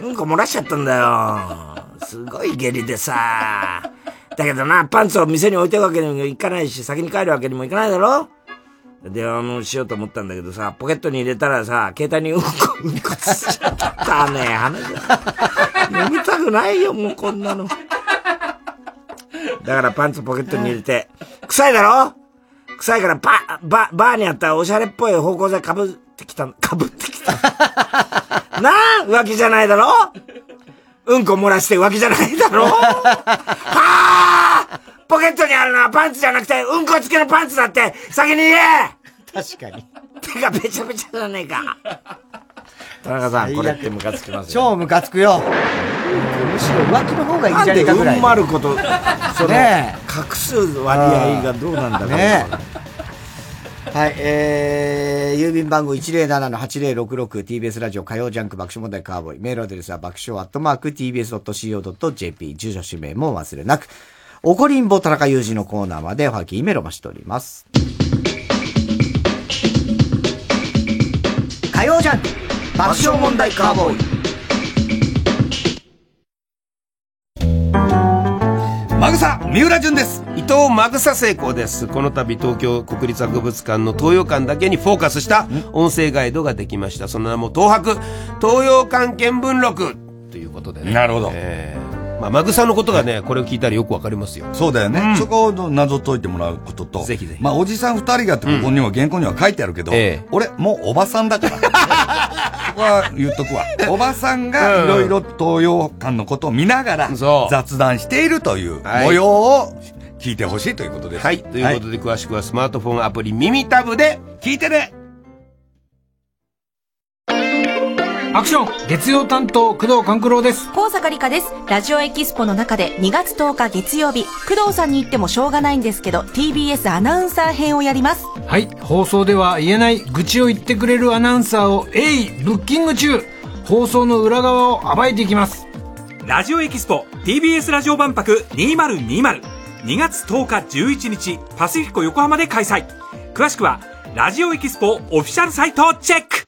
うんこ漏らしちゃったんだよ。すごい下痢でさ。だけどな、パンツを店に置いてるわけにもいかないし、先に帰るわけにもいかないだろ電話もしようと思ったんだけどさ、ポケットに入れたらさ、携帯にうんこ、うんこつっちゃったね。話が。飲みたくないよ、もうこんなの。だからパンツポケットに入れて、臭いだろ臭いからバ、バ、バーにあったおしゃれっぽい方向剤かぶってきた、 かぶってきた。なあ浮気じゃないだろうんこ漏らして浮気じゃないだろはあポケットにあるのはパンツじゃなくて、うんこ付きのパンツだって、先に言え
確かに。
手がべちゃべちゃじゃねえか。田中さん、これってムカつきますよ。
超ムカつくよ。むしろ浮気の方がいいんじゃねえかぐらい。
なんでうんまること、その、
ね
隠す割合がどうなんだろう。
ねはい、えー、郵便番号 107-8066TBS ラジオ火曜ジャンク爆笑問題カーボーイ。メールアドレスは爆笑アットマーク TBS.CO.JP。住所氏名も忘れなく。おこりんぼ田中裕二のコーナーまでおはぎメロもしております。火曜ジャンク爆笑問題カーボーイ。
マグサ三浦淳です伊藤マグサ成功ですこの度東京国立博物館の東洋館だけにフォーカスした音声ガイドができましたその名も東博東洋館見聞録ということでねなるほど、えーまあ、マグサのことがねこれを聞いたらよくわかりますよ
そうだよね、そこを謎解いてもらうことと、ぜひぜひまあ、おじさん二人がってここにも原稿には書いてあるけど、俺、もうおばさんだから。ここは言っと くわ。おばさんがいろいろ東洋館のことを見ながら、雑談しているという
い
模様を聞いてほしいということです。
はい。ということで、詳しくはスマートフォンアプリ耳タブで聞いてね
アクション月曜担当工藤官九郎です
高坂理香です。ラジオエキスポの中で2月10日月曜日、工藤さんに言ってもしょうがないんですけど、TBS アナウンサー編をやります。
はい放送では言えない愚痴を言ってくれるアナウンサーを鋭意ブッキング中放送の裏側を暴いていきます
ラジオエキスポ TBS ラジオ万博20202月10日11日パシフィコ横浜で開催詳しくはラジオエキスポオフィシャルサイトをチェック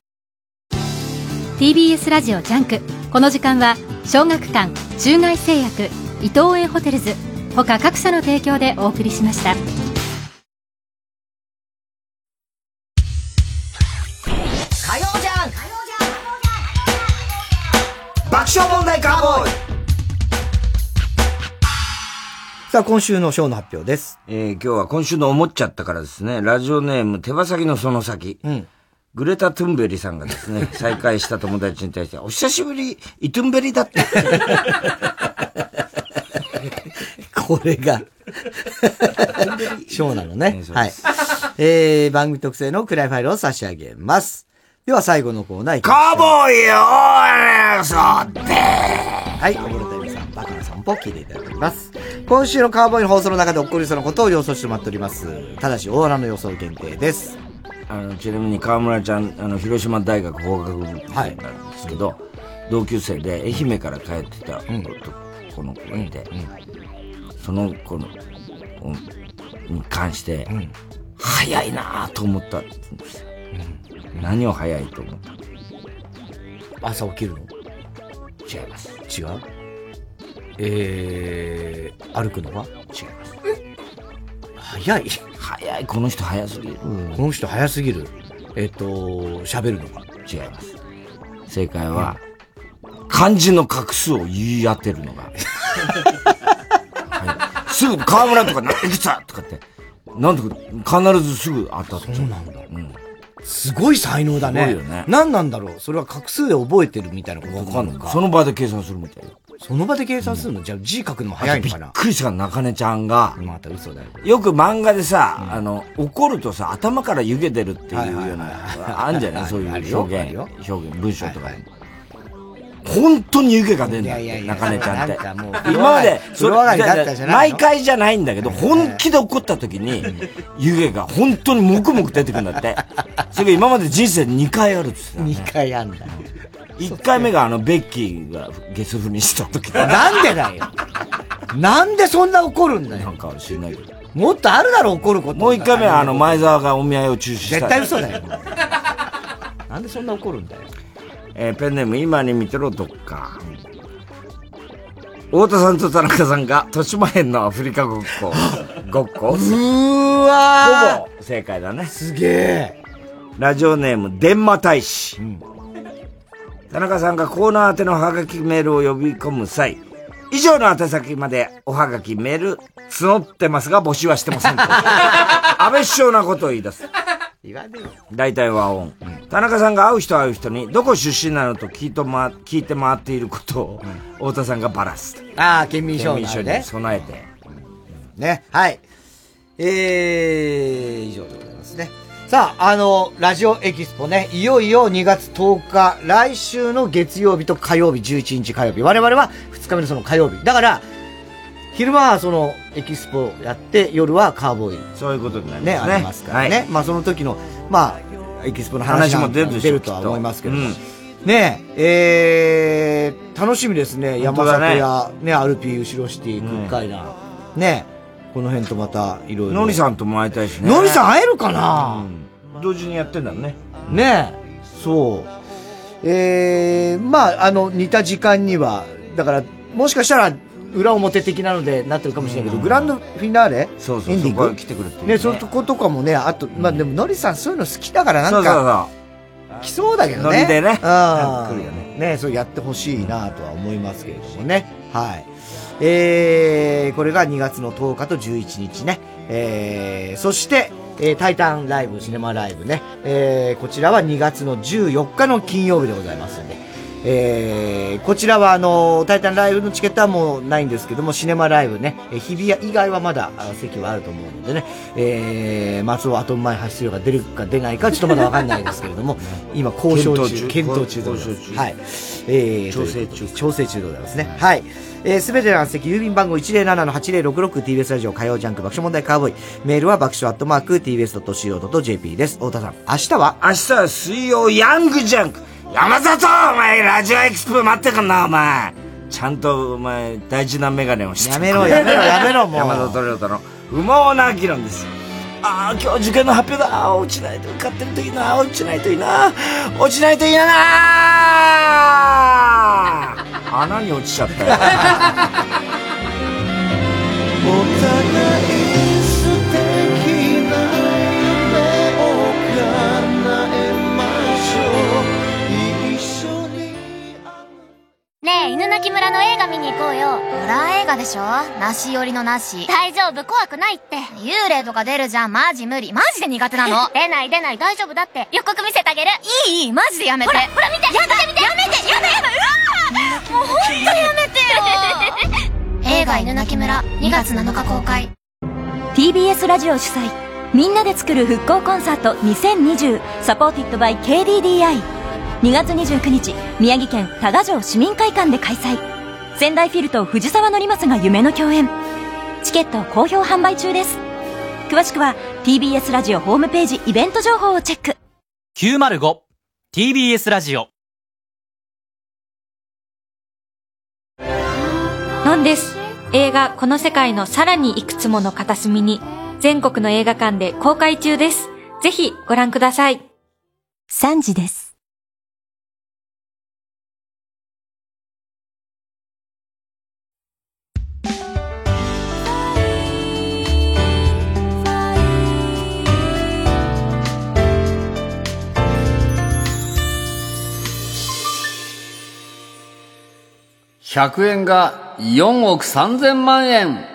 TBS ラジオジャンクこの時間は小学館中外製薬伊東園ホテルズ他各社の提供でお送りしました
火曜じゃん爆笑問題カーボーイさあ、今週のショーの発表です。
えー今日は今週の思っちゃったからですね、ラジオネーム、手羽先のその先。グレタ・トゥンベリさんがですね、再会した友達に対して、お久しぶり、イトゥンベリだって。
これが、ショーなのね。はい。えー、番組特製のクライファイルを差し上げます。では、最後のコーナーいきましょう
カーボーイよーれさって
はい、小室太陽さん、バカな散歩を聞いていただきます。今週のカーボーイの放送の中で、おっこりそのことを予想してもらっております。ただし、オーラの予想限定です。
あの、ちなみに河村ちゃん、あの、広島大学法学部なんですけど、同級生で愛媛から帰ってた男の子がいて、その子の、うんに関して、早いなぁと思ったって言うんですよ何を早いと思った
朝起きるの
違います。
違うえー、歩くのは違い
ます。
早い
早い。この人早すぎる。
この人早すぎる。えっ、と、喋るのが
違います。正解は、漢字の画数を言い当てるのが。はいすぐ、河村とか、いくつだとかって、なんとか、必ずすぐ当たっちゃう。そうなんだ。
すごい才能だね。
すごいよね
何なんだろうそれは画数で覚えてるみたいなことかのか。
その場で計算するみたいな。
その場で計算するのじゃあ字書くのも早いのか
びっ
な
くりした、中根ちゃんが。
また嘘だよ。
よく漫画でさ、あの、怒るとさ、頭から湯気出るっていうような、あん じゃないそう
ある
いう
よ
表
ある
現
よ、
表現、文章とかに。本当に湯気が出るんだっ
いやいや
て、
いや
中根ちゃんっ
なんかもう
て。今まで、
風呂上がりだったじゃないの
毎回じゃないんだけど、本気で怒った時に、湯気が本当にもくもく出てくるんだ って。それが今まで人生2回あるっつってたね。
2回あんだ。
1回目があの、ベッキーがゲス不倫した時
なんでだよなんでそんな怒るんだよ。
なんか知らないけど。
もっとあるだろ、怒ること。
もう1回目はあの、前澤がお見合いを中止した。
絶対嘘 だよ。なんでそんな怒るんだよ。
えーペンネーム今に見てろどっか。太田さんと田中さんが豊島園のアフリカごっこ。ごっこう
ーわ
ほぼ正解だね。す
げえ。
ラジオネーム、伝馬大使。田中さんがコーナー宛てのハガキメールを呼び込む際、以上の宛先までおはがきメール募ってますが募集はしてません と。安倍首相なことを言い出す。
言わねえよ。
大体和音、田中さんが会う人会う人にどこ出身なのと聞いと、ま、聞いて回っていることを、太田さんがバラすと
ああ、県民賞
県民賞に備えて、
ね、はい。えー、以上でございますね。さあ、あの、ラジオエキスポね、いよいよ2月10日、来週の月曜日と火曜日、11日火曜日。我々は2日目のその火曜日。だから、昼間はそのエキスポやって、夜はカーボーイ。
そういうことになり
ね、
ますね
ありますからね。まあその時の、まあ、エキスポの話
話も出るでしょ
出るとは思いますけど。ねえ、えー、楽しみですね。
本
山
当だね
里や、ね、アルピー、後ろシティ、空海な。ねこの辺とまた、いろいろ。
のりさんとも会いたいしね
のりさん会えるかな、
同時にやってんだね
ねえそうえー、まああの似た時間にはだからもしかしたら裏表的なのでなってるかもしれないけど、グランドフィナーレ
そうそう
エンディン
そこ
グ
へ来てくるっていうね
ねそのとことかもねあとまあでものりさんそういうの好きだからなんか
そうそうそう
来そうだけどね。
ノリでね
うん。
来るよね。
そうやってほしいなとは思いますけれどもね。はい。えー、これが2月の10日と11日ね。えー、そして、えー、タイタンライブ、シネマライブね。えー、こちらは2月の14日の金曜日でございますんで。えー、こちらはあの、タイタンライブのチケットはもうないんですけども、シネマライブね、えー日比谷以外はまだあ席はあると思うのでね、えー、松尾後前発出量が出るか出ないかちょっとまだわかんないですけれど も、今交渉中、検
検
討
討
中
中
でございますはい。
交渉中
えー、
調整中
調整中でございますね。はい。えーすべての案席、郵便番号 107-8066TBS ラジオ火曜ジャンク爆笑問題カーボーイ。メールは爆笑アットマーク TBS.CO.JP です。太田さん、明日は
明日は水曜ヤングジャンク山里お前ラジオエキスプ待ってくんなお前ちゃんとお前大事なメガネをして
やめろやめろやめろもう
山里亮太の不毛な議論ですああ今日受験の発表だあー落ちないと受かってる時な落ちないといいな落ちないと いいな穴に落ちちゃったよ
お互い素敵な夢を語り合えましょう一緒に
ねえ、犬鳴村の映画見に行こうよ。ホラー映画でしょなし寄りのなし。大丈夫、怖くないって。幽霊とか出るじゃん。マジ無理。マジで苦手なの。 出ない出ない、大丈夫だって。予告見せてあげる。いいいい、マジでやめて。ほら、ほら見てやだやめてやめてやだやだう わーもうほんとやめてよ 映画犬鳴村、2月7日公開。
TBS ラジオ主催みんなで作る復興コンサート2020サポーティッドバイ KDDI2 月29日宮城県多賀城市民会館で開催仙台フィルと藤沢紀正が夢の共演チケット好評販売中です詳しくは TBS ラジオホームページイベント情報をチェック
905TBS ラジオ
のんです映画「この世界のさらにいくつもの片隅に」全国の映画館で公開中ですぜひご覧ください
3時です
100円が4億3000万円